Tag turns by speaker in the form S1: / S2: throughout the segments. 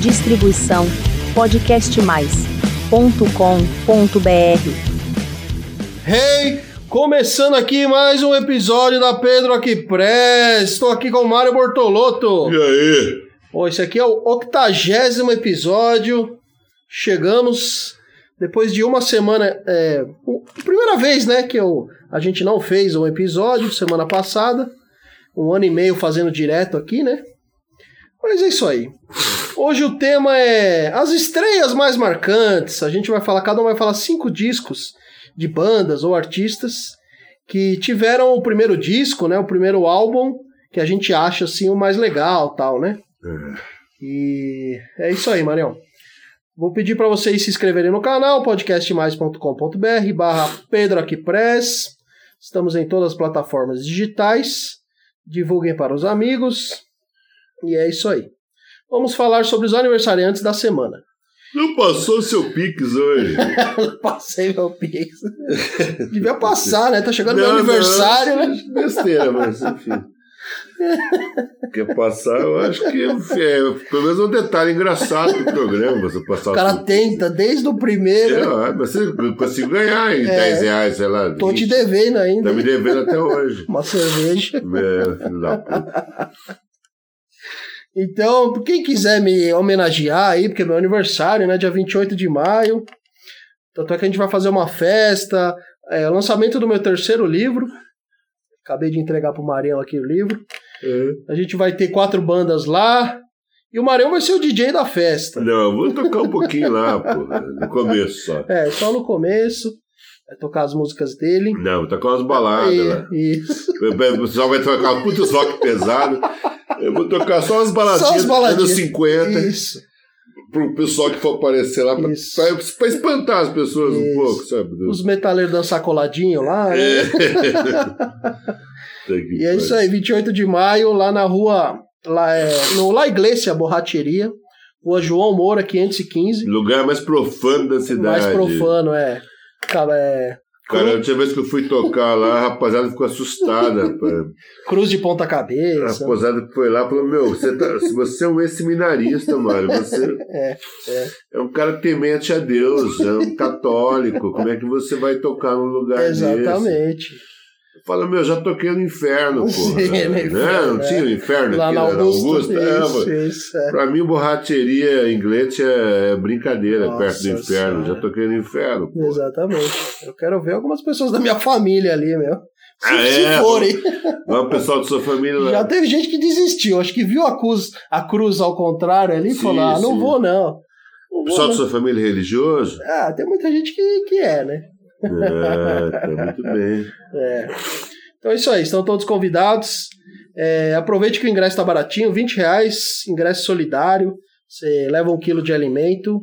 S1: Distribuição podcastmais.com.br.
S2: Hey! Começando aqui mais um episódio da Pedro Aqui Press. Estou aqui com o Mário Bortolotto.
S3: E aí?
S2: Pô, esse aqui é o octagésimo episódio. Chegamos depois de uma semana. É, o- primeira vez, né, que eu, a gente não fez um episódio semana passada. Um ano e meio fazendo direto aqui, né? Mas é isso aí. Hoje o tema é as estreias mais marcantes. A gente vai falar, cada um vai falar cinco discos de bandas ou artistas que tiveram o primeiro disco, né, o primeiro álbum que a gente acha assim o mais legal, tal, né? E é isso aí, Marião. Vou pedir para vocês se inscreverem no canal podcastmais.com.br barra Pedro Aqui Press. Estamos em todas as plataformas digitais. Divulguem para os amigos. E é isso aí. Vamos falar sobre os aniversariantes da semana.
S3: Não passou seu Pix hoje.
S2: Passei meu pix. Devia passar, né? Tá chegando meu aniversário,
S3: não,
S2: né?
S3: isso é Besteira, mas enfim. Quer passar, eu acho que é, pelo menos é um detalhe engraçado do programa. Você passar
S2: O cara
S3: seu-
S2: tenta desde o
S3: É,
S2: primeiro. né? É.
S3: mas você conseguiu ganhar em 10 reais, sei lá.
S2: Tô te
S3: 20.
S2: devendo ainda.
S3: Tá me devendo até hoje.
S2: Uma cerveja.
S3: É, filho da puta.
S2: Então, quem quiser me homenagear aí, porque é meu aniversário, né? Dia 28 de maio. Tanto é que a gente vai fazer uma festa. É, o lançamento do meu terceiro livro. Acabei de entregar pro Marião aqui o livro.
S3: É.
S2: A gente vai ter quatro bandas lá. E o Marião vai ser o DJ da festa.
S3: Não, vou tocar um pouquinho lá, porra. No começo só.
S2: É, só no começo. Vai tocar as músicas dele.
S3: Não, vou tocar umas baladas
S2: E-
S3: lá.
S2: Isso.
S3: O pessoal vai tocar um puto rock pesado. Eu vou tocar só as baladinhas,
S2: Só as baladinhas.
S3: dos anos 50,
S2: Isso.
S3: pro pessoal que for aparecer lá, pra,
S2: Isso.
S3: pra- pra espantar as pessoas
S2: Isso.
S3: um pouco, sabe?
S2: Os metaleiros dançar coladinho lá. né?
S3: É. Tem que-
S2: E é isso aí, 28 de maio, lá na rua, lá é, no La Iglesia Borracheria, rua João Moura, 515,
S3: Lugar mais profano da cidade.
S2: mais profano, é. Cara, é,
S3: Cara, a última vez que eu fui tocar lá, a rapaziada ficou assustada. rapaz.
S2: cruz de ponta
S3: A
S2: cabeça.
S3: rapaziada foi lá e falou: Meu, você, tá- você é um ex-seminarista, Mário. Você
S2: É,
S3: é um cara temente a Deus, é um católico. Como é que você vai tocar num lugar desse?
S2: exatamente.
S3: Fala, meu, já toquei no inferno, porra.
S2: Sim, no
S3: né?
S2: inferno,
S3: Não tinha o inferno
S2: Lá
S3: aqui
S2: na Augusta.
S3: É,
S2: Isso,
S3: mano.
S2: isso, é.
S3: pra mim, borracheria inglês é é brincadeira,
S2: Nossa
S3: perto do inferno.
S2: Senhora.
S3: Já toquei no inferno, pô.
S2: Exatamente. Eu quero ver algumas pessoas da minha família ali, meu. Se,
S3: Ah,
S2: se
S3: é?
S2: forem.
S3: Mas o pessoal da sua família lá.
S2: Já teve gente que desistiu. Acho que viu a cruz, a cruz ao contrário ali e
S3: Sim,
S2: falou: ah, não
S3: sim.
S2: vou, não. Não
S3: O
S2: vou,
S3: pessoal
S2: não.
S3: da sua família é religioso?
S2: Ah, tem muita gente que, que é, né?
S3: É, tá muito bem.
S2: É. Então é isso aí, estão todos convidados. É, aproveite que o ingresso está baratinho, 20 reais, ingresso solidário. Você leva um quilo de alimento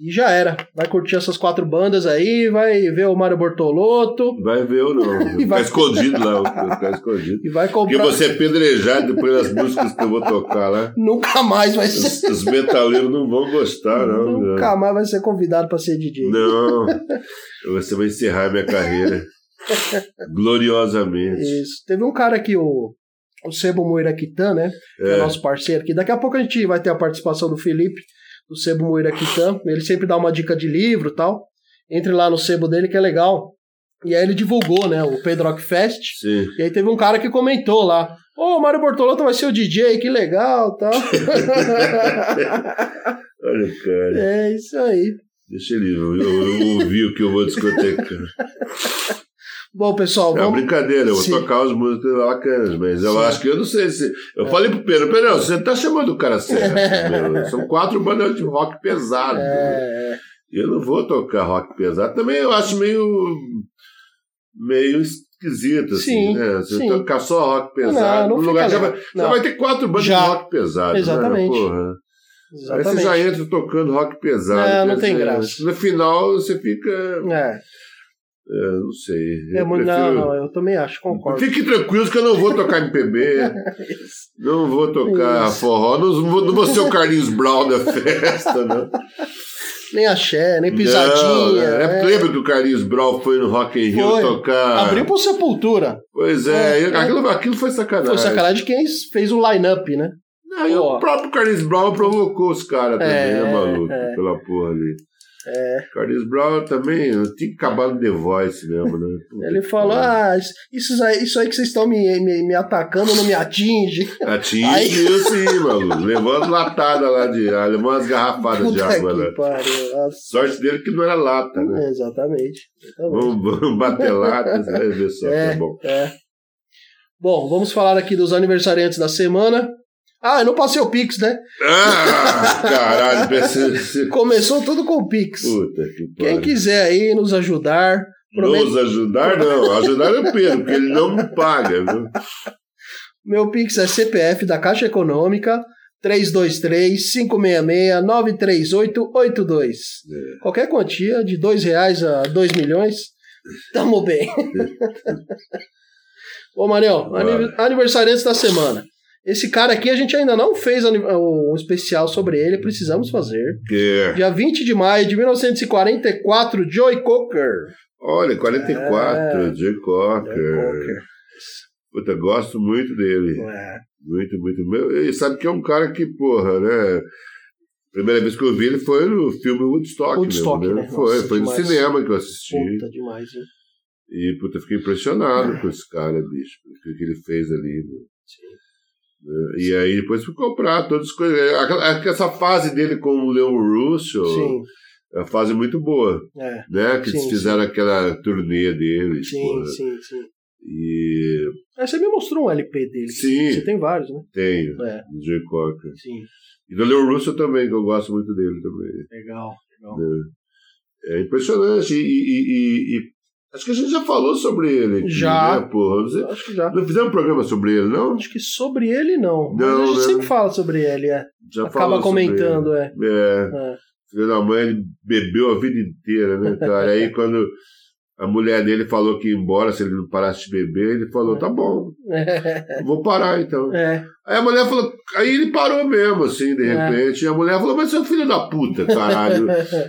S2: e já era. Vai curtir essas quatro bandas aí, vai ver o Mário Bortolotto
S3: Vai ver ou não. Vai
S2: E
S3: ficar
S2: vai-
S3: escondido lá, vai ficar escondido.
S2: e vai
S3: Porque
S2: comprar.
S3: você é pedrejado pelas músicas que eu vou tocar lá.
S2: Nunca mais vai ser.
S3: Os, os metaleiros não vão gostar, não.
S2: Nunca mais vai ser convidado para ser DJ.
S3: Não, você vai encerrar minha carreira gloriosamente.
S2: Isso. Teve um cara aqui, o, o Sebo Muiraquitã, né? que é
S3: É.
S2: nosso parceiro aqui. Daqui a pouco a gente vai ter a participação do Felipe, do Sebo Moira Quitã. Ele sempre dá uma dica de livro e tal. Entre lá no sebo dele que é legal. E aí ele divulgou, né, o Pedro Rock Fest.
S3: Sim.
S2: E aí teve um cara que comentou lá. Ô, o Mário Bortolotto vai ser o DJ, que legal tal.
S3: Olha, cara,
S2: é isso aí.
S3: deixa ele eu, eu ouvir o que eu vou discotecar.
S2: Bom, pessoal,
S3: É uma
S2: vamos.
S3: brincadeira, eu vou
S2: Sim.
S3: tocar as músicas bacanas, mas eu
S2: Sim. É.
S3: acho que eu não sei se. Eu falei pro Pedro, Pedro, você tá chamando o cara certo. meu. São quatro bandas de rock pesado.
S2: É, é.
S3: Eu não vou tocar rock pesado. Também eu acho meio. meio esquisito, assim,
S2: Sim,
S3: né? Você
S2: sim.
S3: tocar só rock
S2: Não,
S3: pesado.
S2: não
S3: num
S2: fica
S3: lugar que
S2: legal.
S3: vai, já
S2: Não.
S3: vai ter quatro bandas
S2: Já.
S3: de rock pesado. né?
S2: Exatamente.
S3: Porra. Aí você
S2: Exatamente.
S3: já entra tocando rock pesado.
S2: Não,
S3: quer
S2: não tem
S3: dizer,
S2: graça.
S3: No final você fica. é,
S2: É,
S3: não sei.
S2: é
S3: eu
S2: muito- Não,
S3: prefiro-
S2: não, eu também acho, concordo. É
S3: Fique tranquilo que eu não vou tocar MPB, não vou tocar
S2: Isso.
S3: forró, não vou, não vou ser o Carlinhos Brown da festa, não.
S2: Nem axé, nem
S3: Não,
S2: pisadinha.
S3: é,
S2: né?
S3: Lembra que o Carlinhos Brown foi no Rock in Rio
S2: Foi.
S3: tocar?
S2: Abriu pro Sepultura.
S3: Pois é,
S2: É,
S3: aquilo, aquilo foi sacanagem.
S2: Foi sacanagem quem fez o line-up, né?
S3: Aí
S2: Pô.
S3: o próprio Carlos Brown provocou os caras também,
S2: É,
S3: né, maluco?
S2: é.
S3: Pela porra ali.
S2: É.
S3: Carlos Brown também, eu tinha acabado The Voice mesmo, né? Puta
S2: Ele
S3: que
S2: falou:
S3: pariu.
S2: ah, isso- isso aí, isso aí que vocês estão me, me, me atacando não me atinge. ah, Aí-
S3: Atingiu Tá sim, maluco. Levou as latadas lá de. ah, Levou as garrafadas de
S2: Puta
S3: água lá.
S2: que pariu. nossa.
S3: Sorte dele que não era lata, né?
S2: É, exatamente. Então, exatamente.
S3: Vamos, vamos bater lata, você vai ver só,
S2: É.
S3: tá bom.
S2: É. Bom, vamos falar aqui dos aniversariantes da semana. Ah, eu não passei o Pix, né?
S3: Ah, caralho, pensei.
S2: Começou tudo com o Pix.
S3: Puta que
S2: Quem
S3: pariu.
S2: quiser aí nos ajudar, promete-
S3: Nos ajudar, não. Ajudar é o Pedro, porque ele não me paga, viu?
S2: Meu Pix é CPF da Caixa Econômica 323 566 93882. Qualquer quantia, de dois reais a 2 milhões, tamo bem. Ô, Manel,
S3: Bora.
S2: aniv- aniversariantes da semana. Esse cara aqui a gente ainda não fez ani- o um especial sobre ele, precisamos fazer.
S3: Porque,
S2: Dia 20 de maio de 1944, Joy Cocker.
S3: olha, 44,
S2: É.
S3: Jay
S2: Joy
S3: Cocker.
S2: Cocker.
S3: Puta, gosto muito dele.
S2: É.
S3: Muito, muito. Meu, E sabe que é um cara que, porra, né? Primeira vez que eu vi ele foi no filme Woodstock,
S2: Woodstock,
S3: mesmo, né?
S2: né?
S3: Foi,
S2: Nossa,
S3: foi no
S2: demais.
S3: cinema que eu assisti.
S2: Puta demais, hein?
S3: E, puta, fiquei impressionado com esse cara, bicho. com O que ele fez ali. né? Né? E aí depois fui comprar todas as coisas. É, Aquela- aquela- Essa fase dele com o Leon Russo
S2: Sim,
S3: é uma fase muito boa,
S2: é.
S3: né? Que
S2: Sim,
S3: eles fizeram aquela turnê dele. tipo,
S2: Sim, sim, sim.
S3: E
S2: Aí você me mostrou um LP dele.
S3: Sim.
S2: Você tem vários, né?
S3: tem
S2: É,
S3: o Jay Cocker.
S2: sim.
S3: E do Leon Russo também, que eu gosto muito dele também.
S2: Legal, legal.
S3: É impressionante. E, e- e- e- acho que a gente já falou sobre ele. aqui,
S2: Já.
S3: Né, porra? Não, sei-
S2: Eu Acho que já.
S3: não fizemos programa sobre ele, não?
S2: Acho que sobre ele não.
S3: Não,
S2: Mas a gente
S3: né?
S2: sempre fala sobre ele, é.
S3: Já
S2: Acaba
S3: falou sobre
S2: comentando, é.
S3: ele. É.
S2: É.
S3: Filho da mãe, ele bebeu a vida inteira, né, cara? aí quando a mulher dele falou que ia embora, se ele não parasse de beber, ele falou: tá bom, vou parar então.
S2: É.
S3: Aí a mulher falou. Aí ele parou mesmo, assim, de
S2: É.
S3: repente. E a mulher falou: mas você é um filho da puta, caralho.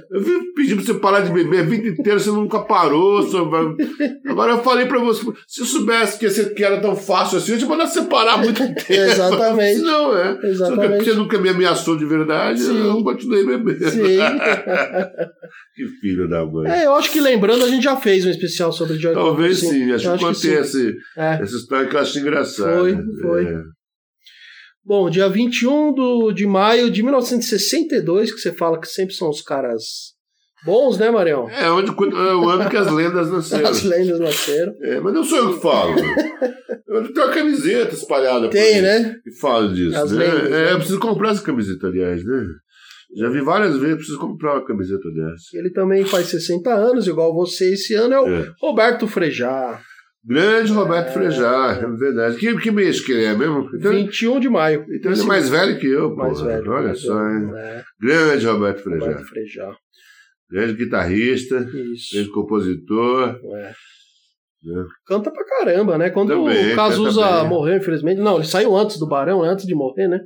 S3: Eu vim pedir pra você parar de beber a vida inteira, você nunca parou. só vai- Agora eu falei pra você, se eu soubesse que esse que era tão fácil assim, eu te mandava separar há muito tempo.
S2: É, Exatamente.
S3: Não, é. Só que
S2: Exatamente.
S3: Você nunca me ameaçou de verdade,
S2: Sim.
S3: eu continuei bebendo.
S2: Sim.
S3: Que filho da mãe.
S2: É, eu acho que lembrando, a gente já fez um especial sobre Joy
S3: Talvez
S2: Cocker,
S3: sim, acho
S2: Eu
S3: que contei esse-
S2: É.
S3: essa história que eu acho engraçada.
S2: Foi, foi.
S3: É.
S2: Bom, dia 21 do, de maio de 1962, que você fala que sempre são os caras bons, né, Marião?
S3: É, onde, quando- é o ano que as lendas nasceram.
S2: As lendas nasceram.
S3: É, mas não sou eu que falo. Eu tenho uma camiseta espalhada por
S2: Tem,
S3: aí.
S2: né?
S3: E falo disso,
S2: As
S3: né?
S2: lendas,
S3: é,
S2: né?
S3: eu preciso comprar essa camiseta, aliás, né? Já vi várias vezes, preciso comprar uma camiseta dessa.
S2: Ele também faz 60 anos, igual você esse ano, é o
S3: É.
S2: Roberto Frejá.
S3: Grande Roberto Frejar, é verdade. Que, que mês que ele é mesmo? Então,
S2: 21 de maio.
S3: então ele é
S2: Esse-
S3: mais velho que eu, pô.
S2: mais velho.
S3: Olha
S2: mais
S3: só, hein?
S2: velho, né?
S3: Grande Roberto Frejar.
S2: Roberto Frejá.
S3: Grande guitarrista,
S2: Isso.
S3: grande compositor.
S2: é.
S3: Né?
S2: Canta pra caramba, né? Quando
S3: Também,
S2: o
S3: canta
S2: Cazuza
S3: bem.
S2: morreu, infelizmente. Não, ele saiu antes do Barão, né? antes de morrer, né?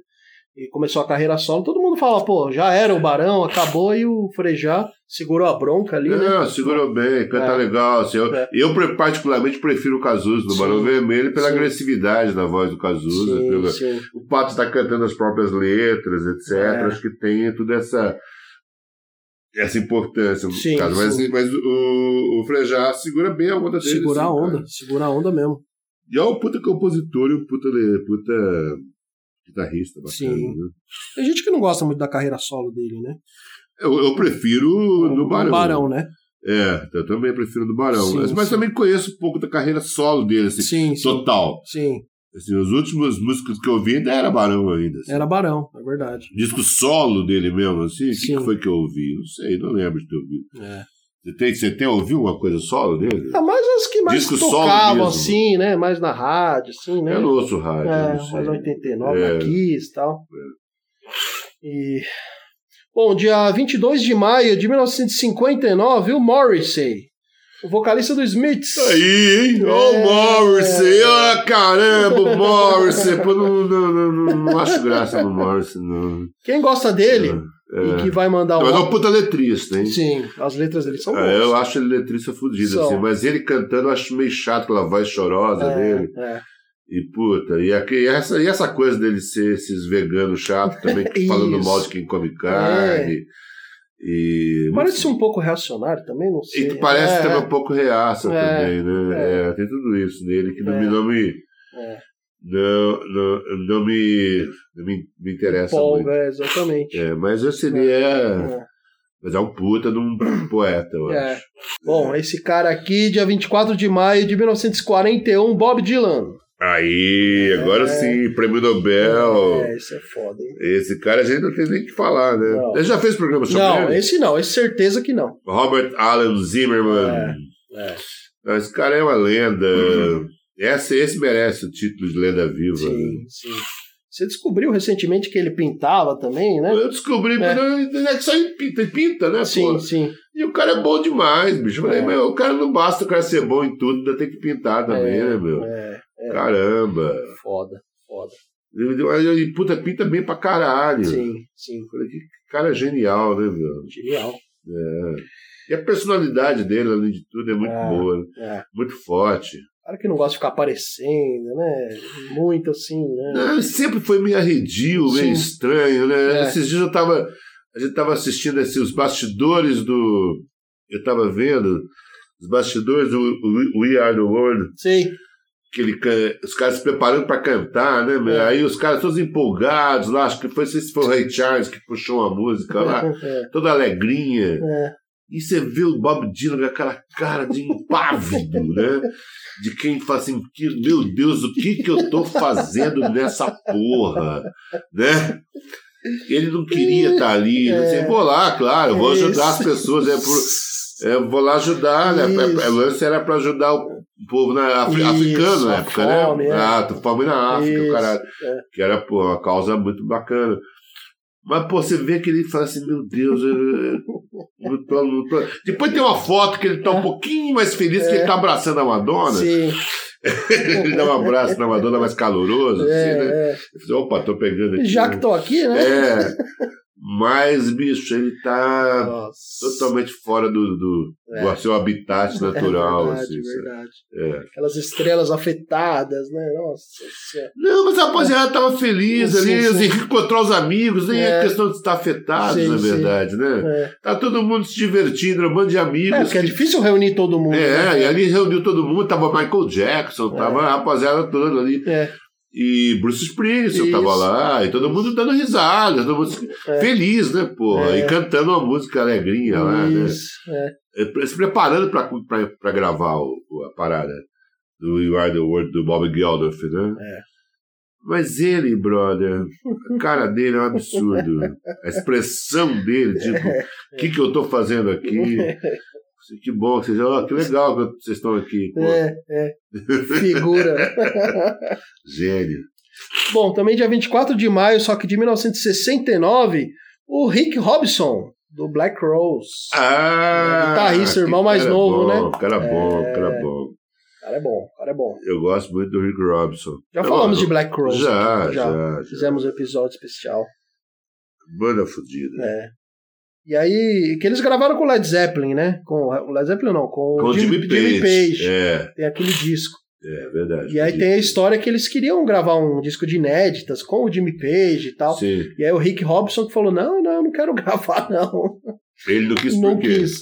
S2: E começou a carreira solo. Todo mundo fala, pô, já era o Barão, acabou e o Frejá segurou a bronca ali, né?
S3: Não, É, segurou bem, canta
S2: É.
S3: legal. assim, eu,
S2: É.
S3: eu pre- particularmente prefiro o Cazuza do
S2: Sim.
S3: Barão Vermelho pela
S2: Sim.
S3: agressividade da voz do Cazuza, pela,
S2: Sim, sim.
S3: o Pato está tá cantando as próprias letras, etc.
S2: É.
S3: Acho que tem toda essa essa importância. no
S2: Sim,
S3: caso. Mas,
S2: sim.
S3: mas o, o Frejá segura bem a onda dele.
S2: Segura a
S3: assim,
S2: onda,
S3: cara.
S2: segura a onda mesmo.
S3: E é um puta compositor e um puta, le- puta guitarrista bacana.
S2: Sim.
S3: né?
S2: Tem gente que não gosta muito da carreira solo dele, né?
S3: Eu, eu prefiro o do Barão.
S2: Barão, né?
S3: É, eu também prefiro o do Barão.
S2: Sim,
S3: mas mas
S2: sim.
S3: também conheço um pouco da carreira solo dele, assim,
S2: Sim, sim.
S3: total.
S2: Sim,
S3: Assim, os últimos músicos que eu ouvi ainda era Barão ainda. assim.
S2: era Barão, é verdade.
S3: disco solo dele mesmo, assim? O que,
S2: Sim.
S3: que foi que eu ouvi? Não sei, não lembro de ter ouvido.
S2: É.
S3: Você tem, você tem ouvido uma coisa solo dele?
S2: Ah, mas as que mais
S3: Disco solo
S2: tocavam,
S3: mesmo.
S2: assim, né? Mais na rádio, assim, né?
S3: Eu não ouço rádio,
S2: é,
S3: eu não sei.
S2: mais 89,
S3: É.
S2: na Kiss e tal. E... Bom, dia 22 de maio de 1959, o Morrissey, o vocalista do Smiths.
S3: Aí, hein? Ô
S2: É.
S3: Morrissey! Ah, caramba, o Morrissey! Pô, não, não, não, não, não acho graça no Morrissey, não.
S2: Quem gosta dele
S3: É.
S2: e que vai mandar
S3: Mas é
S2: um...
S3: um puta letrista, hein?
S2: Sim, as letras dele são boas.
S3: É, eu acho ele letrista fudido,
S2: São.
S3: assim, mas ele cantando eu acho meio chato aquela voz chorosa
S2: É,
S3: dele.
S2: é.
S3: E E puta, e, aqui, e essa, e essa coisa dele ser esses veganos chato também, que falando
S2: Isso.
S3: mal de quem come carne. E,
S2: Parece um pouco reacionário também, não
S3: e
S2: sei.
S3: tu parece
S2: É,
S3: também um pouco reaça
S2: É,
S3: também, né?
S2: é.
S3: É, tem tudo isso nele que não
S2: É.
S3: me. Não me,
S2: É.
S3: não, não, não me, não me, me interessa muito.
S2: Polga, é, exatamente.
S3: É, mas assim, ele é.
S2: É.
S3: Mas é um puta de um poeta, eu
S2: É.
S3: acho.
S2: Bom, esse cara aqui, dia 24 de maio de 1941, Bob Dylan.
S3: Aí, agora
S2: É.
S3: sim, prêmio Nobel.
S2: É, isso é foda, hein?
S3: Esse cara a gente não tem nem o que falar, né?
S2: Não.
S3: Ele já fez programa sobre
S2: Não,
S3: ele?
S2: esse não, esse certeza que não.
S3: Robert Alan Zimmerman.
S2: É, Uhum.
S3: Não, Esse cara é uma lenda. Esse, esse merece o título de lenda viva. né?
S2: Sim, sim. Você descobriu recentemente que ele pintava também, né?
S3: Eu descobri,
S2: É.
S3: quando ele- é que só ele pinta, ele pinta, né?
S2: Sim,
S3: pô?
S2: sim.
S3: E o cara é bom demais, bicho. Eu falei,
S2: É.
S3: meu, o cara não basta o cara ser bom em tudo, ainda tem que pintar também,
S2: é,
S3: né, meu?
S2: é,
S3: Caramba.
S2: foda, foda.
S3: E puta, pinta bem pra caralho.
S2: Sim, sim.
S3: Eu Falei, que cara genial, né, meu?
S2: Genial.
S3: E a personalidade dele, além de tudo, é muito
S2: É.
S3: boa, né?
S2: É.
S3: muito forte.
S2: Cara que não gosta de ficar aparecendo, né? Muito assim, né?
S3: Não, É, sempre foi meio arredio, meio
S2: Sim.
S3: estranho, né?
S2: É.
S3: Esses dias eu tava. A gente tava assistindo assim, os bastidores do. Eu tava vendo os bastidores do We- We Are the World,
S2: Sei.
S3: que ele, can- os caras se preparando pra cantar, né? meu?
S2: É.
S3: Aí os caras todos empolgados lá, acho que foi, não sei se foi o Ray Charles que puxou a música lá,
S2: É,
S3: toda alegrinha.
S2: é.
S3: E você vê o Bob Dylan com aquela cara de impávido, né? De quem fala assim, que, meu Deus, o que que eu tô fazendo nessa porra, né? Ele não queria estar ali. né? Você, vou lá, claro, eu vou ajudar as
S2: É. Isso.
S3: pessoas. É por, eu vou lá ajudar, né?
S2: Isso.
S3: É- é- O lance era pra ajudar o povo na, afri-
S2: Isso,
S3: africano na
S2: a
S3: época, né?
S2: fome, é.
S3: Ah, tu fome na África,
S2: Isso,
S3: caralho.
S2: é.
S3: Que era, pô, uma causa muito bacana. Mas, pô, você vê que ele fala assim, meu Deus, eu, eu- não tô- não tô- Depois tem uma foto que ele tá um pouquinho mais feliz, que ele tá abraçando a Madonna.
S2: É. Sim,
S3: ele dá um abraço na Madonna mais caloroso, assim, né?
S2: é, é.
S3: Ele fala, Opa, tô pegando aqui.
S2: Já que
S3: né?
S2: tô aqui, né?
S3: É. Mas, bicho, ele tá
S2: Nossa.
S3: totalmente fora do, do, do
S2: É.
S3: seu habitat natural.
S2: É
S3: assim,
S2: verdade,
S3: sabe?
S2: verdade.
S3: É.
S2: Aquelas estrelas afetadas, né? Nossa senhora.
S3: Não, mas a rapaziada tava feliz
S2: Sim,
S3: ali,
S2: sim.
S3: assim, encontrar os amigos, nem é
S2: É.
S3: questão de estar afetado,
S2: Sim,
S3: na
S2: sim.
S3: verdade, né?
S2: É.
S3: Tá todo mundo se divertindo, era um bando de amigos.
S2: É, porque é
S3: que-
S2: difícil reunir todo mundo.
S3: É, e
S2: né?
S3: ali reuniu todo mundo, tava Michael Jackson,
S2: É.
S3: tava a rapaziada toda ali.
S2: é.
S3: E Bruce Springsteen
S2: Isso.
S3: tava lá, e todo mundo dando risada, todo mundo
S2: É.
S3: feliz, né, porra?
S2: É.
S3: E cantando uma música alegrinha lá, né?
S2: Isso, é.
S3: É, se preparando pra, pra, pra gravar o- o- a parada do You Are the World do Bob Geldof, né?
S2: É.
S3: Mas ele, brother, a cara dele é um absurdo. A expressão dele, tipo, o que, que eu tô fazendo aqui? Que bom que vocês, ó, que legal que vocês estão aqui. Pô,
S2: É, é. Figura.
S3: Gênio.
S2: Bom, também dia 24 de maio, só que de 1969, o Rick Robson, do Black Rose.
S3: Ah!
S2: Guitarrista,
S3: que
S2: Tá irmão mais
S3: cara
S2: novo,
S3: bom,
S2: né?
S3: Cara bom,
S2: É.
S3: cara bom.
S2: O cara é bom, o cara é bom.
S3: Eu gosto muito do Rick Robson.
S2: Já
S3: Tá
S2: falamos
S3: bom,
S2: de Black Rose.
S3: Já,
S2: aqui,
S3: já, já.
S2: Fizemos um episódio especial.
S3: Banda fudida.
S2: É. E aí, que eles gravaram com o Led Zeppelin, né? Com o Led Zeppelin não, com,
S3: Com o Jimmy, Page.
S2: Page.
S3: É,
S2: Tem aquele disco.
S3: é verdade.
S2: E aí tem a história que eles queriam gravar um disco de inéditas com o Jimmy Page e tal.
S3: Sim.
S2: E aí o Rick Robson que falou: não, não, não quero gravar, não.
S3: Ele não quis
S2: não
S3: por quê?
S2: quis.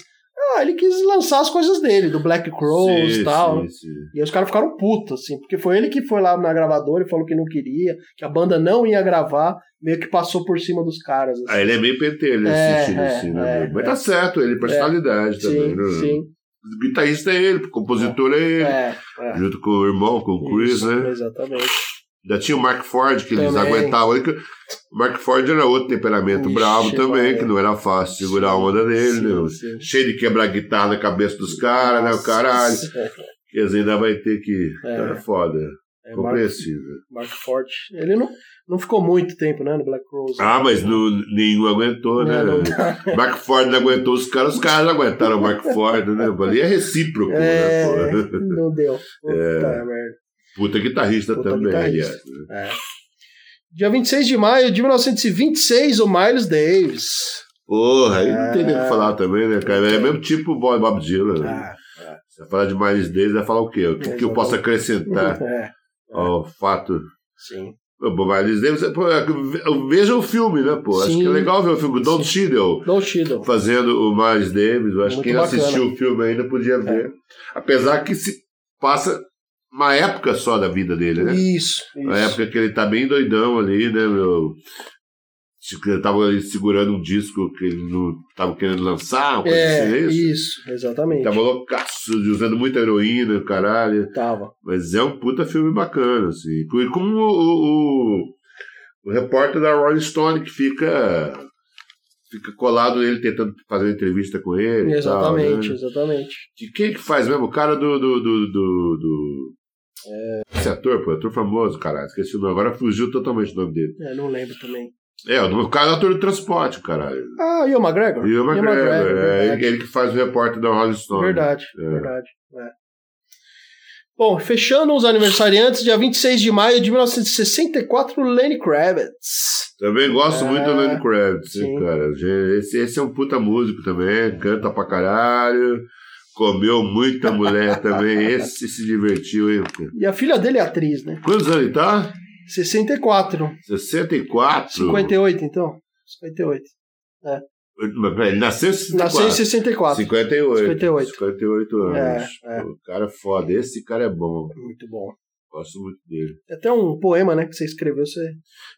S2: Ah, ele quis lançar as coisas dele, do Black Crowes
S3: Sim,
S2: e tal.
S3: sim, sim.
S2: E aí os caras ficaram putos, assim, porque foi ele que foi lá na gravadora e falou que não queria, que a banda não ia gravar, meio que passou por cima dos caras. assim.
S3: Ah, ele é meio pentelho nesse
S2: É,
S3: sentido,
S2: é,
S3: assim, né?
S2: é,
S3: Mas
S2: é.
S3: tá certo, ele é personalidade também,
S2: sim,
S3: né?
S2: assim. sim.
S3: O guitarrista é ele, o compositor é ele,
S2: É, é.
S3: junto com o irmão, com o Chris,
S2: Isso,
S3: né?
S2: Exatamente.
S3: Ainda tinha o Mark Ford, que eles
S2: Também.
S3: aguentavam. ele que- O Mark Ford era outro temperamento
S2: Ixi,
S3: bravo também,
S2: Maria.
S3: que não era fácil segurar a onda dele,
S2: Sim,
S3: né?
S2: sim.
S3: Cheio de quebrar guitarra na cabeça dos caras, né? O caralho.
S2: Nossa,
S3: Quer dizer, ainda vai ter que.
S2: É.
S3: É, foda.
S2: É, Mark,
S3: Compreensível.
S2: Mark Ford. Ele não, não ficou muito tempo, né, no Black Rose.
S3: Ah, mas no, nenhum aguentou,
S2: É,
S3: né?
S2: não dá.
S3: Mark Ford não aguentou os caras, os caras não aguentaram o Mark Ford, né? Ali é recíproco,
S2: É,
S3: né? É. Pô?
S2: não deu. Puta merda.
S3: Puta guitarrista
S2: Puta
S3: também,
S2: guitarrista.
S3: aliás. né?
S2: É. Dia 26 de maio de 1926, o Miles Davis.
S3: Porra, aí não tem nem o
S2: É.
S3: que falar também, né, cara? É mesmo tipo o Bob Bob Dylan. né?
S2: Ah,
S3: Tá. Você vai falar de Miles Davis, vai falar o quê? O que, que eu posso acrescentar?
S2: é.
S3: ao fato.
S2: Sim.
S3: Pô, mas eles devem- pô, é que ve- Veja o filme, né, pô? Acho
S2: Sim.
S3: que é legal ver o filme. Don Cheadle
S2: Don Cheadle.
S3: fazendo o Miles Davis. Eu acho
S2: Muito
S3: que quem não
S2: bacana. É.
S3: assistiu o filme ainda podia ver. Apesar que se passa uma época só da vida dele, né?
S2: Isso,
S3: Na
S2: isso.
S3: época que ele tá bem doidão ali, né, meu? Se- que Ele tava ali segurando um disco que ele não tava querendo lançar, uma coisa
S2: É,
S3: assim, é isso?
S2: isso, exatamente.
S3: Tava loucaço, usando muita heroína, caralho.
S2: Tava.
S3: Mas é um puta filme bacana, assim. E como o, o, o- o repórter da Rolling Stone que fica, fica colado nele, tentando fazer uma entrevista com ele. e tal, né?
S2: Exatamente, exatamente.
S3: Que- Quem que faz mesmo? O cara do. do, do, do, do-
S2: É.
S3: Esse ator, pô, ator famoso, caralho. Esqueci o nome. Agora fugiu totalmente o nome dele.
S2: É, não lembro também.
S3: É, o nome- o cara é ator do transporte, caralho.
S2: Ah, Ian McGregor?
S3: E o McGregor. É
S2: verdade.
S3: ele, ele que faz o repórter da Rolling Stone.
S2: Verdade,
S3: É.
S2: verdade. é. Bom, fechando os aniversariantes, dia 26 de maio de 1964, Lenny Kravitz.
S3: Também gosto
S2: É,
S3: muito do Lenny Kravitz,
S2: sim.
S3: cara. Gê- Esse, esse é um puta músico também, canta pra caralho, comeu muita mulher também. Esse se divertiu, hein? cara.
S2: E a filha dele é atriz, né?
S3: Quantos anos ele tá?
S2: 64.
S3: 64?
S2: 58, então? 58.
S3: Mas, peraí, Ele nasceu em 64.
S2: Nasceu em 64.
S3: 58.
S2: 58.
S3: 58 anos.
S2: É, é.
S3: Pô, O cara é foda. Esse cara é bom.
S2: Muito bom.
S3: Gosto muito dele.
S2: Tem até um poema, né, que você escreveu, você...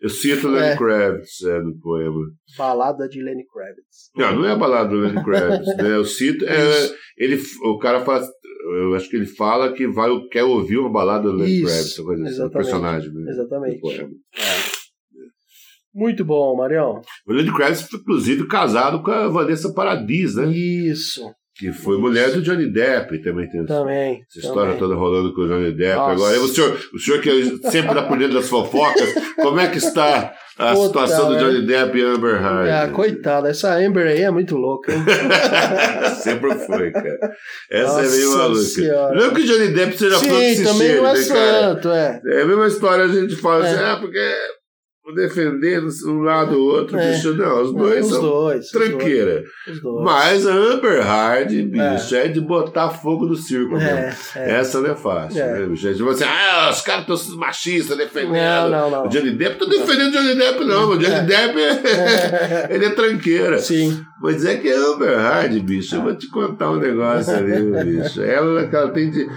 S3: Eu cito o Lenny
S2: É.
S3: Kravitz é, no poema.
S2: Balada de Lenny Kravitz.
S3: Não, não é a balada do Lenny Kravitz, né? Eu cito. é,
S2: Isso.
S3: ele, o cara faz. Eu acho que ele fala que vai, quer ouvir uma balada do Lenny
S2: Isso,
S3: Kravitz, uma coisa assim, um
S2: exatamente,
S3: personagem. Né?
S2: exatamente.
S3: do poema.
S2: Muito bom, Marião.
S3: O Lenny Kravitz, foi, inclusive, casado com a Vanessa Paradis, né?
S2: Isso.
S3: Que foi mulher do Johnny Depp, também tem essa
S2: Também.
S3: história
S2: também.
S3: toda rolando com o Johnny Depp.
S2: Nossa.
S3: Agora, o senhor, o senhor que é sempre está por dentro das fofocas, como é que está a
S2: Puta
S3: situação do
S2: merda.
S3: Johnny Depp e Amber Heard?
S2: Ah, coitada, essa Amber aí é muito louca, hein?
S3: Sempre foi, cara. Essa é meio
S2: Nossa
S3: maluca.
S2: Senhora.
S3: Não é que o Johnny Depp seja fã de
S2: Sim,
S3: se
S2: também
S3: cheire,
S2: não é
S3: né, cara?
S2: santo, é.
S3: É a mesma história, a gente fala
S2: É.
S3: assim, ah, porque um defendendo um lado ou outro,
S2: É.
S3: bicho, não, os dois
S2: os
S3: são
S2: dois. os
S3: tranqueira.
S2: dois, Os dois.
S3: Mas a Amber Hard, bicho, é. de botar fogo no circo mesmo.
S2: É, é.
S3: Essa não é fácil,
S2: É.
S3: né, bicho? É Tipo assim, ah, os caras estão machistas defendendo.
S2: Não, não, não.
S3: O Johnny Depp, tô defendendo o Johnny Depp, não. O Johnny
S2: É.
S3: Depp, ele é tranqueira.
S2: Sim,
S3: Mas é que a Amber Heard, bicho, eu vou te contar um negócio ali, bicho. Ela, que ela tem de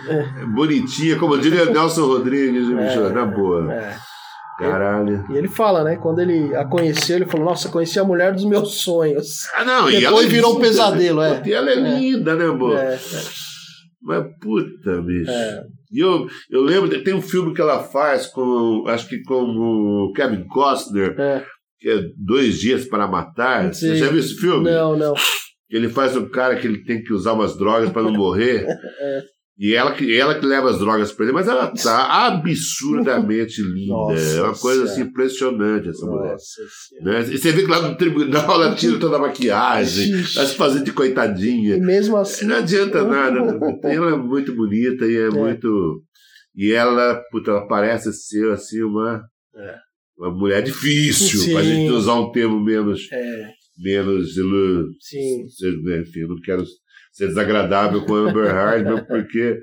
S3: bonitinha, como diria o Nelson Rodrigues, bicho, na boa.
S2: é.
S3: Caralho.
S2: E ele fala, né? Quando ele a conheceu, ele falou: Nossa, conheci a mulher dos meus sonhos.
S3: Ah, não,
S2: Depois
S3: ela é
S2: virou um
S3: linda,
S2: pesadelo,
S3: né?
S2: é.
S3: Puta, E ela é, linda, né, amor?
S2: É,
S3: Mas puta, bicho.
S2: É.
S3: E eu, eu lembro, tem um filme que ela faz com, acho que com o Kevin Costner,
S2: é.
S3: que é Dois Dias para Matar. Você
S2: Sim.
S3: já viu esse filme?
S2: Não, não.
S3: Ele faz um cara que ele tem que usar umas drogas para não morrer. E ela que, ela que leva as drogas para ele, mas ela tá absurdamente linda.
S2: Nossa
S3: é uma coisa assim,
S2: Senhora.
S3: impressionante essa mulher.
S2: Nossa Senhora.
S3: Né? E você vê que lá no tribunal ela tira toda a maquiagem,
S2: Ixi.
S3: ela se fazendo de
S2: E
S3: coitadinha.
S2: mesmo assim.
S3: Não adianta nada. Ela é muito bonita e é, muito. E ela, puta, ela parece ser assim uma.
S2: É.
S3: Uma mulher difícil, pra
S2: Sim.
S3: gente usar um termo menos,
S2: É,
S3: menos ilu-
S2: sim.
S3: ser- enfim, eu não quero ser desagradável com a Amber Heard, mas porque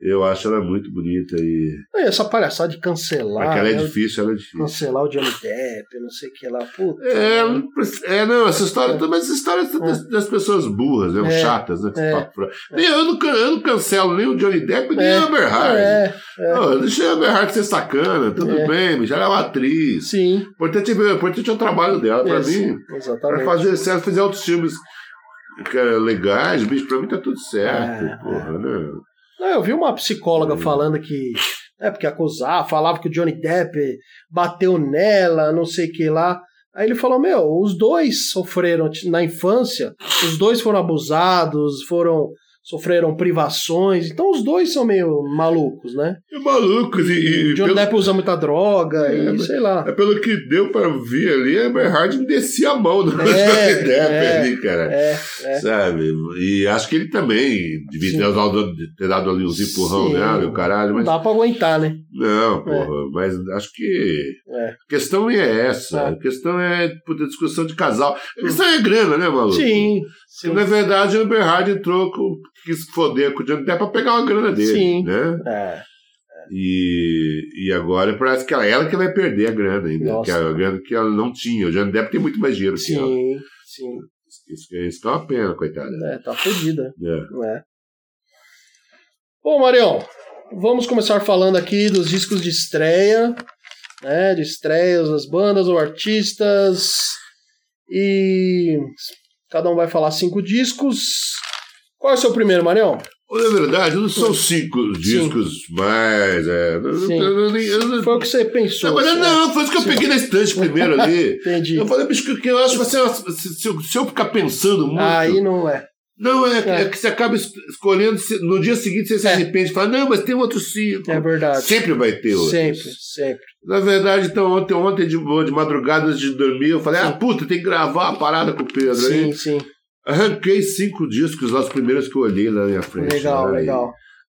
S3: eu acho ela muito bonita e
S2: E essa palhaçada de cancelar.
S3: aquela é
S2: né,
S3: difícil, ela é difícil.
S2: Cancelar o Johnny Depp, não sei o que lá. Puta.
S3: É, não preci- é, não, essa história, mas essa história é das, das pessoas burras, né,
S2: É.
S3: chatas, né? que
S2: É.
S3: papo furado. Nem, eu, não, can- eu não cancelo nem o Johnny Depp nem
S2: É.
S3: a Amber Heard.
S2: É,
S3: Não, deixa a Amber Heard ser sacana, tudo
S2: É.
S3: bem, bicho, ela é uma atriz.
S2: sim.
S3: O importante, é ver- o importante é o trabalho dela, pra
S2: Esse,
S3: mim. Pra
S2: Exatamente.
S3: fazer, se ela fizer outros filmes que é legais, bicho, pra mim tá tudo certo.
S2: É,
S3: porra, né?
S2: Não, eu vi uma
S3: Hum.
S2: psicóloga falando que. É, porque acusar, falava que o Johnny Depp bateu nela, não sei o que lá. Aí ele falou: Meu, os dois sofreram t- na infância, os dois foram abusados, foram sofreram privações, então os dois são meio malucos, né?
S3: É maluco, e,
S2: O
S3: e
S2: Johnny
S3: pelo,
S2: Depp usa muita droga
S3: É,
S2: e
S3: mas-
S2: sei lá.
S3: é pelo que deu pra ver ali, é a Eberhard me descia a mão do
S2: É,
S3: Johnny Depp
S2: é,
S3: ali, cara.
S2: É,
S3: Sabe? E acho que ele também devia
S2: Sim.
S3: ter dado, ter dado ali uns empurrão
S2: Sim.
S3: nela e o caralho,
S2: não
S3: mas.
S2: dá pra aguentar, né?
S3: Não, porra, mas acho que.
S2: É.
S3: A questão nem é essa.
S2: É.
S3: A questão é puta, discussão de casal. A questão é grana, né, maluco? é
S2: Sim,
S3: E,
S2: sim.
S3: Na verdade, o Eberhard entrou com. quis foder com o Johnny Depp pra pegar uma grana dele.
S2: Sim.
S3: né?
S2: É,
S3: E, e agora parece que ela, ela que vai perder a grana ainda.
S2: Nossa.
S3: Que a grana que ela não tinha. O Johnny Depp tem muito mais dinheiro que ela.
S2: Sim, sim.
S3: Isso, que- isso que é uma pena, coitada.
S2: É, tá fodida,
S3: É.
S2: né? Bom, Marião, vamos começar falando aqui dos discos de estreia, né? De estreias das bandas ou artistas. E cada um vai falar cinco discos. Qual é o seu primeiro, Marião?
S3: Na verdade, não são cinco os discos mais. É, não,
S2: Sim.
S3: não- não- nem- eu não-
S2: Foi o que você pensou.
S3: Na verdade,
S2: assim, né?
S3: não, foi isso que eu peguei na estante primeiro ali.
S2: Entendi.
S3: Eu falei, bicho, que eu acho que você, se, se eu- se eu ficar pensando muito.
S2: Aí não é.
S3: Não, é, que-
S2: É.
S3: é que você acaba es- escolhendo, se- no dia seguinte você se
S2: É.
S3: arrepende e fala, não, mas tem outro cinco.
S2: É verdade.
S3: Sempre vai ter outro.
S2: Sempre, sempre.
S3: Na verdade, então, ontem, ontem de, boa, de madrugada, antes de dormir, eu falei, ah, puta, tem que gravar a parada com o Pedro.
S2: Sim,
S3: Aí,
S2: sim.
S3: arranquei cinco discos lá, os primeiros que eu olhei lá na minha frente.
S2: Legal,
S3: né?
S2: legal.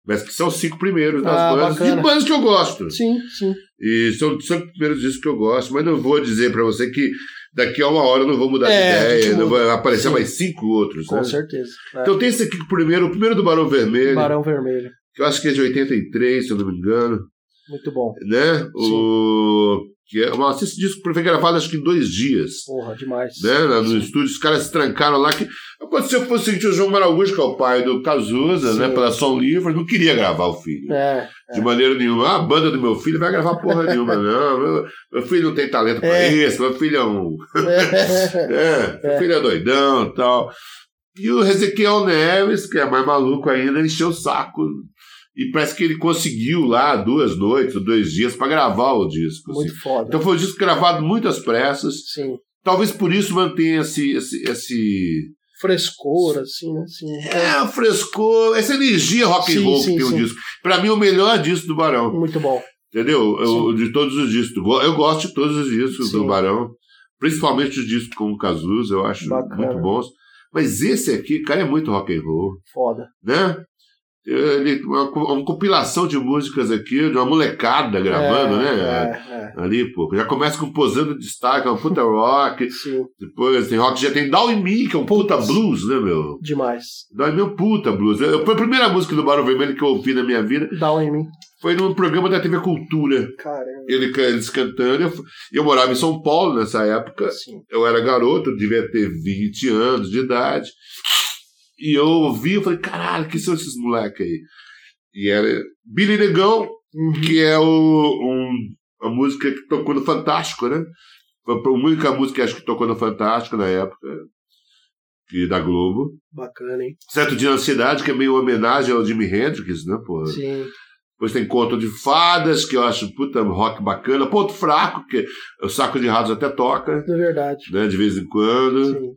S3: Mas que são os cinco primeiros das
S2: Ah,
S3: bandas.
S2: bacana.
S3: De bandas que eu gosto.
S2: Sim, sim.
S3: E são os cinco primeiros discos que eu gosto, mas não vou dizer pra você que daqui a uma hora eu não vou
S2: É,
S3: mudar
S2: a
S3: de
S2: gente
S3: ideia, não
S2: muda.
S3: vai aparecer
S2: Sim.
S3: mais cinco outros.
S2: Com
S3: né?
S2: certeza. né?
S3: Então tem esse aqui, que o primeiro, o primeiro do Barão Vermelho,
S2: Barão Vermelho.
S3: que eu acho que é de 83, se eu não me engano,
S2: Muito bom.
S3: né? O... Que é uma, esse disco foi gravado acho que em dois dias.
S2: Porra, demais.
S3: né, lá no
S2: Sim.
S3: estúdio, os caras se trancaram lá. Que... Aconteceu que foi o seguinte: o João Maraújo, que é o pai do Cazuza,
S2: Sim.
S3: né, pela Som Livre, não queria gravar o filho.
S2: É,
S3: De maneira nenhuma. Ah, a banda do meu filho vai gravar porra nenhuma, não. Meu, meu filho não tem talento pra
S2: É.
S3: isso, meu filho é um.
S2: é.
S3: É, meu filho é doidão e tal. E o Ezequiel Neves, que é mais maluco ainda, encheu o saco. E parece que ele conseguiu lá duas noites, ou dois dias, pra gravar o disco. assim.
S2: Muito foda.
S3: Então foi um disco gravado muito às pressas.
S2: Sim.
S3: Talvez por isso mantenha esse, esse, esse
S2: Frescor, assim, né? Assim.
S3: é, frescor, essa energia rock
S2: Sim,
S3: and roll
S2: sim,
S3: que tem o
S2: sim.
S3: disco. Pra mim, é o melhor disco do Barão,
S2: Muito bom.
S3: entendeu? Eu, de todos os discos. Go- Eu gosto de todos os discos
S2: Sim.
S3: do Barão, principalmente os discos com o Cazuza, eu acho
S2: Bacana.
S3: muito bons. Mas esse aqui, cara, é muito rock and roll,
S2: Foda.
S3: né? Ele, uma, co- uma compilação de músicas aqui, de uma molecada gravando,
S2: É,
S3: né?
S2: É,
S3: Ali, pô. Já começa com Posando de Destaque, é uma puta rock.
S2: é. Sim.
S3: Depois tem rock, já tem Down in Me, que é um puta blues, né, meu?
S2: Demais.
S3: Down in Me é um puta blues. Eu, foi a primeira música do Barão Vermelho que eu ouvi na minha vida
S2: Down um em mim. é
S3: foi num programa da TV Cultura.
S2: Caramba.
S3: Ele, ca- eles cantando. Eu, fu- eu morava em São Paulo nessa época.
S2: Sim.
S3: Eu era garoto, devia ter 20 anos de idade. E eu ouvi, eu falei, caralho, que são esses moleques aí? E era Billy Negão,
S2: Uhum.
S3: que é o, um- a música que tocou no Fantástico, né? Foi a única música que acho que tocou no Fantástico na época, que da Globo.
S2: Bacana, hein?
S3: Certo Dia na Cidade, que é meio homenagem ao Jimi Hendrix, né, pô?
S2: Sim.
S3: Depois tem Conto de Fadas, que eu acho puta um rock bacana. Ponto Fraco, que o Saco de Ratos até toca,
S2: É verdade.
S3: né, de vez em quando.
S2: Sim.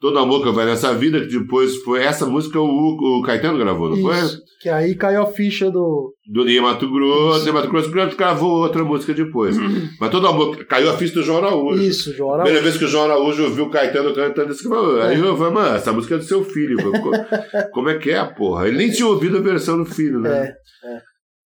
S3: Todo Amor que vai nessa vida, que depois foi. Essa música o, o Caetano gravou, não foi?
S2: Isso. Que aí caiu a ficha do.
S3: Do Nia Mato Grosso. Nia Mato Grosso gravou outra música depois.
S2: Uhum.
S3: Mas Todo Amor caiu a ficha do João Araújo.
S2: Isso, João Araújo.
S3: Primeira vez que o João Araújo ouviu o Caetano cantando isso, que falou, aí eu falei, mano, essa música é do seu filho. mano. Co- Como é que é, porra? Ele nem tinha ouvido a versão do filho, né?
S2: É.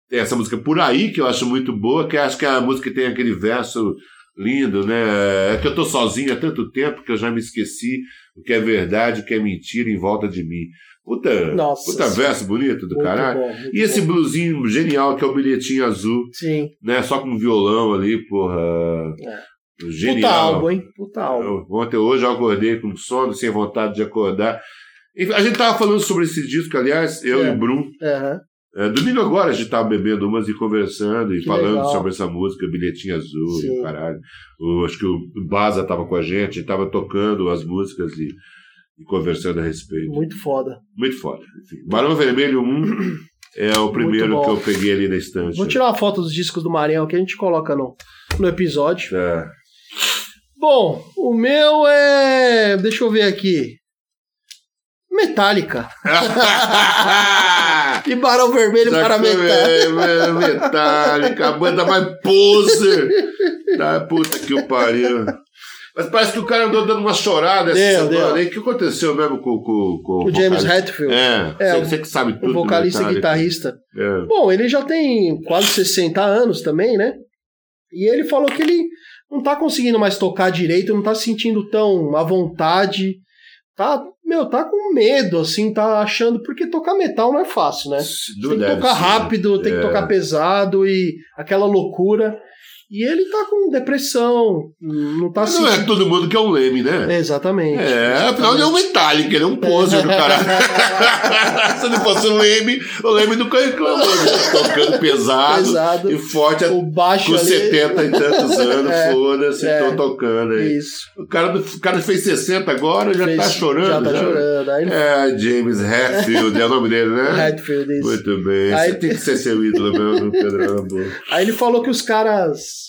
S3: Tem essa música por aí que eu acho muito boa, que acho que é a música que tem aquele verso lindo, né? É que eu tô sozinho há tanto tempo que eu já me esqueci o que é verdade, o que é mentira em volta de mim. Puta,
S2: Nossa.
S3: puta verso bonito do
S2: Muito
S3: caralho.
S2: bom, muito
S3: E esse
S2: bom.
S3: blusinho genial que é o bilhetinho azul,
S2: Sim.
S3: né? Só com violão ali, porra.
S2: É. Puta
S3: Genial.
S2: álbum, é hein? Puta álbum.
S3: Eu- Ontem, hoje, eu acordei com sono, sem vontade de acordar. Enfim, a gente tava falando sobre esse disco, aliás, eu
S2: É.
S3: e o Bruno.
S2: Aham.
S3: É, domingo agora a gente tava bebendo umas e conversando e
S2: Que
S3: falando
S2: legal.
S3: sobre essa música, bilhetinho azul,
S2: Sim.
S3: e caralho. O- acho que o Baza tava com a gente, tava tocando as músicas e, e conversando a respeito.
S2: Muito foda.
S3: Muito foda. Enfim, Barão Vermelho 1 é o primeiro
S2: bom.
S3: que eu peguei ali na estante.
S2: Vou tirar uma foto dos discos do Maranhão que a gente coloca no, no episódio.
S3: Tá.
S2: Bom, o meu é. Deixa eu ver aqui. Metallica. E Barão Vermelho
S3: Já
S2: para
S3: foi,
S2: Metallica.
S3: é, Metallica, a banda mais poser. Da puta que o pariu. Mas parece que o cara andou dando uma chorada essa
S2: Deu,
S3: semana.
S2: deu.
S3: aí. O que aconteceu mesmo com, com, com
S2: O James
S3: vocalista?
S2: Hetfield,
S3: É,
S2: É,
S3: você,
S2: o-
S3: você que sabe tudo.
S2: o
S3: do
S2: vocalista e
S3: Metallica.
S2: guitarrista.
S3: É.
S2: Bom, ele já tem quase 60 anos também, né? E ele falou que ele não tá conseguindo mais tocar direito, não tá se sentindo tão à vontade. Tá meu, tá com medo, assim, tá achando. Porque tocar metal não é fácil, né?
S3: Não
S2: tem que
S3: deve
S2: tocar
S3: ser.
S2: rápido, tem
S3: É.
S2: que tocar pesado e aquela loucura. E ele tá com depressão, não tá
S3: Mas não é
S2: sentindo.
S3: todo mundo que é um leme, né?
S2: Exatamente.
S3: É, afinal ele é um
S2: exatamente.
S3: Metallica, ele é um poser do caralho. Se não fosse o Leme, o Leme do Canclão, tá tocando pesado,
S2: Pesado.
S3: e forte,
S2: O baixo
S3: com
S2: ali.
S3: 70 e tantos anos,
S2: É,
S3: foda-se,
S2: é.
S3: tô tocando aí.
S2: Isso.
S3: O cara, do- o cara fez 60 agora, já
S2: Fez-
S3: tá chorando.
S2: Já tá chorando. Aí ele
S3: É, James Hetfield, é o nome dele, né?
S2: Redfield, isso.
S3: Muito bem,
S2: Aí-
S3: você tem que ser seu ídolo mesmo, Pedro. Amor.
S2: Aí ele falou que os caras.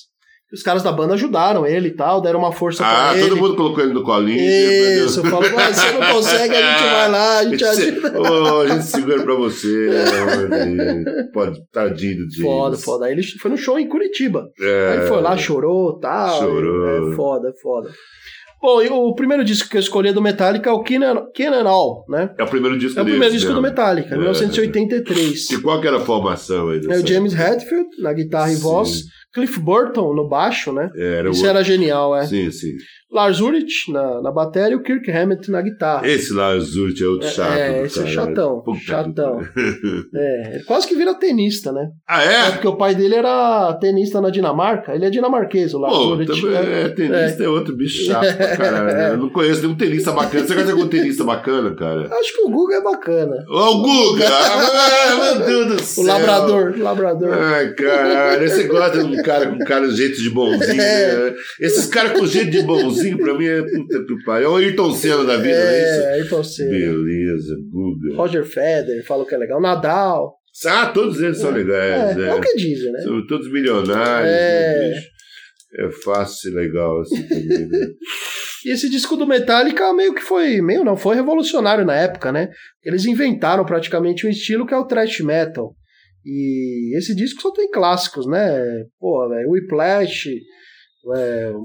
S2: que Os caras da banda ajudaram ele e tal, deram uma força
S3: Ah,
S2: pra ele.
S3: todo mundo né, colocou ele no colinho. meu Deus.
S2: Isso, falou, "Ah, você não consegue, a gente vai lá, a
S3: A
S2: gente
S3: gente, se...
S2: ajuda.
S3: oh, a gente segura pra você. olha aí. Pode, tadinho do James.
S2: Foda, foda. Aí ele foi no show em Curitiba.
S3: É,
S2: Aí ele foi lá, chorou tal.
S3: Chorou.
S2: É foda, é foda. Bom, e o primeiro disco que eu escolhi do Metallica é o Kenan Kenan All, né?
S3: É o primeiro disco
S2: É o
S3: deles,
S2: primeiro disco
S3: né?
S2: do Metallica,
S3: É.
S2: 1983.
S3: E qual que era a formação aí?
S2: É
S3: dessa-
S2: o James Hetfield na guitarra e
S3: Sim.
S2: voz, Cliff Burton no baixo, né?
S3: É, Era o...
S2: Isso era genial, é.
S3: Sim, sim.
S2: Lars Ulrich na, na bateria e o Kirk Hammett na guitarra.
S3: Esse lá, Zult, é outro chato.
S2: é,
S3: do
S2: esse é
S3: caralho.
S2: chatão,
S3: Puta que
S2: chatão.
S3: pariu.
S2: É, ele quase que vira tenista, né?
S3: Ah,
S2: É
S3: é?
S2: porque o pai dele era tenista na Dinamarca. Ele é dinamarquês, o Lars
S3: Pô,
S2: Ulrich.
S3: também
S2: né?
S3: é, tenista é. outro bicho chato, pra caralho. né? Eu não conheço nenhum tenista bacana. Você conhece algum tenista bacana, cara?
S2: Acho que o Guga é bacana.
S3: Ô, o Guga! Ah, meu Deus do
S2: O
S3: céu!
S2: labrador, labrador.
S3: Ai, caralho, você gosta de um cara com cara de jeito de bonzinho,
S2: É.
S3: né? Esses caras com jeito de bonzinho, pra mim, é puta que pariu. É o Ayrton Senna da vida, não é isso?
S2: É, aí você.
S3: Beleza, Guga.
S2: Roger Federer falou que é legal. Nadal.
S3: Ah, todos eles são legais,
S2: É, é
S3: né?
S2: o que dizem, né?
S3: São todos milionários,
S2: É.
S3: né, bicho? É fácil e legal assim também, né?
S2: E esse disco do Metallica meio que foi, meio não, foi revolucionário na época, né? Eles inventaram praticamente um estilo que é o thrash metal. E esse disco só tem clássicos, né? Pô, velho, Whiplash,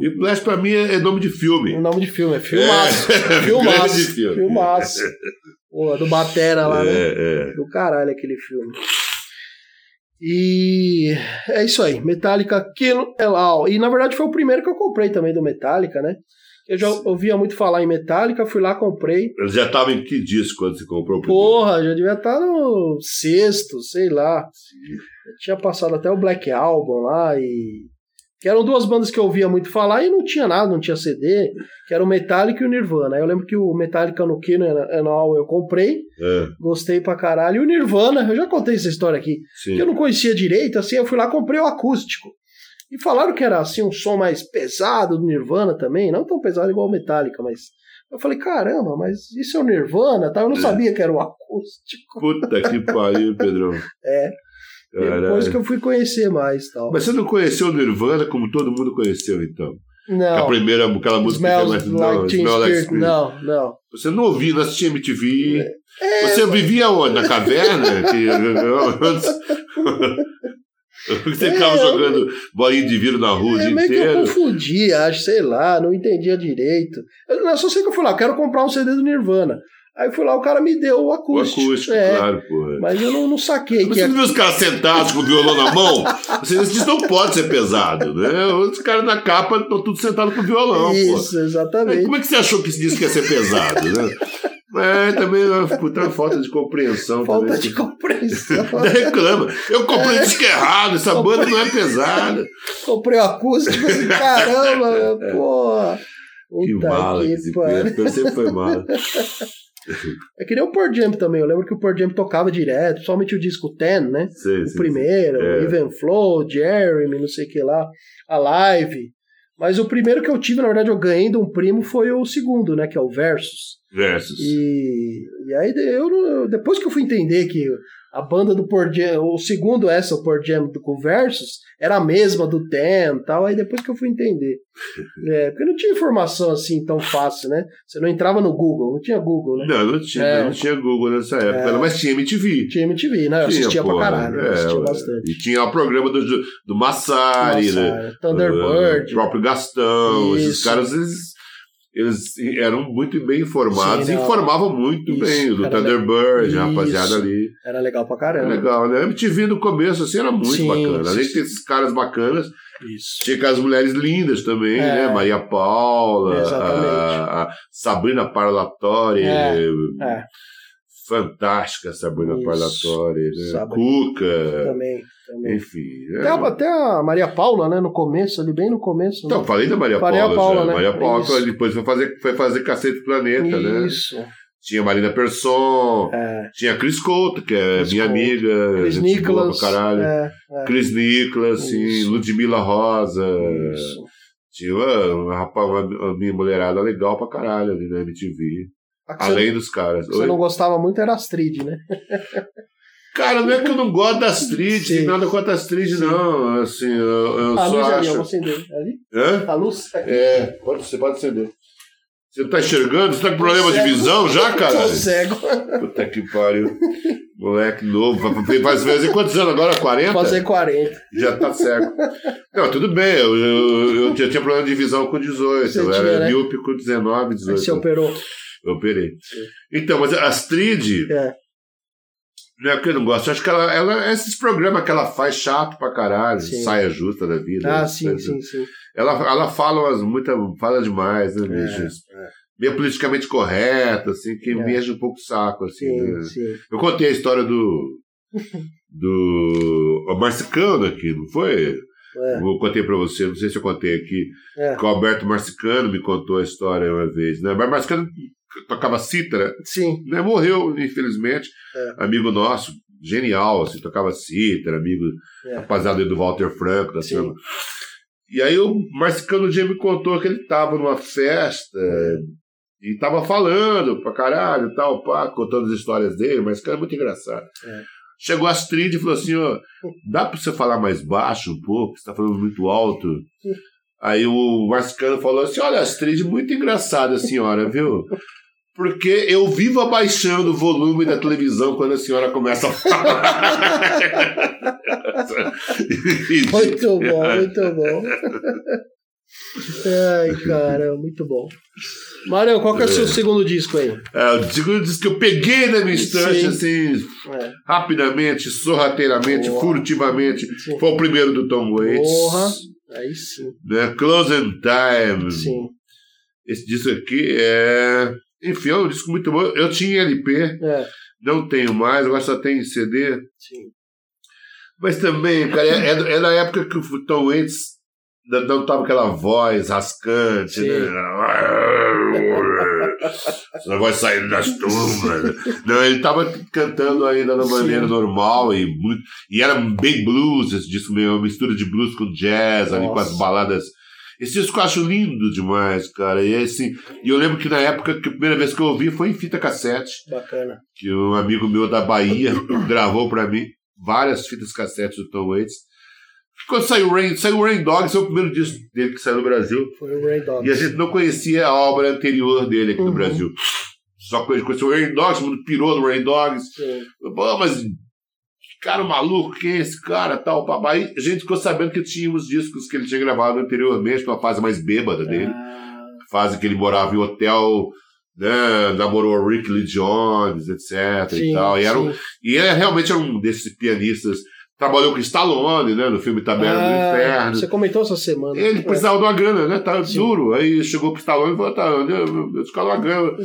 S3: E Flash pra mim é nome de
S2: o
S3: filme.
S2: nome de filme, é filmaço, filmaço,
S3: grande filme.
S2: filmaço. Pô, do Batera lá, né?
S3: É, é.
S2: Do caralho aquele filme. E é isso aí, Metallica Kill Em All. E na verdade foi o primeiro que eu comprei também do Metallica, né? Eu já ouvia muito falar em Metallica, fui lá, comprei.
S3: Ele já tava em que disco quando você comprou o primeiro?
S2: Porra, já devia estar no sexto, sei lá. Eu tinha passado até o Black Album lá e. Que eram duas bandas que eu ouvia muito falar e não tinha nada, não tinha CD, que era o Metallica e o Nirvana. Aí eu lembro que o Metallica no Kill and All eu comprei,
S3: É,
S2: gostei pra caralho. E o Nirvana, eu já contei essa história aqui,
S3: sim.
S2: que eu não conhecia direito, assim, eu fui lá comprei o acústico. E falaram que era assim um som mais pesado do Nirvana também, não tão pesado igual o Metallica, mas eu falei, caramba, mas isso é o Nirvana, tá? Eu não sabia que era o acústico.
S3: Puta que pariu, Pedrão.
S2: É. Depois
S3: Caralho.
S2: que eu fui conhecer mais e tal.
S3: né? Mas você não conheceu o Nirvana como todo mundo conheceu, então? A
S2: não.
S3: primeira, aquela música
S2: Smells
S3: que tem mais...
S2: like Teen
S3: Smells Like
S2: Spirit.
S3: Spirit.
S2: Não, não.
S3: Você não ouvia, não assistia MTV.
S2: É,
S3: você vivia onde? Na caverna? que... você ficava
S2: É, eu-
S3: jogando bolinha de vidro na rua o
S2: É
S3: dia
S2: meio que eu
S3: inteiro?
S2: confundi, acho, sei lá, não entendia direito. Eu não, eu só sei que eu fui lá, eu quero comprar um CD do Nirvana. Aí fui lá, o cara me deu o
S3: O
S2: acústico.
S3: acústico,
S2: é,
S3: claro, porra.
S2: Mas eu não, não saquei
S3: Mas
S2: que
S3: você
S2: é
S3: não viu os caras sentados com o violão na mão? Você isso não pode ser pesado, né? Os caras na capa estão todos sentados com o violão, pô.
S2: isso,
S3: Aí,
S2: exatamente.
S3: como é que você achou que esse disco ia ser pesado, né? É, também é uma puta falta de compreensão.
S2: Falta
S3: também.
S2: de compreensão.
S3: Ainda reclama. Eu comprei o disco é errado, essa banda não é pesada.
S2: Comprei o acústico e caramba, porra.
S3: É. Que
S2: Puta
S3: mala
S2: que
S3: que se
S2: pariu.
S3: fez. Eu sempre foi mala.
S2: É que nem o Pearl Jam também. Eu lembro que o Pearl Jam tocava direto, principalmente o disco Ten, né?
S3: Sim,
S2: O
S3: sim,
S2: primeiro,
S3: É.
S2: Even Flow, Jeremy, não sei o que lá, a Live. Mas o primeiro que eu tive, na verdade, eu ganhei de um primo foi o segundo, né? Que é o Versus.
S3: sim. Versus.
S2: E, e aí de- eu, não- eu- depois que eu fui entender que a banda do Pearl Jam, o segundo essa, o Pearl Jam do com Versus, era a mesma do Ten e tal, aí depois que eu fui entender. É, porque não tinha informação assim tão fácil, né? Você não entrava no Google, não tinha Google, né?
S3: Não, não tinha,
S2: É.
S3: não tinha Google nessa época, mas tinha MTV.
S2: Tinha MTV, né? Eu assistia pra
S3: porra.
S2: caralho, eu
S3: É,
S2: assistia
S3: ué.
S2: bastante.
S3: E tinha o programa do, Ju- do Massari, né?
S2: Nossa, Thunderbird.
S3: O próprio Gastão. Esses
S2: Isso.
S3: caras, eles, eles eram muito bem informados
S2: Sim,
S3: e
S2: não.
S3: informavam muito
S2: Isso,
S3: bem. Do
S2: cara,
S3: Thunderbird, a
S2: isso.
S3: rapaziada ali.
S2: Era legal pra
S3: É
S2: caramba.
S3: legal, né? A MTV no começo, assim, era muito
S2: Sim,
S3: bacana. Além
S2: sim,
S3: de ter esses caras bacanas,
S2: Isso.
S3: tinha aquelas mulheres lindas também,
S2: É.
S3: né? Maria Paula,
S2: Exatamente.
S3: a, a, lá. Sabrina Parlatore.
S2: É, É,
S3: Fantástica Sabrina
S2: Isso.
S3: Parlatore. Né?
S2: Sabrina.
S3: Cuca.
S2: também. também.
S3: Enfim. é
S2: Até,
S3: uma-
S2: a- até a Maria Paula, né? No começo, ali bem no começo. né?
S3: Então, falei da Maria,
S2: Maria
S3: Paula,
S2: Paula,
S3: já.
S2: né?
S3: Maria Paula
S2: Isso.
S3: depois foi fazer, foi fazer Cacete do Planeta,
S2: né?
S3: né?
S2: Isso.
S3: Tinha Marina Persson,
S2: É.
S3: tinha Cris Couto, que é
S2: Cris
S3: minha
S2: Couto.
S3: amiga.
S2: Chris
S3: gente boa
S2: Nicholas.
S3: pra caralho.
S2: É,
S3: Cris Nicolas, sim,
S2: Isso.
S3: Ludmila Rosa.
S2: É, isso.
S3: Tinha uma, uma, rapa- uma- uma minha mulherada legal pra caralho ali na MTV.
S2: A que você,
S3: Além dos caras.
S2: você
S3: Oi?
S2: não gostava muito era Astrid, né?
S3: Cara, não é que eu não gosto das trilhas,
S2: Sim. Ah,
S3: tem nada contra as trilhas, não. Assim, eu, eu
S2: a
S3: só
S2: luz ali, eu
S3: acho.
S2: vou acender. Ali?
S3: Hã?
S2: A luz.
S3: É, pode, você pode acender. Você não tá enxergando? Você tá com problema de
S2: cego.
S3: visão já, cara?
S2: Tô cego.
S3: Puta que pariu. Moleque novo. vai- vai- Faz, faz quantos anos agora? 40?
S2: Fazer 40.
S3: Já tá cego. Não, tudo bem. Eu, eu, eu já tinha problema de visão com 18.
S2: Você
S3: eu era
S2: tinha, né?
S3: míope com 19,
S2: Aí
S3: 18.
S2: você operou.
S3: Eu operei. Então, mas a Astrid,
S2: É.
S3: não é que eu não gosto. eu Acho que ela, ela- esses programas que ela faz chato pra caralho.
S2: Sim.
S3: Saia justa da vida.
S2: Ah,
S3: né?
S2: sim, sim, sim.
S3: Ela, ela fala umas muita. Fala demais,
S2: É,
S3: né, bicho? Meio politicamente correta, assim, que
S2: É.
S3: me enche um pouco o saco, assim.
S2: Sim,
S3: né?
S2: sim.
S3: Eu contei a história do. Do. A Marcicano aqui, não foi?
S2: É,
S3: Eu contei pra você, não sei se eu contei aqui,
S2: É.
S3: que o Alberto Marcicano me contou a história uma vez, né? Mas Marcicano tocava cítara,
S2: sim.
S3: né? Morreu, infelizmente.
S2: É.
S3: Amigo nosso, genial, assim, tocava cítara, amigo,
S2: É.
S3: rapaziada do Walter Franco, da
S2: Sim.
S3: turma. E aí o Marcicano um dia me contou que ele tava numa festa e tava falando pra caralho e tal, pá, contando as histórias dele, mas cara é muito engraçado.
S2: É.
S3: Chegou a Astrid e falou assim, ó, dá pra você falar mais baixo um pouco, você tá falando muito alto. Aí o Marcicano falou assim, olha, Astrid, muito engraçada a senhora, viu? Porque eu vivo abaixando o volume da televisão quando a senhora começa a falar.
S2: Muito bom, muito bom. Ai, cara, muito bom. Marão, qual que é o seu segundo disco aí?
S3: É, o segundo disco que eu peguei na minha instância, assim,
S2: É,
S3: rapidamente, sorrateiramente,
S2: Boa.
S3: furtivamente.
S2: sim.
S3: Foi o primeiro do Tom Waits.
S2: Porra. Aí sim,
S3: Né? Close in Time.
S2: sim.
S3: Esse disco aqui é. Enfim, é um disco muito bom. Eu tinha LP,
S2: É,
S3: não tenho mais, agora só tem CD.
S2: sim.
S3: Mas também, cara, é, é- é na época que o Tom Waits não- não tava aquela voz rascante,
S2: Sim.
S3: né? Essa voz saindo das tumbas. Não, ele tava cantando ainda da maneira
S2: Sim.
S3: normal e muito. E era bem blues esse disco meio, uma mistura de blues com jazz ali, com
S2: Nossa.
S3: as baladas. Esse disco eu acho lindo demais, cara. E, assim, e eu lembro que na época que a primeira vez que eu ouvi foi em fita cassete
S2: Bacana.
S3: que um amigo meu da Bahia gravou pra mim várias fitas cassete do Tom Waits. Quando saiu Rain, saiu Rain Dogs, foi o primeiro disco dele que saiu no Brasil.
S2: Foi o Rain Dogs.
S3: E a gente não conhecia a obra anterior dele aqui
S2: Uhum.
S3: no Brasil. Só que a gente conheceu o Rain Dogs, todo mundo pirou no Rain Dogs.
S2: Sim.
S3: Pô, mas que cara maluco, quem é esse cara? Tal, papai. A gente ficou sabendo que tinha uns discos que ele tinha gravado anteriormente, numa fase mais bêbada dele
S2: Ah,
S3: fase que ele morava em hotel, né, namorou o Rick Lee Jones, etc.
S2: sim,
S3: e tal. E, era um-
S2: sim.
S3: e ele realmente era um desses pianistas. Trabalhou com Stallone, né, no filme Taberna
S2: Ah,
S3: do Inferno.
S2: Você comentou essa semana. É.
S3: Ele precisava de uma grana, né? Tá
S2: Sim.
S3: duro. Aí chegou pro Stallone e falou: tá, eu, eu, eu te calo uma grana.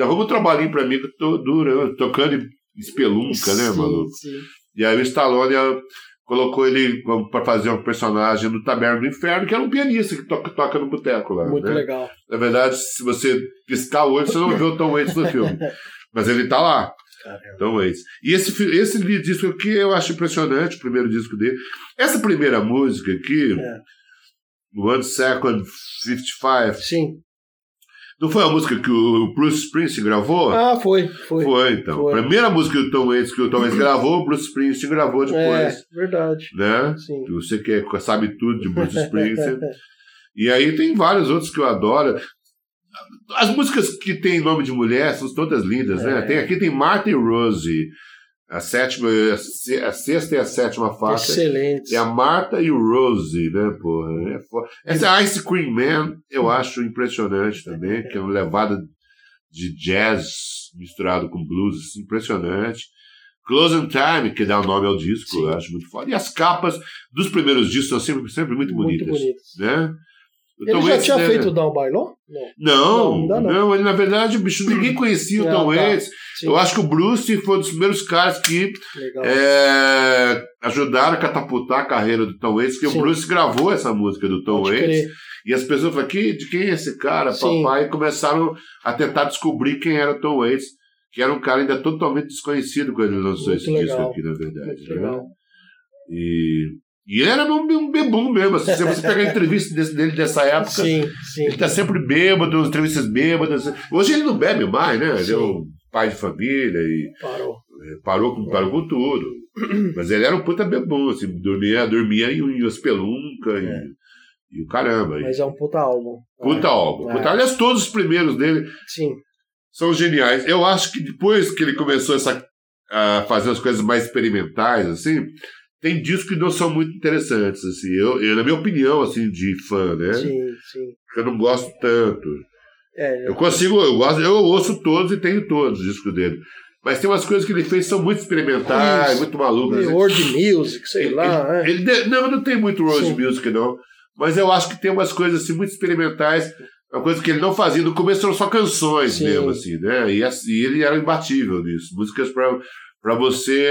S3: Arruma um trabalhinho pra mim que eu tô duro, eu tocando em espelunca, né,
S2: Sim,
S3: maluco?
S2: sim.
S3: E aí o Stallone ah, colocou ele para fazer um personagem do Taberna do Inferno, que era um pianista que toca, toca no boteco lá.
S2: Muito
S3: né?
S2: legal.
S3: Na verdade, se você piscar o olho, você não vê o Tom Waits no filme. Mas ele tá lá,
S2: Caramba.
S3: Tom Waits. E esse, fi- esse li- disco aqui eu acho impressionante, o primeiro disco dele. Essa primeira música aqui,
S2: É.
S3: One Second 55,
S2: Sim.
S3: não foi a música que o Bruce Springsteen gravou?
S2: Ah, foi, foi.
S3: foi, então.
S2: foi.
S3: A primeira música que o Tom Waits, que o Tom Waits gravou, o Bruce Springsteen gravou
S2: é,
S3: depois.
S2: verdade.
S3: Né?
S2: Sim.
S3: Você que é- sabe tudo de Bruce Springsteen. E aí tem vários outros que eu adoro. As músicas que tem nome de mulher são todas lindas, né?
S2: É.
S3: Tem, aqui tem Marta e Rose. A sétima, a se- a sexta e a sétima faixa.
S2: Excelente.
S3: É a Marta e o Rose, né, porra? É fo- Essa Ice Cream Man eu acho impressionante também, que é uma levada de jazz misturado com blues, assim, impressionante. Close in Time, que dá o nome ao disco,
S2: Sim.
S3: eu acho muito foda. E as capas dos primeiros discos são sempre, sempre muito bonitas
S2: Muito bonito.
S3: né?
S2: Ele
S3: Tom
S2: já
S3: Waits,
S2: tinha
S3: né?
S2: feito o Down by Law? Não. Não,
S3: Não, não,
S2: ainda não.
S3: ele, na verdade, o bicho, ninguém conhecia o
S2: Ah,
S3: Tom
S2: tá.
S3: Waits.
S2: Sim,
S3: Eu acho que o Bruce foi um dos primeiros caras que
S2: legal.
S3: é, ajudaram a catapultar a carreira do Tom Waits, porque
S2: Sim.
S3: o Bruce gravou essa música do Tom
S2: Pode
S3: Waits.
S2: crer.
S3: E as pessoas falaram, que, de quem é esse cara,
S2: Sim.
S3: papai? E começaram a tentar descobrir quem era o Tom Waits, que era um cara ainda totalmente desconhecido quando ele lançou
S2: Muito
S3: esse
S2: legal.
S3: disco aqui, na verdade.
S2: Muito
S3: né?
S2: legal.
S3: E, e ele era um, um bebum mesmo. assim, se você pegar a entrevista desse- dele dessa época,
S2: Sim,
S3: ele
S2: sim.
S3: tá sempre bêbado, entrevistas bêbadas. Hoje ele não bebe mais, né? Ele
S2: Sim.
S3: é um pai de família e
S2: Parou.
S3: parou
S2: É.
S3: com, parou com tudo. Mas ele era um puta bebum, assim, dormia, dormia em, em espelunca e-
S2: É.
S3: e, o caramba. e-
S2: Mas é um puta álbum.
S3: Puta álbum.
S2: É.
S3: Puta, aliás, todos os primeiros dele
S2: É, Sim.
S3: são geniais. Eu acho que depois que ele começou essa, a fazer as coisas mais experimentais, assim, tem discos que não são muito interessantes, assim. Eu, eu, na minha opinião, assim, de fã, né?
S2: Sim, sim.
S3: Que eu não gosto tanto.
S2: É,
S3: Eu consigo, eu gosto, eu ouço todos e tenho todos os discos dele. Mas tem umas coisas que ele fez que são muito experimentais,
S2: Isso.
S3: muito assim, malucas.
S2: meio World Music, sei
S3: Ele-
S2: lá. é.
S3: Ele de- não, não tem muito Rose
S2: Sim.
S3: Music, não. Mas eu acho que tem umas coisas assim, muito experimentais. Uma coisa que ele não fazia. No começo eram só canções
S2: Sim.
S3: mesmo, assim, né? E, assim, ele era imbatível nisso. Músicas pra, pra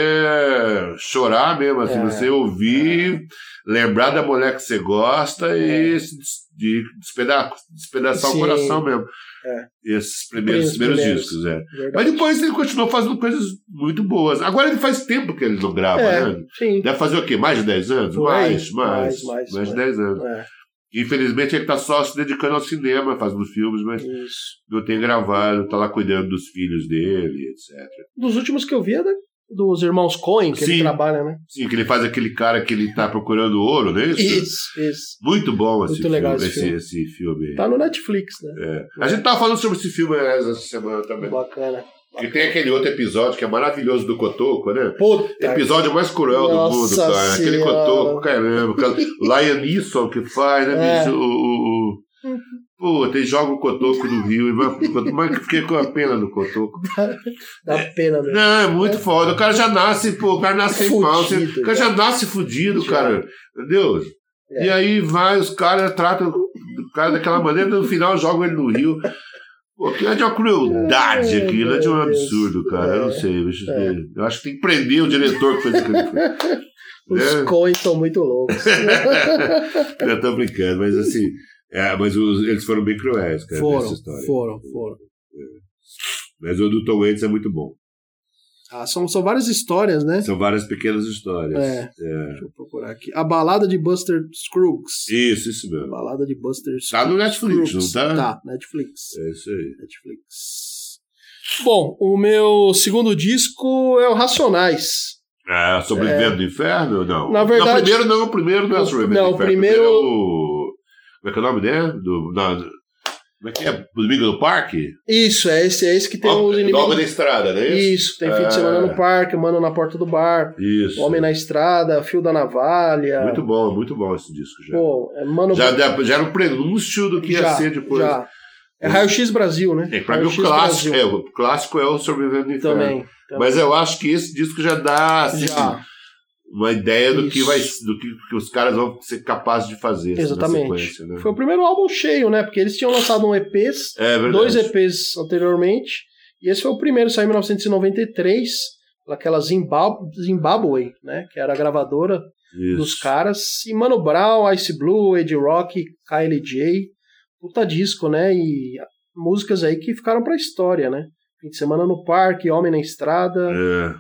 S3: você chorar mesmo, assim,
S2: É.
S3: você ouvir, lembrar da mulher que você gosta e se des- de despeda- despedaçar
S2: É. Sim.
S3: o coração mesmo.
S2: É.
S3: Esses primeiros,
S2: Primeiros,
S3: primeiros
S2: primeiros.
S3: discos, é.
S2: Verdade.
S3: Mas depois ele continuou fazendo coisas muito boas. Agora ele faz tempo que ele não grava,
S2: É,
S3: né?
S2: sim.
S3: Deve fazer o quê? Mais de 10 anos?
S2: Por aí.
S3: mais, mais,
S2: Mais, mais,
S3: mais de
S2: mais.
S3: 10 anos.
S2: É,
S3: Infelizmente ele tá só se dedicando ao cinema, fazendo filmes, mas
S2: É, isso.
S3: não tem gravado, tá lá cuidando dos filhos dele, etc.
S2: Dos últimos que eu vi é da- dos irmãos Coen, que ele
S3: Sim.
S2: trabalha, né?
S3: Sim, que ele faz aquele cara que ele tá procurando ouro, não é isso?
S2: Isso, isso.
S3: Muito bom esse
S2: Muito
S3: filme.
S2: legal esse
S3: esse,
S2: filme.
S3: esse filme.
S2: Tá no Netflix, né?
S3: É. A gente tava falando sobre esse filme é, essa semana também.
S2: Bacana.
S3: E tem aquele outro episódio que é maravilhoso do Cotoco, né?
S2: Puta.
S3: Episódio mais cruel
S2: Nossa
S3: do mundo, cara. Aquele
S2: Senhora.
S3: cotoco, caramba. cara. Lion Neeson que faz, né,
S2: É.
S3: bicho? O, o, o... Pô, tem joga o cotoco no Rio, mas, mas fiquei com a pena do cotoco.
S2: Dá pena mesmo.
S3: Não, é muito foda. O cara já nasce, pô, o cara nasce sem
S2: Fudido,
S3: falso. O cara já nasce fudido,
S2: Já.
S3: cara. Entendeu?
S2: É.
S3: E aí vai, os caras tratam o cara daquela maneira, no final jogam ele no Rio. Pô, aquilo é de uma crueldade,
S2: Ai,
S3: aquilo é de um
S2: meu Deus.
S3: absurdo, cara. Eu não
S2: É.
S3: sei. bicho,
S2: É.
S3: Eu acho que tem que prender o diretor que fez aquele filme.
S2: Os
S3: É.
S2: Coen são muito loucos.
S3: Eu tô brincando, mas assim. é, mas os- eles foram bem cruéis, cara,
S2: foram,
S3: nessa história.
S2: foram, foram.
S3: Mas o do Tom Waits é muito bom.
S2: Ah, são, são várias histórias, né?
S3: São várias pequenas histórias.
S2: É.
S3: É.
S2: Deixa eu procurar aqui. A balada de Buster Scruggs.
S3: Isso, isso mesmo.
S2: Balada de Buster
S3: Tá no Netflix,
S2: Scruggs.
S3: não tá?
S2: Tá, Netflix.
S3: É isso aí.
S2: Netflix. Bom, o meu segundo disco é o Racionais.
S3: Ah, Sobrevivendo do Inferno? Não.
S2: É. Na verdade-
S3: Não, primeiro não, o primeiro não é
S2: O-
S3: Sobrevivendo
S2: não,
S3: do
S2: o
S3: Inferno.
S2: primeiro-
S3: é o. Como é que é o nome dele? Do, na- como é que é? Domingo no Parque?
S2: Isso, é esse, é esse que tem
S3: Logo-
S2: os
S3: Logo na
S2: inimigos.
S3: estrada, não é isso?
S2: Isso, tem fim de semana no
S3: Ah.
S2: parque, mano na porta do bar,
S3: Isso.
S2: homem na estrada, fio da navalha.
S3: Muito bom, muito bom esse disco já.
S2: Pô, é mano
S3: já, dá- já era um prenúncio do que ia
S2: já,
S3: ser depois.
S2: já. É Raio X Brasil, né?
S3: É, pra mim
S2: Raio
S3: o
S2: X
S3: clássico,
S2: Brasil
S3: é, né? o clássico é o Sobrevivendo do Inferno.
S2: também.
S3: Mas eu acho que esse disco já dá assim,
S2: já,
S3: uma ideia do que,
S2: Isso.
S3: vai, do que, que os caras vão ser capazes de fazer assim, na
S2: exatamente.
S3: sequência. Né?
S2: Foi o primeiro álbum cheio, né? Porque eles tinham lançado um EPs
S3: É verdade.
S2: dois EPs anteriormente, e esse foi o primeiro, saiu em 1993, pelaquela Zimbab Zimbabwe, né, que era a gravadora
S3: Isso.
S2: dos caras, e Mano Brown, Ice Blue, Ed Rock, KLJ, puta disco, né, e músicas aí que ficaram pra história, né, Fim de Semana no Parque, Homem na Estrada,
S3: É.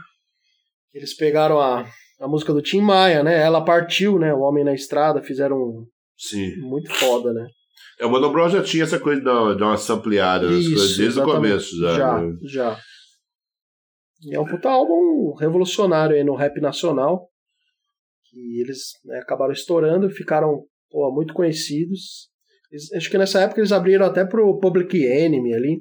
S2: eles pegaram a, a música do Tim Maia, né, Ela Partiu, né, O Homem na Estrada, fizeram um-
S3: Sim.
S2: muito foda, né.
S3: É, o Mano Brown já tinha essa coisa de dar dar uma sampleada nas
S2: Isso,
S3: coisas desde o
S2: exatamente.
S3: começo. Já,
S2: Já,
S3: né?
S2: já. E é um puta álbum revolucionário aí no rap nacional. Que eles né, acabaram estourando e ficaram pô, muito conhecidos. Eles- acho que nessa época eles abriram até pro Public Enemy ali.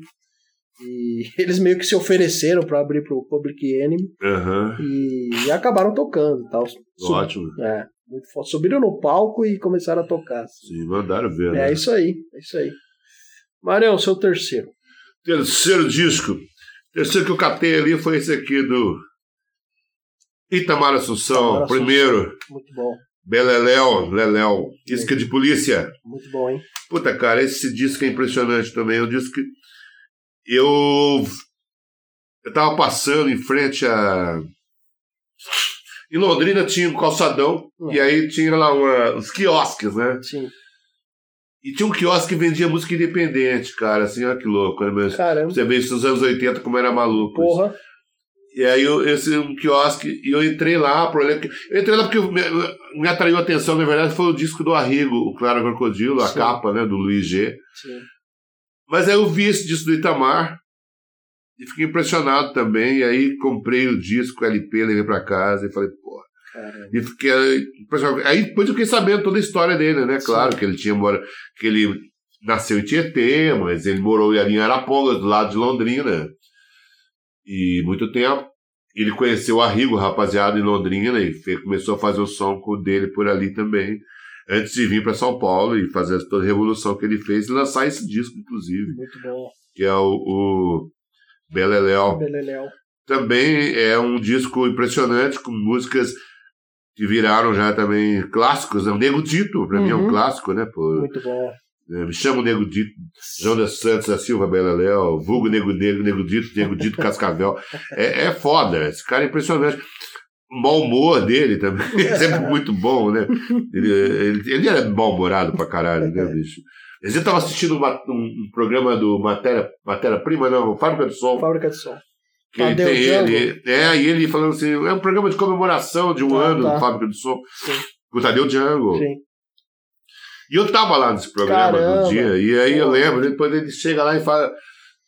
S2: E eles meio que se ofereceram para abrir pro Public Enemy
S3: Aham.
S2: e, e acabaram tocando e tal. Sub-
S3: Ótimo.
S2: É, muito foda. Subiram no palco e começaram a tocar. assim.
S3: Sim, mandaram ver. né?
S2: É isso aí, é isso aí. Marião, seu terceiro.
S3: Terceiro disco. Terceiro que eu catei ali foi esse aqui do Itamar Assunção.
S2: Itamar Assunção.
S3: Primeiro,
S2: Muito bom.
S3: Beleléu, Leléu. Isca de polícia.
S2: Muito bom, hein?
S3: Puta, cara, esse disco é impressionante também. É um disco que. Eu. Eu tava passando em frente a. Em Londrina tinha um calçadão,
S2: Hum.
S3: e aí tinha lá uma, os quiosques, né?
S2: Sim.
S3: E tinha um quiosque que vendia música independente, cara, assim, olha que louco, né? Mas
S2: Caramba.
S3: você vê isso nos anos 80 como era maluco.
S2: Porra.
S3: E aí eu, esse um quiosque, e eu entrei lá, o problema é que- eu entrei lá porque me, me atraiu a atenção, na verdade, foi o disco do Arrigo, o Claro Crocodilo, a
S2: Sim.
S3: capa, né, do Luiz G.
S2: Sim.
S3: Mas aí eu vi esse disco do Itamar e fiquei impressionado também. E aí comprei o disco, o LP, levei pra casa e falei, pô.
S2: Caramba.
S3: E fiquei impressionado. Aí depois eu fiquei sabendo toda a história dele, né? Claro que ele tinha mora, que ele nasceu em Tietê, mas ele morou ali em Araponga, do lado de Londrina. E muito tempo. Ele conheceu o Arrigo, rapaziada, em Londrina, e fe- começou a fazer o som com o dele por ali também. Antes de vir para São Paulo e fazer toda a revolução que ele fez e lançar esse disco, inclusive
S2: Muito bom.
S3: que é o, o Beleléu.
S2: Beleléu.
S3: Também é um disco impressionante, com músicas que viraram já também clássicos. Né? O Nego Tito, pra mim, é um
S2: Uhum.
S3: clássico, né? Pô,
S2: Muito bom.
S3: eh, me chama o Nego Tito, Jonas Santos da Silva Beleléu, vulgo Nego Negro, Nego Dito, Nego Dito Cascavel. É, é foda, esse cara é impressionante. O mau humor dele também é sempre muito bom, né? Ele, ele, ele era mal-humorado pra caralho, né, bicho? Esse dia Eu tava assistindo uma- um, um programa do Matéria- Matéria-Prima, não, Fábrica do Som,
S2: Fábrica de som.
S3: que ele
S2: Tadeu
S3: tem
S2: Django.
S3: ele. É, e ele falando assim, é um programa de comemoração de um
S2: Ah,
S3: ano
S2: tá.
S3: do Fábrica do Som.
S2: Sim.
S3: Com o Tadeu Django.
S2: Sim.
S3: E eu tava lá nesse programa
S2: Caramba.
S3: no dia, e aí eu
S2: Pô.
S3: lembro, depois ele chega lá e fala.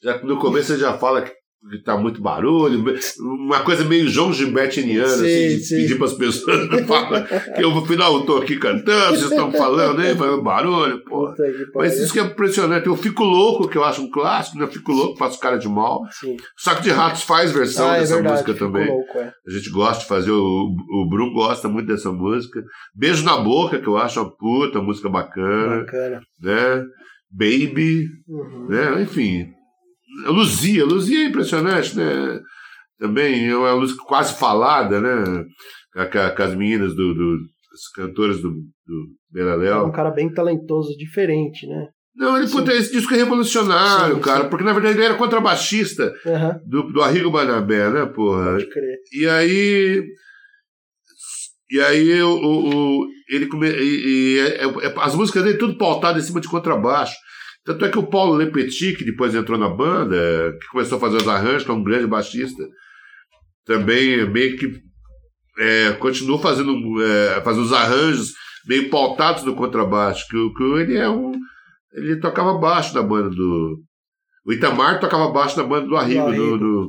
S3: Já, no começo ele já fala que que tá muito barulho, uma coisa meio João Gilbertiniana, assim,
S2: Sim,
S3: de
S2: sim.
S3: pedir pras pessoas não falar que eu no final eu tô aqui cantando, vocês estão falando aí, fazendo barulho, porra.
S2: Puta que
S3: Mas
S2: pariu.
S3: isso que é impressionante, eu fico louco, que eu acho um clássico, né? Eu fico louco, faço cara de mal.
S2: Sim.
S3: Saco de Ratos faz versão
S2: Ah, é
S3: dessa
S2: verdade.
S3: música
S2: ficou
S3: também.
S2: louco, é.
S3: A gente gosta de fazer, o, o Bruno gosta muito dessa música. Beijo na Boca, que eu acho uma puta música bacana,
S2: Bacana.
S3: né? Baby,
S2: Uhum.
S3: né? Enfim. A Luzia, a Luzia é impressionante, né? Também é uma música quase falada, né? Com, a- com as meninas do. do as cantoras do, do
S2: Era
S3: Belaléu.
S2: um cara bem talentoso, diferente, né?
S3: Não, ele, puta, esse disco é revolucionário,
S2: Sim,
S3: cara,
S2: sim.
S3: porque na verdade ele era contrabaixista
S2: Aham.
S3: do, do Arrigo Barnabé, né, porra?
S2: Pode crer.
S3: E aí. E aí o, o- o- ele come, e, e é- é- as músicas dele tudo pautado em cima de contrabaixo. Tanto é que o Paulo Lepetit, que depois entrou na banda, que começou a fazer os arranjos, que é um grande baixista, também meio que é, continuou fazendo, é, fazendo os arranjos meio pautados no contrabaixo, que, o- que o- ele é um. Ele tocava baixo na banda do. O Itamar tocava baixo na banda do Arrigo,
S2: Arrigo.
S3: do, do,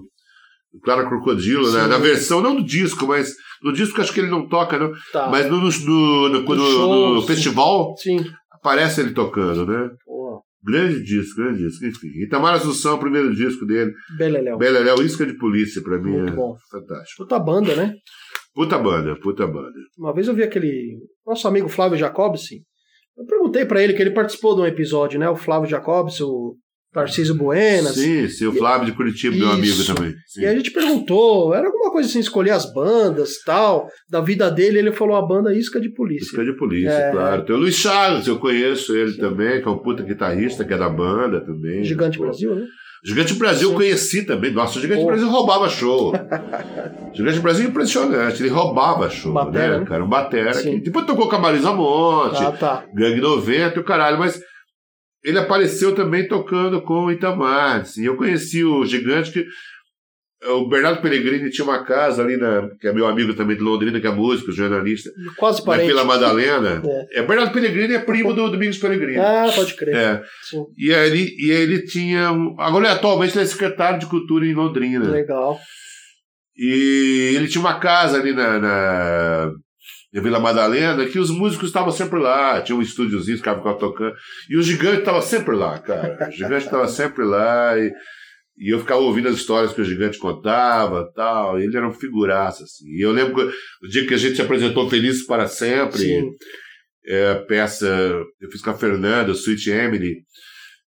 S3: do Clara Crocodilo, né?
S2: Sim.
S3: Na versão, não do disco, mas. No disco acho que ele não toca, não.
S2: Tá.
S3: Mas no, no, no- no- quando-
S2: show,
S3: no
S2: sim.
S3: festival
S2: Sim.
S3: aparece ele tocando, né?
S2: Pô,
S3: Grande disco, grande disco, enfim. Itamar Assunção, primeiro disco dele.
S2: Beleléu.
S3: Beleléu, Isca de Polícia, pra mim
S2: Muito
S3: é
S2: bom.
S3: fantástico.
S2: Puta banda, né?
S3: Puta banda, puta banda.
S2: Uma vez eu vi aquele nosso amigo Flávio Jacobson. Eu perguntei pra ele que ele participou de um episódio, né? O Flávio Jacobson, o Tarcísio Buenas.
S3: Sim, sim, o Flávio de Curitiba, meu amigo
S2: Isso.
S3: também. Sim.
S2: E é aí a gente perguntou, era alguma coisa assim, escolher as bandas, tal, da vida dele, ele falou a banda Isca de Polícia.
S3: Música de polícia,
S2: É.
S3: claro. Tem o Luiz Charles, eu conheço ele também, que é um puta guitarrista, que é da banda também.
S2: Gigante
S3: Pô.
S2: Brasil, né?
S3: Gigante Brasil eu conheci também. Nossa, o Gigante
S2: Pô.
S3: Brasil roubava show. Gigante Brasil é impressionante, ele roubava show,
S2: Batera,
S3: né,
S2: né?
S3: cara? Um batera.
S2: Sim.
S3: Que... Depois tocou Camarões a Monte,
S2: Ah, tá.
S3: Gangue 90 e o caralho, mas ele apareceu também tocando com o Itamar. Assim. Eu conheci o gigante que. eh, O Bernardo Pellegrini tinha uma casa ali, na, que é meu amigo também de Londrina, que é músico, jornalista,
S2: Quase
S3: na
S2: parente.
S3: Vila Madalena. É. Bernardo Pellegrini é primo do Domingos Pellegrini.
S2: Ah, pode crer.
S3: É.
S2: Sim.
S3: E aí ele, e aí ele tinha. um- Agora, ele atualmente, ele é secretário de cultura em Londrina.
S2: Legal.
S3: E ele tinha uma casa ali na, na, na Vila Madalena que os músicos estavam sempre lá. Tinha um estúdiozinho, os caras ficavam tocando. E o gigante estava sempre lá, cara. O gigante estava sempre lá. E, e eu ficava ouvindo as histórias que o gigante contava tal. E ele era um figuraça, assim. E eu lembro que o dia que a gente se apresentou Felizes para Sempre,
S2: Sim.
S3: é, a peça eu fiz com a Fernanda, Sweet Emily.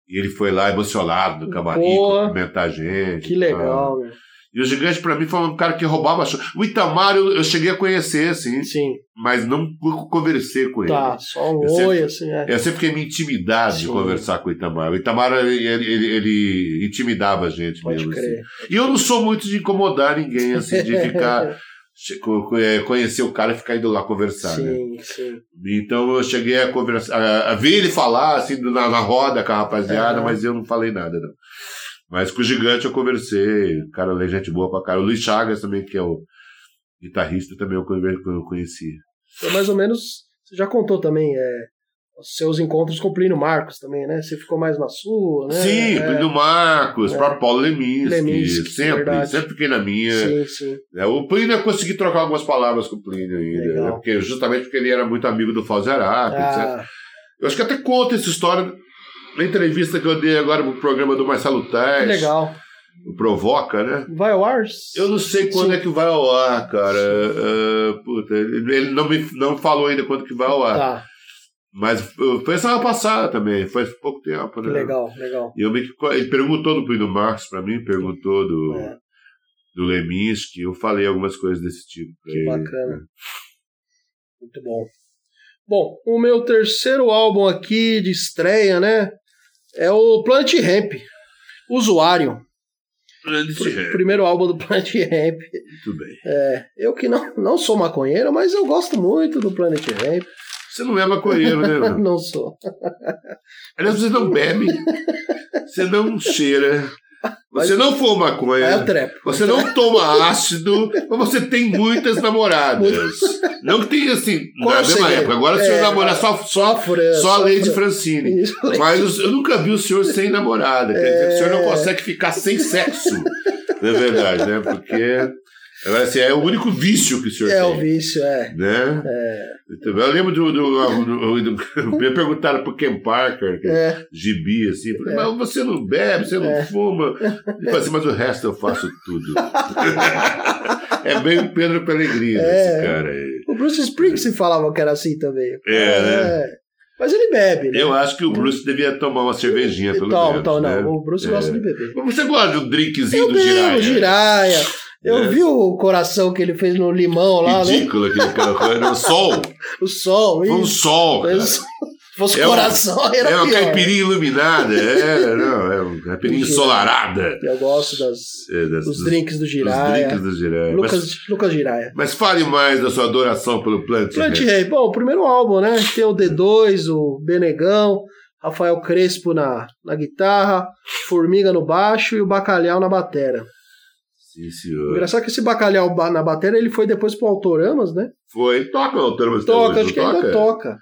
S3: E ele foi lá emocionado no camarim,
S2: Boa.
S3: cumprimentar a gente.
S2: Que
S3: e tal.
S2: legal, meu.
S3: E o Gigante, pra mim, foi um cara que roubava show. O Itamar, eu, eu cheguei a conhecer, assim,
S2: Sim.
S3: mas não co- conversei com ele.
S2: Tá, só um
S3: Eu sempre-
S2: oi, assim, é.
S3: Eu sempre fiquei me intimidado de
S2: Sim.
S3: conversar com o Itamar. O Itamar, ele, ele, ele intimidava a gente
S2: Pode
S3: mesmo. assim.
S2: crer.
S3: E eu não sou muito de incomodar ninguém, assim, de ficar. che- co- co- eh, conhecer o cara e ficar indo lá conversar, né?
S2: Sim, sim.
S3: Então eu cheguei a conversar, a, a ver ele falar assim do- na, na roda com a rapaziada,
S2: É.
S3: mas eu não falei nada, não. Mas com o gigante eu conversei, o cara ali é gente boa pra cara. O Luiz Chagas também, que é o guitarrista, também eu conver- eu conheci.
S2: Então, mais ou menos, você já contou também, é, os seus encontros com o Plínio Marcos também, né? Você ficou mais na sua, né?
S3: Sim,
S2: é,
S3: Plínio Marcos,
S2: É.
S3: próprio Paulo Leminski,
S2: Leminski,
S3: sempre,
S2: verdade.
S3: sempre fiquei na minha.
S2: Sim, sim.
S3: É, o Plínio eu consegui trocar algumas palavras com o Plínio ainda,
S2: Legal.
S3: né? porque, justamente porque ele era muito amigo do Falzerap, etc.
S2: Ah,
S3: Eu acho que até conta essa história na entrevista que eu dei agora pro programa do Marcelo
S2: que
S3: Tais.
S2: legal.
S3: o Provoca, né?
S2: Vai ao ar?
S3: Eu não sei quando
S2: Sim.
S3: é que vai ao ar, cara. Ah, puta, ele ele não me não falou ainda quando que vai ao ar.
S2: Tá,
S3: Mas uh, foi semana passada também, faz pouco tempo, né?
S2: legal, legal.
S3: E eu meio que, ele perguntou do Plínio Marcos pra mim, perguntou do,
S2: É,
S3: do Leminski, eu falei algumas coisas desse tipo. pra
S2: que
S3: ele.
S2: bacana. Muito bom. Bom, o meu terceiro álbum aqui de estreia, né? É o Planet Ramp. Usuário.
S3: Grande
S2: Pr-
S3: Jerry,
S2: Primeiro álbum do Planet Ramp.
S3: Muito é, bem.
S2: Eu que não, não sou maconheiro, mas eu gosto muito do Planet Ramp.
S3: Você não é maconheiro, né? mano?
S2: Não sou.
S3: Aliás, você não bebe, você não cheira, você não fuma maconha. né?
S2: É o trap.
S3: Você não toma ácido, mas você tem muitas namoradas. Não que tenha assim,
S2: Qual
S3: na
S2: é o
S3: mesma
S2: segredo?
S3: época. Agora o senhor
S2: É,
S3: namora só, só,
S2: Fran-
S3: só a Lady
S2: Fran-
S3: Francine.
S2: Isso.
S3: Mas eu- eu nunca vi o senhor sem namorada. Quer dizer, que o senhor
S2: É.
S3: não consegue ficar sem sexo. Na verdade, né? Porque agora, assim, é o único vício que o senhor
S2: É o
S3: tem.
S2: vício, é.
S3: Né? Então, Eu lembro do. do, do, do, me perguntaram pro Ken Parker, que é
S2: É,
S3: gibi, assim. Eu Falei, mas você não bebe, você não fuma. Ele falou assim, mas o resto eu faço tudo. é bem o Pedro Pellegrini,
S2: É.
S3: esse cara aí.
S2: O Bruce Springsteen falava que era assim também.
S3: É, né?
S2: É. Mas ele bebe, né?
S3: Eu acho que o Bruce devia tomar uma cervejinha, pelo
S2: Então,
S3: menos.
S2: então,
S3: né?
S2: não. O Bruce
S3: É.
S2: gosta de beber.
S3: Mas Você gosta de um drinkzinho
S2: Eu
S3: do Jiraya?
S2: bebo, giraia. Eu
S3: É.
S2: vi o coração que ele fez no limão lá, né?
S3: Ridículo aquele cara. Era um sol.
S2: O sol.
S3: Foi um
S2: isso.
S3: sol, cara.
S2: Se fosse
S3: É uma-
S2: coração, era
S3: É uma
S2: pior.
S3: caipirinha iluminada. É, não, é uma caipirinha
S2: Gira.
S3: ensolarada.
S2: Eu gosto das,
S3: É, das-
S2: dos drinks do
S3: dos
S2: giraia.
S3: drinks do Jiraya. Mas-
S2: Lucas, Lucas Giraia.
S3: Mas fale mais da sua adoração pelo Plant.
S2: Plant
S3: Né?
S2: Rei, bom, o primeiro álbum, né? Tem o D2, o Benegão, Rafael Crespo na, na guitarra, Formiga no baixo e o Bacalhau na batera.
S3: Sim, senhor.
S2: Engraçado que esse Bacalhau ba- na batera ele foi depois pro Autoramas, né?
S3: Foi. Toca o Autonomous
S2: Toca, acho que
S3: é.
S2: ainda toca.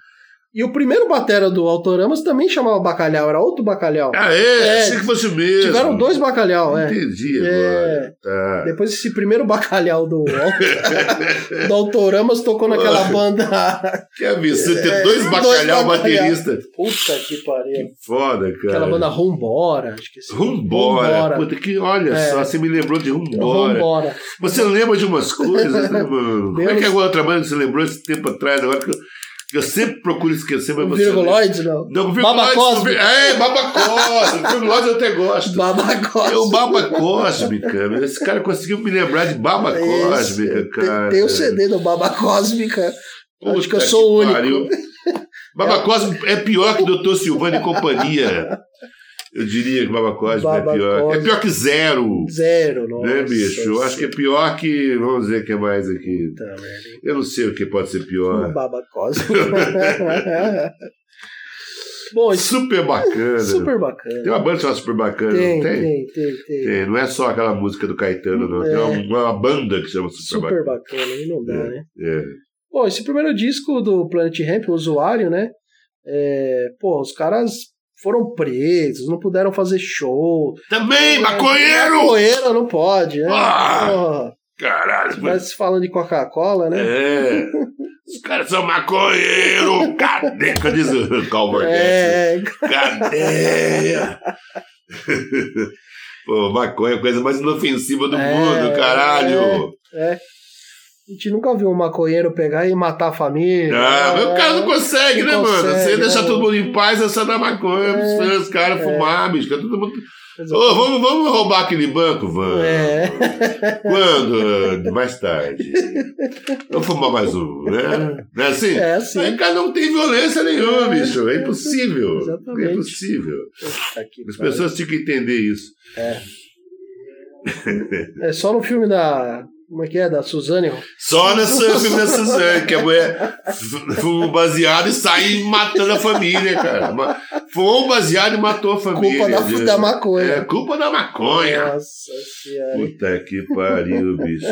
S2: E o primeiro batera do Autoramas também chamava Bacalhau, era outro Bacalhau.
S3: Ah,
S2: É,
S3: é? Achei que fosse o mesmo.
S2: Tiveram dois Bacalhau, é.
S3: Entendi
S2: É.
S3: agora. Tá.
S2: Depois esse primeiro Bacalhau do, Al- do Autoramas tocou naquela banda.
S3: Que absurdo ter dois
S2: É, dois
S3: bacalhau
S2: bacalhau.
S3: baterista.
S2: Puta que pariu.
S3: Foda, cara.
S2: Aquela banda Rumbora, acho que esse-
S3: Rumbora.
S2: Rumbora.
S3: Puta que, olha
S2: É.
S3: só, você me lembrou de Rumbora.
S2: Vambora.
S3: Você lembra de umas coisas, né, mano? Como é que é
S2: Deus.
S3: alguma outra banda que você lembrou esse tempo atrás, agora que eu, que eu sempre procuro esquecer, mas você. lembra?
S2: Virguloides, não.
S3: Não,
S2: Baba
S3: Virgulóides.
S2: Cosme.
S3: É, Baba Cosme. Virgulóides eu até gosto.
S2: Baba
S3: É o
S2: Cosme.
S3: Baba Cósmica. meu. Esse cara conseguiu me lembrar de Baba Cósmica,
S2: É Esse.
S3: cara.
S2: Tem- Tem o CD do Baba Cósmica.
S3: Puta
S2: Acho que eu sou o único.
S3: pariu. Baba Cósmica é pior que Doutor Silvano e companhia. Eu diria que Baba Cósmica
S2: Baba
S3: é pior.
S2: Cósmica.
S3: É pior que zero.
S2: Zero, nossa.
S3: né, bicho? Eu acho que é pior que. Vamos dizer que é mais aqui.
S2: Puta merda, hein?
S3: Eu não sei o que pode ser
S2: O
S3: pior.
S2: Baba Cósmica. Bom, isso
S3: Super bacana.
S2: é super
S3: Tem
S2: bacana.
S3: uma banda chamada Super Bacana,
S2: Tem,
S3: não tem?
S2: tem, tem, tem.
S3: Tem. Não é só aquela música do Caetano, não. Tem
S2: É.
S3: uma, uma banda que chama Super,
S2: Super
S3: Tá Bacana.
S2: bacana, aí não dá,
S3: É.
S2: né?
S3: É.
S2: Bom, esse primeiro disco do Planet Ramp, o usuário, né? É, pô, os caras foram presos, não puderam fazer show.
S3: Também, maconheiro!
S2: É, Maconheiro não pode, né?
S3: Ah!
S2: Porra.
S3: Caralho, mano.
S2: Mas falando de Coca-Cola, né?
S3: É. Os caras são maconheiro. Cadê? Cadê o Calvert?
S2: É,
S3: Cadeia! Pô, maconha é a coisa mais inofensiva do
S2: É,
S3: mundo, caralho!
S2: é. A gente nunca viu um maconheiro pegar e matar a família.
S3: Ah, mas o cara não consegue,
S2: É. Não
S3: né, mano?
S2: consegue,
S3: Você deixar
S2: né?
S3: todo mundo em paz, é só dar maconha, é, os caras fumar, bicho, que é todo mundo. Ô,
S2: Exato.
S3: vamos, vamos roubar aquele banco, vamos.
S2: É.
S3: Quando? Eh, Mais tarde. Vamos fumar mais um, né? Não é assim?
S2: É assim.
S3: Aí cada um tem violência nenhuma,
S2: É,
S3: bicho. É impossível.
S2: Exatamente. É.
S3: É impossível.
S2: Puta que
S3: As
S2: pariu.
S3: pessoas tinham que entender isso.
S2: É só no filme da. Como é que é? Da Suzane.
S3: Só nessa filme da Suzane, que a mulher f- fuma um baseado e sai matando a família, cara. Ma- Fumou um baseado e matou a família.
S2: Culpa da-
S3: Deus.
S2: da maconha. É.
S3: É, culpa da maconha.
S2: Nossa senhora.
S3: Puta que pariu, bicho.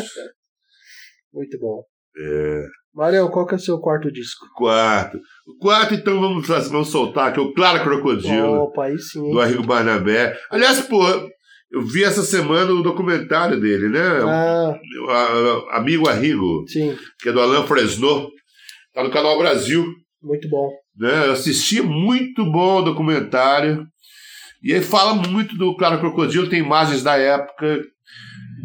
S2: Muito bom.
S3: É.
S2: Marião, qual que é o seu quarto disco?
S3: Quarto. O quarto, então, vamos, fazer- vamos soltar aqui o Clara Crocodilo,
S2: Opa, aí sim. hein?
S3: do Arrigo Barnabé. Aliás, porra, eu vi essa semana o documentário dele, né?
S2: Ah,
S3: O- a- a- Amigo Arrigo,
S2: sim.
S3: que é do Alain Fresno. Tá no canal Brasil.
S2: Muito bom.
S3: né? Eu assisti muito bom o documentário. E aí fala muito do Claro Crocodilo, tem imagens da época,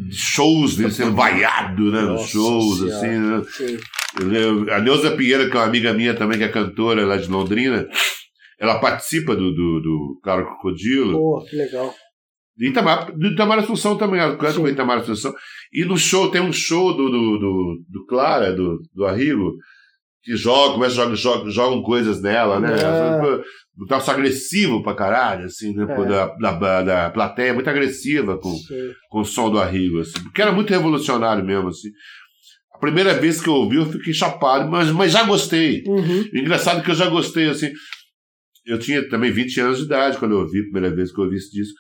S3: de shows dele sendo vaiado, né? Nos
S2: Nossa
S3: shows,
S2: Senhora.
S3: assim, né?
S2: Sim.
S3: Eu lembro- A Neuza Pinheiro, que é uma amiga minha também, que é cantora lá de Londrina, ela participa do, do, do Claro Crocodilo.
S2: Pô, que legal.
S3: Do Itamar, do Itamar Assunção também, ela canta com o Itamar Assunção. E no show, tem um show do, do, do, do Clara, do, do Arrigo, que joga, começa, joga, joga, jogam coisas nela, né?
S2: Ah.
S3: Um troço agressivo pra caralho, assim, né? Pô,
S2: É.
S3: da, da, da plateia, muito agressiva com,
S2: Sim.
S3: com o som do Arrigo, assim. Porque era muito revolucionário mesmo, assim. A primeira vez que eu ouvi, eu fiquei chapado, mas, mas já gostei.
S2: Uhum.
S3: Engraçado que eu já gostei, assim. Eu tinha também 20 anos de idade quando eu ouvi, a primeira vez que eu ouvi esse disco.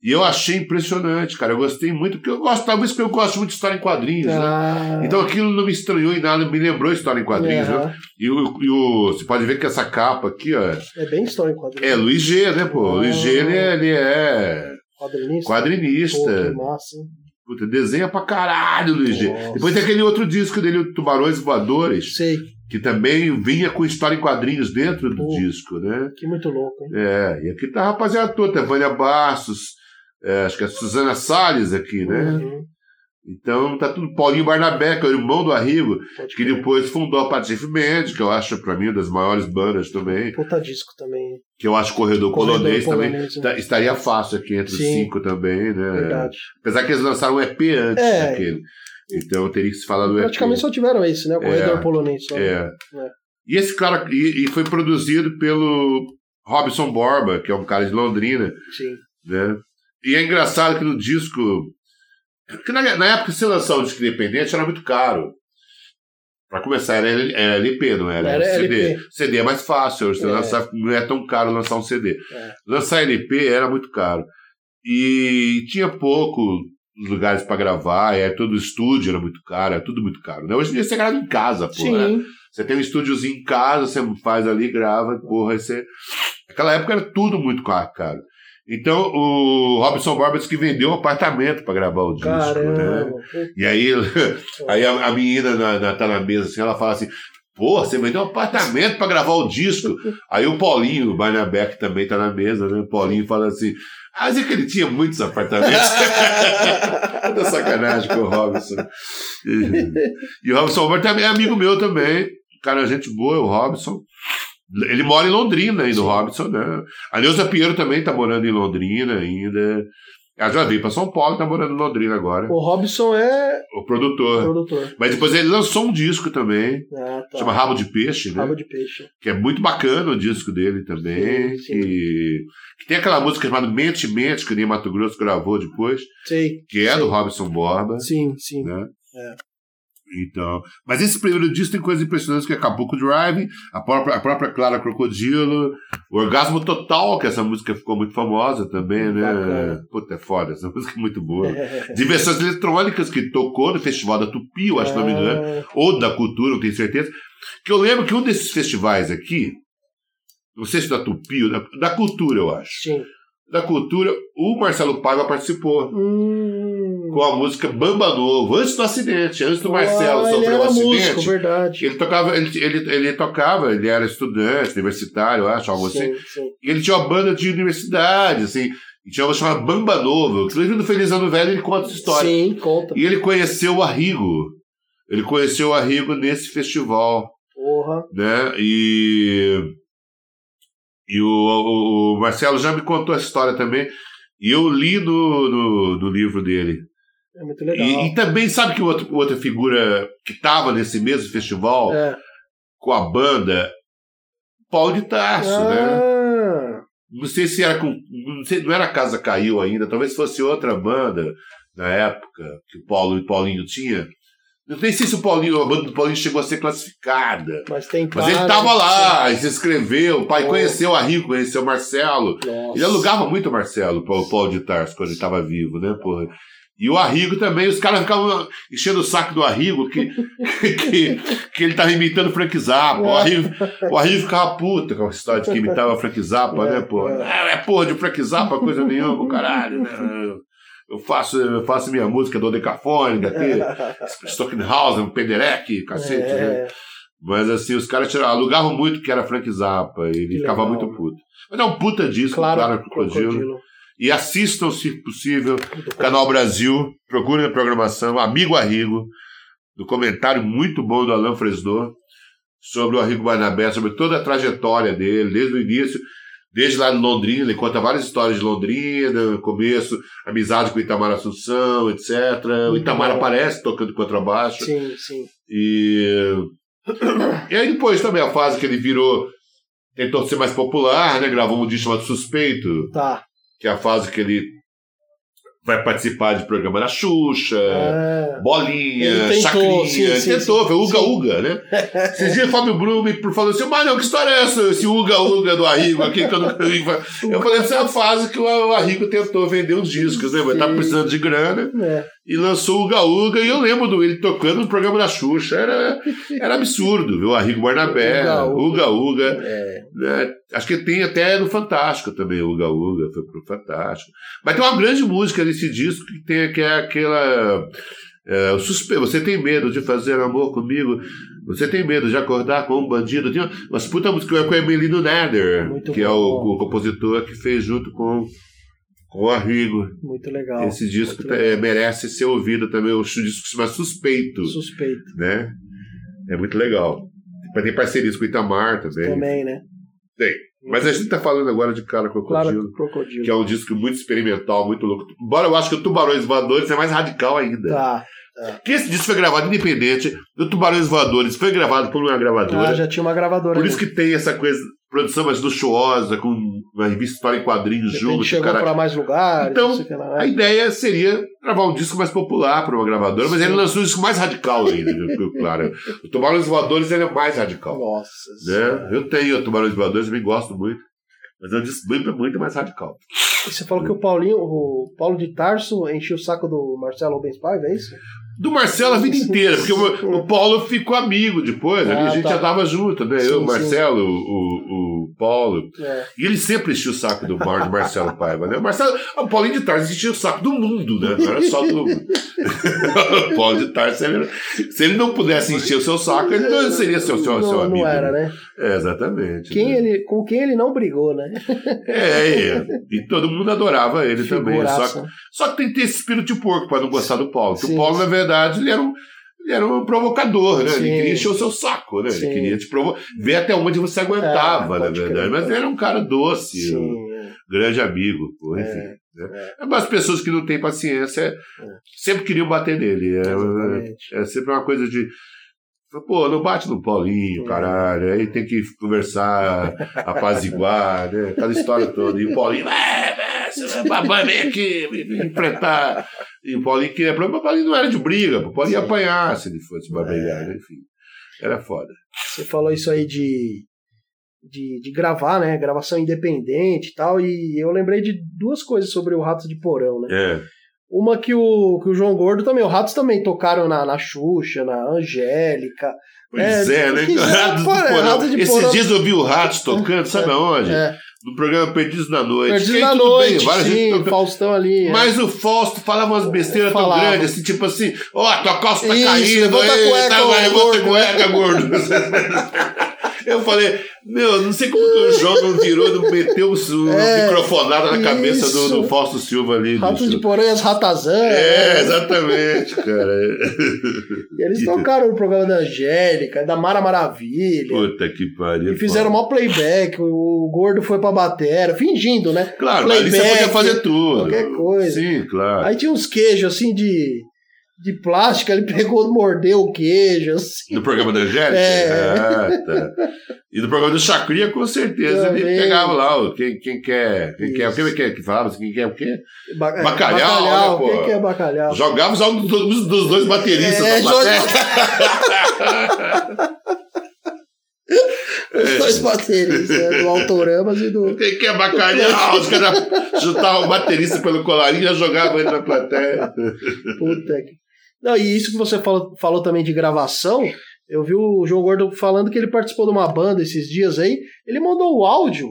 S3: E eu achei impressionante, cara. Eu gostei muito, porque eu gosto, talvez porque eu gosto muito de história em quadrinhos, né?
S2: Ah, é.
S3: Então aquilo não me estranhou em nada, me lembrou história em quadrinhos, né?
S2: aham.
S3: E, o, e o- você pode ver que essa capa aqui, ó,
S2: é. bem história em quadrinhos.
S3: é Luiz G, né, pô? Luiz G, ele é, ele é
S2: Quadrinista. Pô, que
S3: quadrinista.
S2: massa, hein?
S3: Puta, desenha pra caralho, Luiz G.
S2: Nossa.
S3: Depois tem aquele outro disco dele, o Tubarões Voadores,
S2: Sei.
S3: que também vinha com história em quadrinhos dentro do
S2: Pô.
S3: disco, né?
S2: Que muito louco, hein?
S3: É, e aqui tá a rapaziada toda, Vânia Bastos, é, acho que é a Suzana Salles aqui, né?
S2: Uhum.
S3: Então tá tudo. Paulinho Barnabé, que é o irmão do Arrigo,
S2: Pode
S3: que
S2: crer.
S3: depois fundou a Patife Band, que eu acho, pra mim, uma das maiores bandas também,
S2: Puta disco também.
S3: que eu acho Corredor,
S2: Corredor
S3: Polonês também.
S2: polonês, né?
S3: tá- estaria fácil aqui entre os
S2: Sim.
S3: cinco também, né?
S2: Verdade.
S3: Apesar que eles lançaram um EP antes
S2: É.
S3: daquele. Então eu teria que se falar do EP.
S2: Praticamente só tiveram esse, né? O Corredor Polonês. Só.
S3: É.
S2: É.
S3: E esse cara. E, e foi produzido pelo Robson Borba, que é um cara de Londrina.
S2: Sim.
S3: né? E é engraçado que no disco. Porque na, na época, se lançar um disco independente era muito caro. Pra começar, era L- era LP, não era?
S2: Era
S3: CD.
S2: LP.
S3: CD é mais fácil, hoje você
S2: É.
S3: lançar- não é tão caro lançar um CD.
S2: É.
S3: Lançar LP era muito caro. E tinha pouco lugares pra gravar, é, todo estúdio era muito caro, é tudo muito caro. né? Hoje em dia você grava em casa, pô. né?
S2: Sim.
S3: Você tem um estúdiozinho em casa, você faz ali, grava, e porra, aí você. Naquela época era tudo muito caro, cara. Então o Robson Barba disse que vendeu um apartamento pra gravar o disco, né?
S2: Caramba.
S3: E aí, aí a, a menina na, na- tá na mesa assim, ela fala assim. Pô, você vendeu um apartamento pra gravar o disco. Aí o Paulinho, o Barnabé, que também tá na mesa, né? O Paulinho fala assim: Ah, mas é que ele tinha muitos apartamentos. Puta Tá sacanagem com o Robson. E, e o Robson Alberto também é amigo meu também. Cara, gente boa, é o Robson. Ele mora em Londrina ainda, o Robson, né? A Neuza Pinheiro também tá morando em Londrina ainda. Ela já veio pra São Paulo e tá morando em Londrina agora.
S2: O Robson é
S3: O produtor.
S2: produtor.
S3: Mas depois ele lançou um disco também,
S2: Ah, tá.
S3: chama Rabo de Peixe, né?
S2: Rabo de peixe.
S3: Que é muito bacana o disco dele também.
S2: Sim, sim.
S3: Que... que tem aquela música chamada Mente Mente, que o Ney Mato Grosso gravou depois,
S2: Sei.
S3: que é do Robson Borba.
S2: Sim, sim.
S3: né?
S2: É.
S3: Então, mas esse primeiro disco tem coisas impressionantes que é Caboclo Drive, a própria, a própria Clara Crocodilo, o Orgasmo Total, que essa música ficou muito famosa também, né?
S2: Bacana.
S3: Puta, é foda, essa música é muito boa.
S2: É.
S3: Diversões eletrônicas que tocou no Festival da Tupi, eu acho que não me engano,
S2: É. Ah,
S3: ou da Cultura, não tenho certeza. Que eu lembro que um desses festivais aqui, não sei se da Tupi ou da, da Cultura, eu acho.
S2: Sim.
S3: Da Cultura, o Marcelo Paiva participou
S2: Hum.
S3: com a música Bamba Novo, antes do acidente, antes do Marcelo
S2: Ah, ele
S3: sofrer um
S2: era
S3: acidente.
S2: músico, verdade.
S3: ele tocava, ele, ele, ele tocava, ele era estudante, universitário, eu acho, algo assim.
S2: Sim, sim.
S3: E ele tinha uma banda de universidade, assim, e tinha uma chamada Bamba Novo. Inclusive no Feliz Ano Velho ele conta essa história.
S2: Sim, conta.
S3: E ele conheceu o Arrigo Ele conheceu o Arrigo nesse festival,
S2: Porra.
S3: né? E, e o, o Marcelo já me contou essa história também. E eu li no, no, no livro dele.
S2: É muito
S3: E-
S2: legal.
S3: E, também, sabe que outro, outra figura que estava nesse mesmo festival
S2: É.
S3: com a banda? Paulo de Tarso, né?
S2: Ah,
S3: Não sei se era com. Não, sei, não era a Casa Caiu ainda, talvez fosse outra banda na época que o Paulo e o Paulinho tinha. Não sei se o Paulinho, a banda do Paulinho chegou a ser classificada.
S2: mas tem
S3: Mas ele
S2: cara
S3: tava
S2: de-
S3: lá, e se inscreveu, o pai
S2: Oh.
S3: conheceu a Rio, conheceu o Marcelo.
S2: Nossa.
S3: Ele é alugava muito o Marcelo, o Paulo de Tarso, quando ele tava vivo, né, porra? E o Arrigo também, os caras ficavam enchendo o saco do Arrigo, que, que, que ele tava imitando o Frank Zappa. O Arrigo, o Arrigo ficava puto com a história de que imitava o Frank Zappa, né, porra? Ah, não é porra de Frank Zappa, coisa nenhuma, caralho, né? Eu faço, eu faço minha música do Decafônica aqui, Stockhausen, Penderek, cacete, né?
S2: É,
S3: Mas assim, os caras tiravam- alugavam muito que era Frank Zappa, e ele
S2: Que
S3: ficava
S2: legal. né?
S3: muito puto. Mas é um puta disco,
S2: Claro,
S3: claro,
S2: crocodilo.
S3: crocodilo. E assistam, se possível, Canal Brasil, procurem a programação Amigo Arrigo, do comentário muito bom do Alain Fresnot sobre o Arrigo Barnabé, sobre toda a trajetória dele, desde o início, desde lá em Londrina, ele conta várias histórias de Londrina, começo, amizade com o Itamar Assunção, etc. o
S2: Muito
S3: Itamar
S2: bom.
S3: aparece tocando contrabaixo.
S2: Sim, sim.
S3: E... e aí depois também a fase que ele virou, tentou ser mais popular, né? Gravou um disco chamado Suspeito,
S2: Tá.
S3: que é a fase que ele vai participar de programa da Xuxa,
S2: É.
S3: Bolinha,
S2: Ele tentou,
S3: Chacrinha,
S2: sim,
S3: ele
S2: sim,
S3: tentou,
S2: sim,
S3: foi Uga
S2: sim.
S3: Uga, né? Esses dias o Fábio Brum me falou assim, mas não, que história é essa? Esse Uga Uga do Arrigo aqui que eu nunca vi. Eu falei, essa é a fase que o Arrigo tentou vender os discos, né? Mas tava
S2: Sim.
S3: precisando de grana
S2: É.
S3: e lançou o Uga Uga, e eu lembro do ele tocando no programa da Xuxa. Era, era absurdo, viu? Arrigo Barnabé,
S2: Uga Uga.
S3: Uga Uga.
S2: É.
S3: né? Acho que tem até no Fantástico também, Uga Uga, foi pro Fantástico. Mas tem uma grande música nesse disco que, tem, que é aquela. é, o suspe... Você tem medo de fazer amor comigo? Você tem medo de acordar com um bandido? Tem umas puta música é com o Emelino Nader,
S2: Muito
S3: que é
S2: bom.
S3: o, o compositor que fez junto com, com o Arrigo.
S2: Muito legal.
S3: Esse disco
S2: Muito
S3: tá- é, merece ser ouvido também. O disco se chama Suspeito,
S2: Suspeito
S3: né? É muito legal. Mas tem parcerias com o Itamar também.
S2: também, né?
S3: Tem. Mas a gente tá falando agora de Cara
S2: Claro,
S3: Crocodilo,
S2: crocodilo.
S3: que é um disco muito experimental, muito louco. Embora eu acho que o Tubarões Voadores é mais radical ainda.
S2: Tá.
S3: Porque esse disco foi gravado independente do Tubarões Voadores. Foi gravado por uma gravadora.
S2: Ah, já tinha uma gravadora.
S3: por isso
S2: né?
S3: que tem essa coisa, produção mais luxuosa, com uma revista história em quadrinhos,
S2: De
S3: jogo,
S2: repente chegou
S3: cara.
S2: pra mais lugares.
S3: Então,
S2: não sei o que lá.
S3: A ideia seria gravar um disco mais popular para uma gravadora, mas ele lançou um disco mais radical ainda, viu? Porque, claro. O Tubarões Voadores ele é mais radical.
S2: Nossa. senhora.
S3: Né? Eu tenho o Tubarões Voadores, eu me gosto muito. Mas é um disco muito, muito mais radical.
S2: E Você falou que o Paulinho, o Paulo de Tarso encheu o saco do Marcelo Rubens Paiva, é isso?
S3: Do Marcelo a vida inteira, porque o, o Paulo ficou amigo depois, ali
S2: Ah,
S3: a gente
S2: tá.
S3: já tava junto, né?
S2: Sim,
S3: eu,
S2: sim.
S3: o Marcelo, o, o, o Paulo.
S2: É.
S3: E ele sempre enchia o saco do Mar, do Marcelo Paiva, né? O Marcelo, o Paulinho de Tarso enchia o saco do mundo, né? Não era só do. o Paulo de Tarso, ele- se ele não pudesse encher o seu saco, ele então, não seria seu, é seu,
S2: É. não,
S3: seu amigo.
S2: Não era, né?
S3: É, exatamente.
S2: Quem é?
S3: né?
S2: ele, com quem ele não brigou, né?
S3: É, é, e todo mundo adorava ele também. Só,
S2: Figuraça.
S3: só que tem que ter esse espírito de porco para não gostar do Paulo. Porque
S2: Sim.
S3: o Paulo, na verdade, ele era um. Ele era um provocador, né?
S2: Sim.
S3: Ele queria encher o seu saco, né?
S2: Sim.
S3: Ele queria te provocar, ver até onde você aguentava,
S2: É,
S3: na
S2: pode crer,
S3: verdade. Mas
S2: pode
S3: ele era um cara doce, um
S2: Sim, é.
S3: grande amigo, pô,
S2: É,
S3: enfim. né? Mas as pessoas que não têm paciência sempre queriam bater nele. É,
S2: exatamente.
S3: é sempre uma coisa de. Pô, não bate no Paulinho,
S2: É.
S3: caralho. Aí tem que conversar, apaziguar, né? Aquela história toda. E o Paulinho, "É, é, você vai- vai vem aqui me- me enfrentar. E o Paulinho queria problema, mas o Paulinho não era de briga, o Paulinho ia
S2: Sim. É.
S3: apanhar se ele fosse babear, né? enfim. Era foda.
S2: Você falou isso aí de, de, de gravar, né? Gravação independente e tal. E eu lembrei de duas coisas sobre o Ratos de Porão, né?
S3: É.
S2: Uma que o, que o João Gordo também, o Ratos também tocaram na, na Xuxa, na Angélica.
S3: Pois é,
S2: É,
S3: né?
S2: que já
S3: Ratos do
S2: apare- Ratos
S3: Porão.
S2: de
S3: Esses
S2: Porão.
S3: dias eu vi o Ratos tocando, sabe aonde?
S2: É,
S3: No programa Perdidos na Noite.
S2: Perdidos
S3: Que aí
S2: na
S3: tudo bem,
S2: Noite,
S3: várias gente
S2: sim,
S3: tocando.
S2: Faustão ali. é.
S3: Mas o Fausto falava umas besteiras tão
S2: Falava.
S3: grandes, assim, tipo assim, ó, tua calça tá
S2: Isso,
S3: caindo,
S2: levanta a
S3: aí,
S2: cueca,
S3: tá,
S2: ô,
S3: levanta a
S2: gordo.
S3: cueca, gordo. Eu falei, meu, não sei como que o João não virou, não meteu o
S2: É,
S3: microfonado na cabeça do,
S2: isso.
S3: do Fausto Silva ali.
S2: Ratos
S3: bicho.
S2: de Poranhas, Ratazana.
S3: É, exatamente, cara.
S2: E eles tocaram o programa da Angélica, da Mara Maravilha.
S3: Puta que pariu.
S2: E fizeram mó playback, o gordo foi pra batera, fingindo, né?
S3: Claro, ali
S2: playback,
S3: você podia fazer tudo.
S2: qualquer coisa.
S3: Sim, claro.
S2: Aí tinha uns queijos assim de, de plástico, ele pegou, mordeu o queijo, assim.
S3: Do programa da Angélica?
S2: É.
S3: Ah, tá. E do programa do Chacrinha, com certeza. Ele
S2: Também.
S3: pegava lá, ó, quem, quem quer. Quem quer o que,
S2: Isso.
S3: que, que falava? Quem quer o quê?
S2: Ba-
S3: Bacalhau, né, pô?
S2: Quem que é bacalhau?
S3: Jogava os áudios dos, dos dois bateristas
S2: É,
S3: na
S2: jo-
S3: plateia. É.
S2: Os dois bateristas, né, do Autoramas e do.
S3: Quem quer bacalhau? Os caras juntavam o baterista pelo colarinho e já jogava ele na plateia.
S2: Puta que. Não, e isso que você falou, falou também de gravação, eu vi o João Gordo falando que ele participou de uma banda esses dias aí, ele mandou o áudio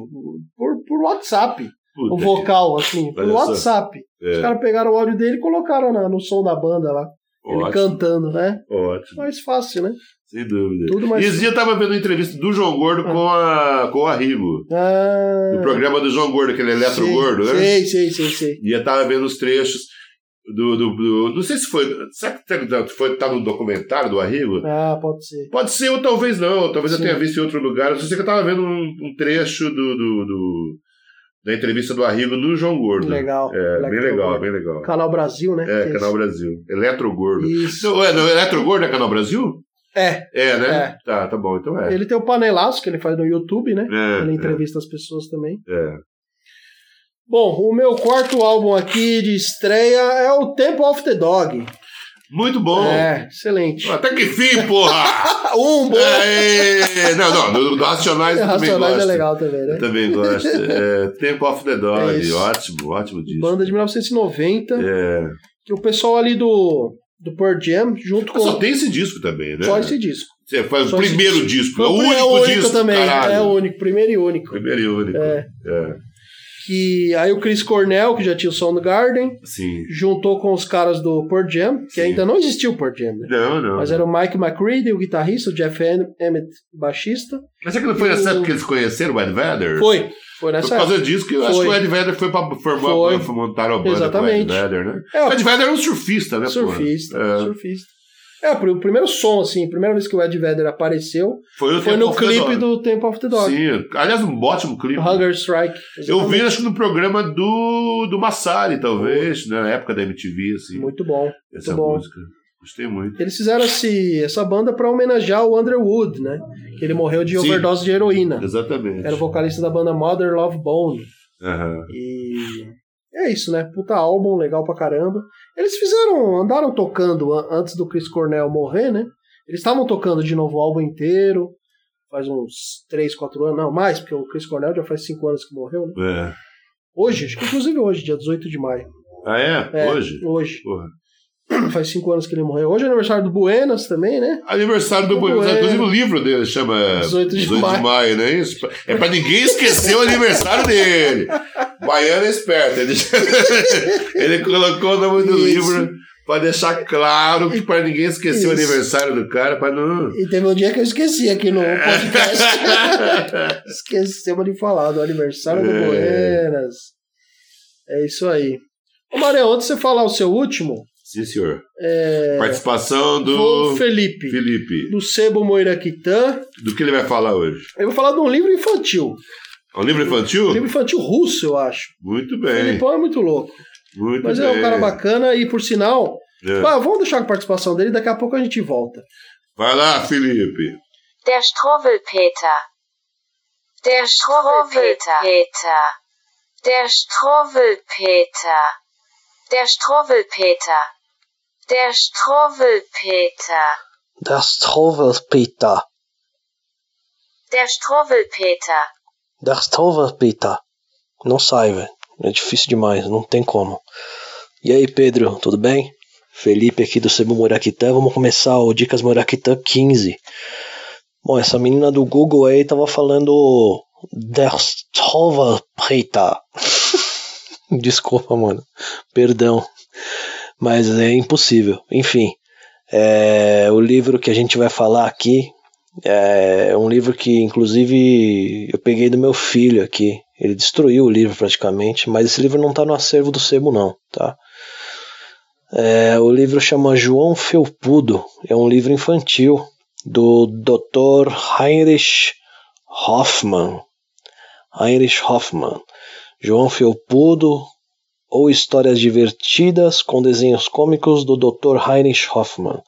S2: por, por WhatsApp,
S3: Puta
S2: o
S3: que-
S2: vocal, assim, por
S3: Olha só.
S2: WhatsApp. Os
S3: É,
S2: caras pegaram o áudio dele e colocaram na- no som da banda lá, ele
S3: ótimo,
S2: cantando, né?
S3: ótimo,
S2: Mais fácil, né?
S3: sem dúvida.
S2: Tudo mais.
S3: E esse dia eu tava vendo uma entrevista do João Gordo com, a, com o Arrigo.
S2: Ah,
S3: No programa do João Gordo, aquele Eletro
S2: sei,
S3: Gordo, né?
S2: Sei, sei, sei, sei.
S3: E eu tava vendo os trechos do. do, do- não sei se foi. Será que tá- foi, tá no documentário do Arrigo?
S2: Ah, pode ser.
S3: Pode ser, ou talvez não, talvez eu
S2: Sim.
S3: tenha visto em outro lugar. Eu só sei que eu tava vendo um, um trecho do, do, do- da entrevista do Arrigo no João Gordo.
S2: Legal.
S3: É, bem
S2: Electro
S3: legal,
S2: Gordo.
S3: bem legal.
S2: Canal Brasil, né?
S3: É,
S2: Tem
S3: Canal Brasil. Eletro Gordo.
S2: Isso.
S3: Não, é, não, Eletro Gordo é Canal Brasil?
S2: É,
S3: É, né? Tá, tá bom, então é.
S2: ele tem o panelaço que ele faz no YouTube, né?
S3: É,
S2: Ele entrevista as pessoas também.
S3: é.
S2: Bom, o meu quarto álbum aqui de estreia é o Temple of the Dog.
S3: Muito bom.
S2: É, excelente.
S3: Até que fim, porra!
S2: Um bom.
S3: É, não, não, do, do Racionais, eu também
S2: Racionais
S3: gosto. Então,
S2: é legal também,
S3: Eu
S2: né?
S3: também gosto. É, Temple of the
S2: É
S3: Dog,
S2: isso.
S3: ótimo, ótimo disco.
S2: Banda de 1990,
S3: É.
S2: que o pessoal ali do, do Pearl Jam, junto com
S3: Só tem esse disco também, né?
S2: só esse disco.
S3: Você faz o
S2: só esse
S3: primeiro disco, é o
S2: Foi
S3: único,
S2: é
S3: disco
S2: também,
S3: caralho.
S2: é o único, primeiro e único.
S3: Primeiro e único. É.
S2: Que aí o Chris Cornell, que já tinha o Soundgarden,
S3: Sim.
S2: juntou com os caras do Pearl Jam, que
S3: Sim.
S2: ainda não existiu o Pearl Jam, né?
S3: Não, não.
S2: Mas
S3: Mas,
S2: era o Mike McCready, o guitarrista, o Jeff Em- Emmett, baixista.
S3: é que não foi
S2: o-
S3: nessa época que eles conheceram o Ed Vedder?
S2: Foi, foi
S3: Por
S2: nessa época.
S3: causa disso que eu acho
S2: Foi.
S3: que o Ed Vedder foi pra formar,
S2: Foi.
S3: pra montar a banda
S2: Exatamente.
S3: com o Ed Vedder, né?
S2: É,
S3: O Ed Vedder era um surfista, né? porra?
S2: surfista,
S3: É.
S2: surfista. É, pr- o primeiro som, assim, a primeira vez que o Ed Vedder apareceu
S3: Foi, o
S2: foi
S3: Temple
S2: no
S3: é of the
S2: clipe
S3: Dog.
S2: do Temple of the Dog,
S3: Sim, aliás, um ótimo clipe.
S2: Hunger Strike.
S3: Eu vi,
S2: exatamente.
S3: acho que no programa do, do Massari, talvez, né, na época da MTV, assim,
S2: Muito bom.
S3: essa
S2: bom.
S3: música. Gostei muito.
S2: Eles fizeram esse, essa banda pra homenagear o Underwood, né? Que ele morreu de
S3: Sim.
S2: overdose de heroína.
S3: Exatamente.
S2: Era o vocalista da banda Mother Love Bone.
S3: Aham.
S2: E é isso, né? Puta álbum, legal pra caramba. Eles fizeram, andaram tocando an- antes do Chris Cornell morrer, né? Eles estavam tocando de novo o álbum inteiro, faz uns 3, 4 anos, não, mais, porque o Chris Cornell já faz 5 anos que morreu, né?
S3: É.
S2: Hoje, acho que inclusive hoje, dia 18 de maio.
S3: Ah, é?
S2: É,
S3: Hoje?
S2: Hoje.
S3: Porra.
S2: Faz 5 anos que ele morreu. Hoje é aniversário do Buenas também, né?
S3: Aniversário do
S2: Como
S3: Buenos Aires.
S2: é?
S3: Inclusive o livro dele chama
S2: 18 de maio.
S3: não é isso? É pra ninguém esquecer o aniversário dele. Baiano é esperto. Ele, ele colocou o nome do
S2: Isso.
S3: livro pra deixar claro que pra ninguém esquecer o
S2: Isso.
S3: aniversário do cara, pra não...
S2: E teve um dia que eu esqueci aqui
S3: É.
S2: no podcast. Esquecemos de falar do aniversário do
S3: É.
S2: Buenas. É isso aí. Ô, Maré, antes de você falar o seu último,
S3: Sim, senhor.
S2: é...
S3: Participação do
S2: o Felipe,
S3: Felipe.
S2: do Sebo Moiraquitã.
S3: Do que ele vai falar hoje?
S2: Eu vou falar de um livro infantil.
S3: É um livro
S2: Um
S3: infantil?
S2: livro infantil russo, eu acho.
S3: Muito
S2: O
S3: bem.
S2: Felipão é muito louco.
S3: Muito
S2: Mas
S3: bem.
S2: é um cara bacana e, por sinal,
S3: É.
S2: Ah, vamos deixar a participação dele, daqui a pouco a gente volta.
S3: Vai lá, Felipe.
S1: Der Struwwelpeter. Der Struwwelpeter. Der Struwwelpeter. Der Struwwelpeter. Der Struwwelpeter.
S4: Das Trovelpeter.
S1: Der Struwwelpeter.
S4: Das Trovelpeter. Não sai, velho. É difícil demais, não tem como. E aí, Pedro, tudo bem? Felipe aqui do Sebo Muraquitã. Vamos começar o Dicas Muraquitã 15. Bom, essa menina do Google aí tava falando Das Trovelpeter. Desculpa, mano. Perdão. Mas é impossível. Enfim, é, o livro que a gente vai falar aqui É um livro que, inclusive, eu peguei do meu filho aqui. Ele destruiu o livro praticamente, mas esse livro não está no acervo do sebo, não, tá? É, o livro chama João Felpudo, é um livro infantil do Dr. Heinrich Hoffmann. Heinrich Hoffmann. João Felpudo ou Histórias Divertidas com Desenhos Cômicos do Dr. Heinrich Hoffmann.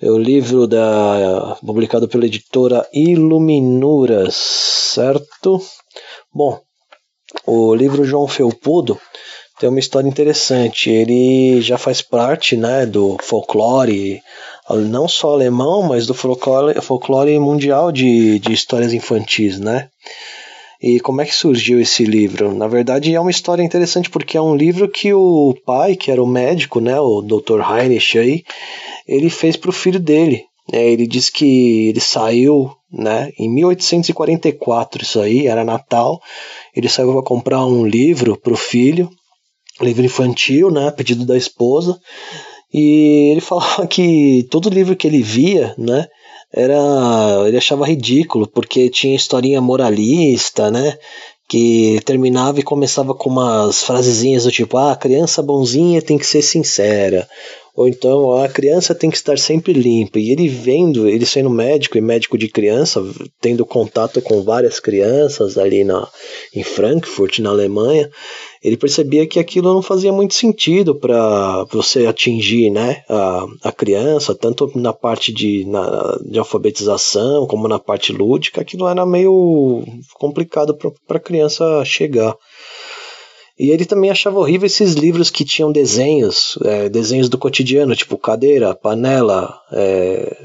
S4: É o livro da, publicado pela editora Iluminuras, certo? Bom, o livro João Felpudo tem uma história interessante. Ele já faz parte né, do folclore, não só alemão, mas do folclore, folclore mundial de, de histórias infantis, né? E como é que surgiu esse livro? Na verdade, é uma história interessante porque é um livro que o pai, que era o médico, né, o Dr. Heinrich aí, ele fez para o filho dele. É, ele diz que ele saiu, né, em 1844, isso aí, era Natal. Ele saiu para comprar um livro para o filho, livro infantil, né, pedido da esposa. E ele falava que todo livro que ele via, né, era ele achava ridículo porque tinha historinha moralista, né? Que terminava e começava com umas frasezinhas do tipo: ah, a criança bonzinha tem que ser sincera, ou então a criança tem que estar sempre limpa. E ele vendo, ele sendo médico e médico de criança, tendo contato com várias crianças ali na, em Frankfurt, na Alemanha, ele percebia que aquilo não fazia muito sentido para você atingir né, a, a criança, tanto na parte de, na, de alfabetização como na parte lúdica, aquilo era meio complicado para a criança chegar. E ele também achava horrível esses livros que tinham desenhos, é, desenhos do cotidiano, tipo cadeira, panela, é,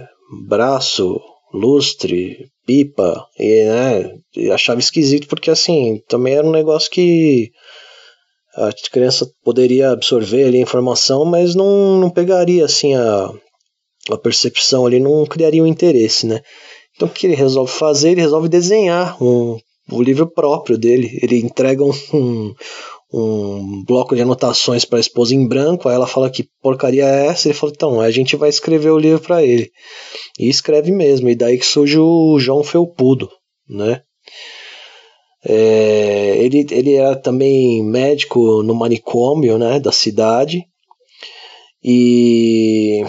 S4: braço, lustre, pipa, e né, e achava esquisito porque assim, também era um negócio que a criança poderia absorver ali a informação, mas não, não pegaria assim a, a percepção ali, não criaria um interesse, né? Então o que ele resolve fazer? Ele resolve desenhar um, um livro próprio dele. Ele entrega um, um bloco de anotações para a esposa em branco, aí ela fala que porcaria é essa, ele fala, então, a gente vai escrever o livro para ele. E escreve mesmo, e daí que surge o João Felpudo, né? É, ele, ele era também médico no manicômio né, da cidade, e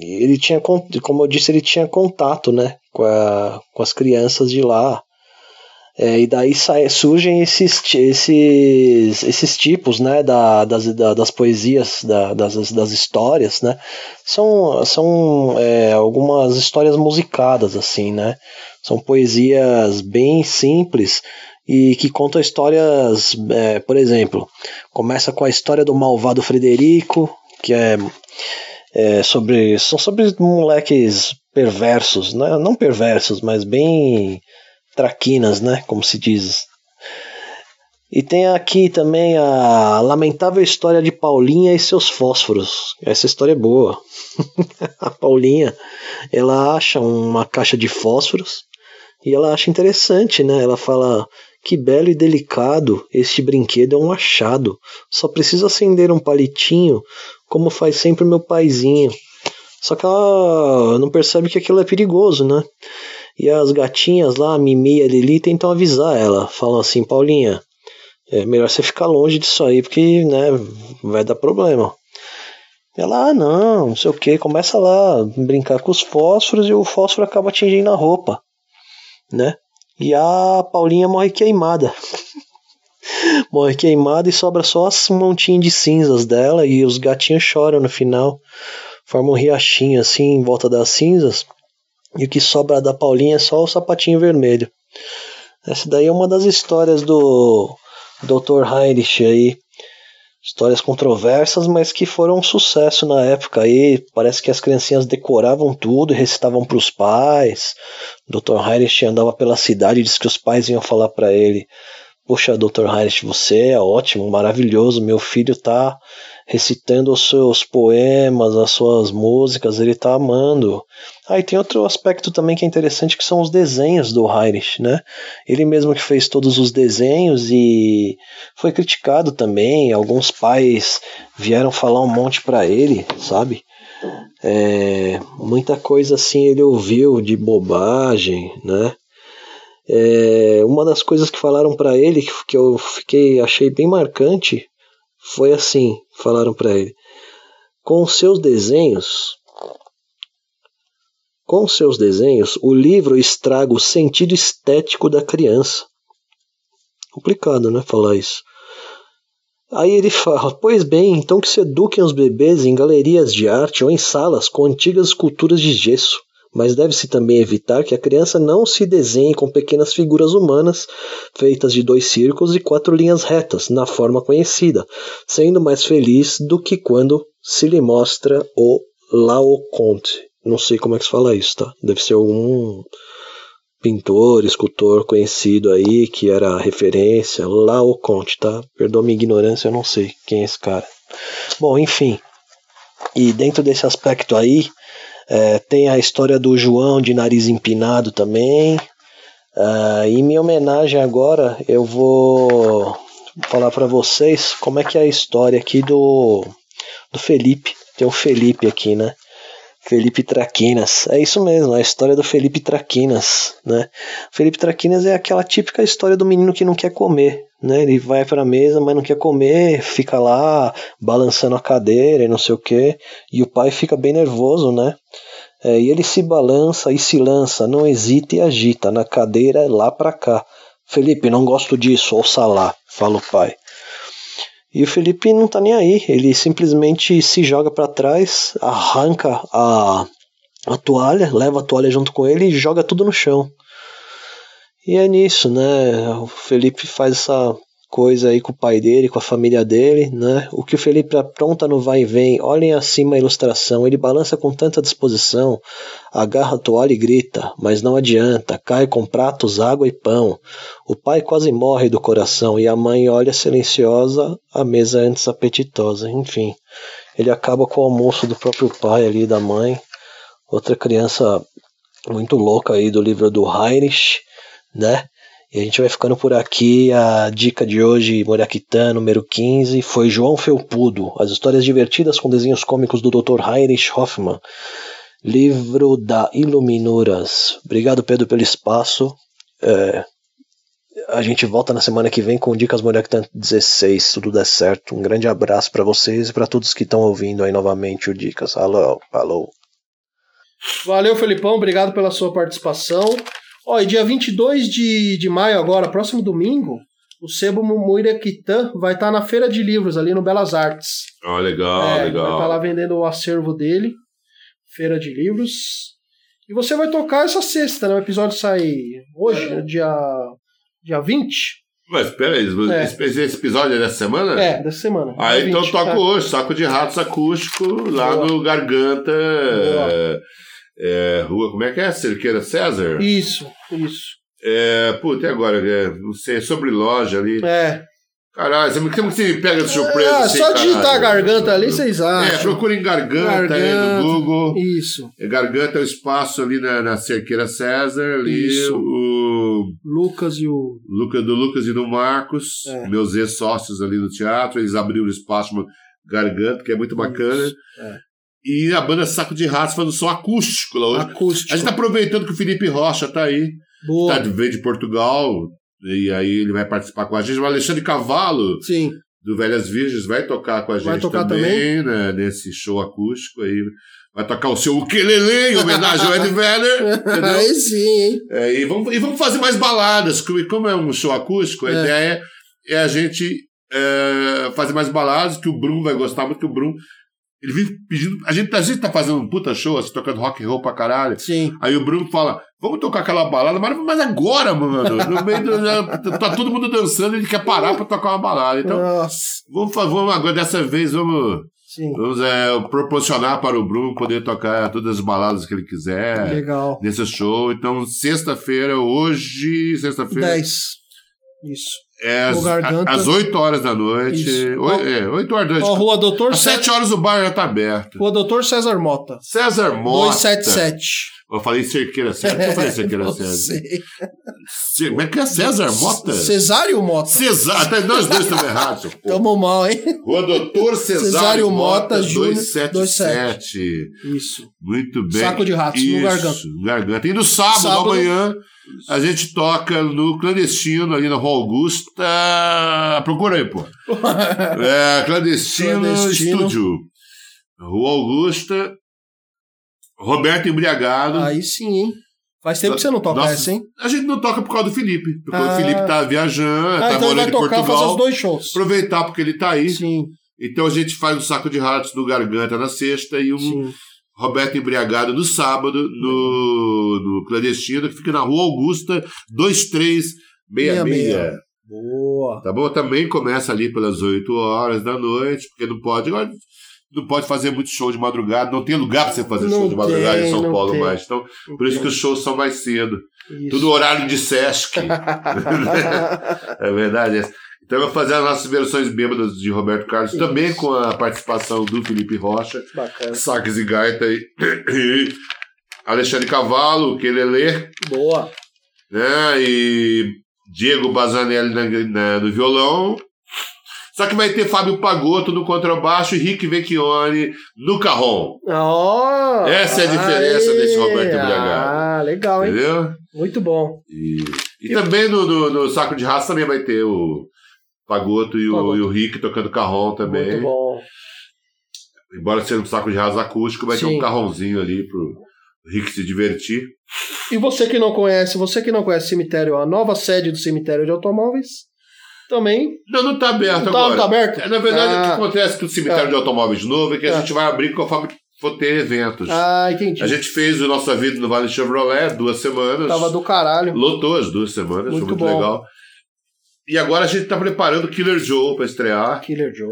S4: ele tinha, como eu disse, ele tinha contato né, com, a, com as crianças de lá, é, e daí sai, surgem esses, esses, esses tipos né, da, das, da, das poesias, da, das, das histórias, né? São, são é, algumas histórias musicadas, assim, né? São poesias bem simples e que contam histórias, é, por exemplo, começa com a história do malvado Frederico, que é, é sobre. São sobre moleques perversos, né? não perversos, mas bem traquinas, né? Como se diz. E tem aqui também a lamentável história de Paulinha e seus fósforos. Essa história é boa. a Paulinha, ela acha uma caixa de fósforos e ela acha interessante, né? Ela fala: "Que belo e delicado este brinquedo é um achado. Só preciso acender um palitinho, como faz sempre meu paizinho." Só que ela não percebe que aquilo é perigoso, né? E as gatinhas lá, a Mimi e a Lili, tentam avisar ela. Falam assim, Paulinha, é melhor você ficar longe disso aí, porque, né, vai dar problema. Ela, ah, não, não sei o que, começa lá a brincar com os fósforos e o fósforo acaba atingindo a roupa, né? E a Paulinha morre queimada. morre queimada e sobra só um montinho de cinzas dela e os gatinhos choram no final. Formam um riachinho assim em volta das cinzas. E o que sobra da Paulinha é só o sapatinho vermelho. Essa daí é uma das histórias do Dr. Heinrich aí. Histórias controversas, mas que foram um sucesso na época aí. Parece que as criancinhas decoravam tudo e recitavam para os pais. Dr. Heinrich andava pela cidade e disse que os pais iam falar para ele: Poxa, Dr. Heinrich, você é ótimo, maravilhoso. Meu filho tá recitando os seus poemas, as suas músicas, ele tá amando. Aí ah, e tem outro aspecto também que é interessante, que são os desenhos do Heinrich, né? Ele mesmo que fez todos os desenhos e foi criticado também, alguns pais vieram falar um monte para ele, sabe? É, muita coisa assim ele ouviu de bobagem, né? É, uma das coisas que falaram para ele que, que eu fiquei achei bem marcante foi assim, falaram para ele: com seus desenhos, com seus desenhos, o livro estraga o sentido estético da criança. Complicado, né, falar isso. Aí ele fala: Pois bem, então que se eduquem os bebês em galerias de arte ou em salas com antigas esculturas de gesso. Mas deve-se também evitar que a criança não se desenhe com pequenas figuras humanas feitas de dois círculos e quatro linhas retas, na forma conhecida, sendo mais feliz do que quando se lhe mostra o Laoconte. Não sei como é que se fala isso, tá? Deve ser algum pintor, escultor conhecido aí, que era referência, lá o Conte, tá? Perdoa minha ignorância, eu não sei quem é esse cara. Bom, enfim. E dentro desse aspecto aí, é, tem a história do João de nariz empinado também. Ah, e minha homenagem agora, eu vou falar para vocês como é que é a história aqui do, do Felipe. Tem o Felipe aqui, né? Felipe Traquinas. É isso mesmo, a história do Felipe Traquinas, né? Felipe Traquinas é aquela típica história do menino que não quer comer, né? Ele vai para a mesa, mas não quer comer, fica lá balançando a cadeira e não sei o quê, e o pai fica bem nervoso, né? É, e ele se balança e se lança, não hesita e agita na cadeira lá para cá. Felipe, não gosto disso, ouça lá, fala o pai. E o Felipe não tá nem aí, ele simplesmente se joga para trás, arranca a, a toalha, leva a toalha junto com ele e joga tudo no chão. E é nisso, né? O Felipe faz essa coisa aí com o pai dele, com a família dele, né? O que o Felipe apronta no vai e vem, olhem acima a ilustração, ele balança com tanta disposição, agarra a toalha e grita, mas não adianta, cai com pratos, água e pão. O pai quase morre do coração e a mãe olha silenciosa a mesa antes apetitosa, enfim. Ele acaba com o almoço do próprio pai ali, da mãe. Outra criança muito louca aí do livro do Heinrich, né? E a gente vai ficando por aqui. A dica de hoje, Moriaquitã, número 15, foi João Felpudo. As histórias divertidas com desenhos cômicos do Dr. Heinrich Hoffmann. Livro da Iluminuras. Obrigado, Pedro, pelo espaço. É, a gente volta na semana que vem com Dicas Moriaquitã 16, se tudo der certo. Um grande abraço para vocês e para todos que estão ouvindo aí novamente o Dicas. Alô, alô.
S2: Valeu, Felipão. Obrigado pela sua participação. Ó, e dia 22 de, de maio agora, próximo domingo, o Sebo Muiraquitã vai estar na Feira de Livros, ali no Belas Artes.
S3: Ah, legal,
S2: É, Vai
S3: legal.
S2: estar lá vendendo o acervo dele, Feira de Livros. E você vai tocar essa sexta, né? O episódio sai hoje,
S3: É.
S2: né? dia, dia 20.
S3: Mas peraí,
S2: É.
S3: esse, esse episódio é dessa semana?
S2: É, dessa semana.
S3: Aí
S2: dia
S3: então
S2: 20,
S3: eu toco
S2: tá?
S3: hoje, saco de ratos acústico, lá
S2: Boa.
S3: no Garganta.
S2: Boa.
S3: é, é, rua, como é que é? Cerqueira César?
S2: Isso, isso.
S3: É, puta, e agora? É, não sei, sobre loja ali.
S2: É.
S3: Caralho, você- como que você me pega de surpresa?
S2: Ah,
S3: assim,
S2: só digitar a
S3: caralho?
S2: garganta ali, vocês
S3: É,
S2: acham.
S3: procura em garganta, aí
S2: Garganta.
S3: no Google.
S2: Isso.
S3: Garganta é o espaço ali na, na Cerqueira César, ali
S2: Isso.
S3: o
S2: Lucas e o.
S3: Luca, do Lucas e do Marcos,
S2: É.
S3: meus ex-sócios ali no teatro, eles abriram o espaço uma Garganta, que é muito bacana.
S2: Isso, é.
S3: E a banda Saco de Ratos fazendo som acústico lá hoje.
S2: Acústico.
S3: A gente tá aproveitando que o Felipe Rocha tá aí,
S2: Boa.
S3: tá, veio de Portugal, e aí ele vai participar com a gente. O Alexandre Cavalo,
S2: Sim.
S3: do Velhas Virgens vai tocar com a gente
S2: Vai tocar
S3: também, né, nesse show acústico aí. Vai tocar o seu ukelele em homenagem ao Ed
S2: É.
S3: Vedder, entendeu?
S2: Aí sim, hein?
S3: É, e, vamos, e vamos fazer mais baladas, que como é um show acústico, a
S2: É.
S3: ideia é a gente é, fazer mais baladas, que o Bruno vai gostar muito, que o Bruno... Ele vive pedindo... A gente, a gente tá fazendo um puta show, assim, tocando rock and roll pra caralho.
S2: Sim.
S3: Aí o Bruno fala, vamos tocar aquela balada, mas, mas agora, mano. No meio do, já tá todo mundo dançando, ele quer parar pra tocar uma balada. Então,
S2: Nossa.
S3: Vamos, fa- vamos agora, dessa vez, vamos,
S2: Sim.
S3: vamos é, proporcionar para o Bruno poder tocar todas as baladas que ele quiser
S2: Legal.
S3: nesse show. Então, sexta-feira, hoje, sexta-feira,
S2: 10. Isso.
S3: é
S2: No
S3: às,
S2: Garganta.
S3: a- às 8 horas da noite.
S2: Isso.
S3: Oi- é, 8 horas da
S2: Ó,
S3: noite.
S2: rua Doutor
S3: Às
S2: Cé-
S3: 7 horas o bar já está tá aberto.
S2: Rua Doutor César Mota.
S3: César Mota.
S2: 277.
S3: Eu falei cerqueira César. Por que eu falei cerqueira
S2: Não
S3: César?
S2: sei.
S3: Ce- Como é que é César Mota?
S2: Cesário Mota.
S3: César. Até nós dois estamos errados, seu porra.
S2: Tamo mal, hein?
S3: Rua Doutor Cesário
S2: Cesário
S3: Mota,
S2: Então, Mota, Júnior,
S3: 277.
S2: Isso.
S3: Muito bem.
S2: Saco de ratos no
S3: Isso,
S2: garganta.
S3: no garganta. E no sábado,
S2: Sábado.
S3: amanhã, a gente toca no clandestino, ali na Rua Augusta. Procura aí, pô. É, clandestino,
S2: Clandestino.
S3: estúdio. Rua Augusta. Roberto Embriagado.
S2: Aí sim, hein? Faz tempo que você não toca
S3: Nossa.
S2: essa, hein?
S3: A gente não toca por causa do Felipe, porque o
S2: Ah.
S3: Felipe tá viajando,
S2: Ah,
S3: tá
S2: então ele
S3: morando
S2: vai
S3: em
S2: tocar, fazer os
S3: Portugal.
S2: dois shows.
S3: Aproveitar porque ele tá aí.
S2: Sim,
S3: Então a gente faz um saco de ratos no Garganta na sexta e um
S2: sim.
S3: Roberto Embriagado no sábado, no, no Clandestino, que fica na Rua Augusta, 2366.
S2: Boa.
S3: Tá bom? Também começa ali pelas 8 horas da noite, porque não pode. agora Não pode fazer muito show de madrugada, não tem lugar pra você fazer
S2: Não
S3: show de madrugada
S2: tem,
S3: em São
S2: não
S3: Paulo
S2: tem.
S3: mais. Então, por isso que os shows são mais cedo.
S2: Isso.
S3: Tudo horário de Sesc. é verdade. é. Então eu vou fazer as nossas versões bêbadas de Roberto Carlos, também com a participação do Felipe Rocha,
S2: Bacana.
S3: Sax e Gaita e, e Alexandre Cavalo, que ele é lê,
S2: Boa.
S3: né? E Diego Bazanelli na, na- no violão. Só que vai ter Fábio Pagotto no contrabaixo e Rick Vecchione no carrom.
S2: Ó,
S3: Essa é a diferença
S2: aí.
S3: desse Roberto Embriagado.
S2: Ah, legal, hein?
S3: Entendeu?
S2: Muito bom.
S3: E, e também no, no- no Saco de Raça também vai ter o Pagoto e o,
S2: Pagotto.
S3: e o Rick tocando carrom também.
S2: Muito bom.
S3: Embora seja um Saco de Raça acústico, vai ter
S2: Sim.
S3: um carronzinho ali pro Rick se divertir.
S2: E você que não conhece, você que não conhece cemitério, a nova sede do cemitério de automóveis, também.
S3: Não, não tá aberto
S2: Não tá-
S3: agora.
S2: não tá aberto?
S3: É, na verdade, o que
S2: Ah.
S3: acontece com o cemitério
S2: Ah.
S3: de automóveis novo é que a
S2: Ah.
S3: gente vai abrir conforme for ter eventos.
S2: Ah, entendi.
S3: A gente fez o nosso Vida no Vale Chevrolet duas semanas.
S2: Tava do caralho.
S3: Lotou as duas semanas,
S2: Muito
S3: foi muito
S2: bom.
S3: legal. E agora a gente tá preparando Killer Joe pra estrear.
S2: Ah, Killer Joe.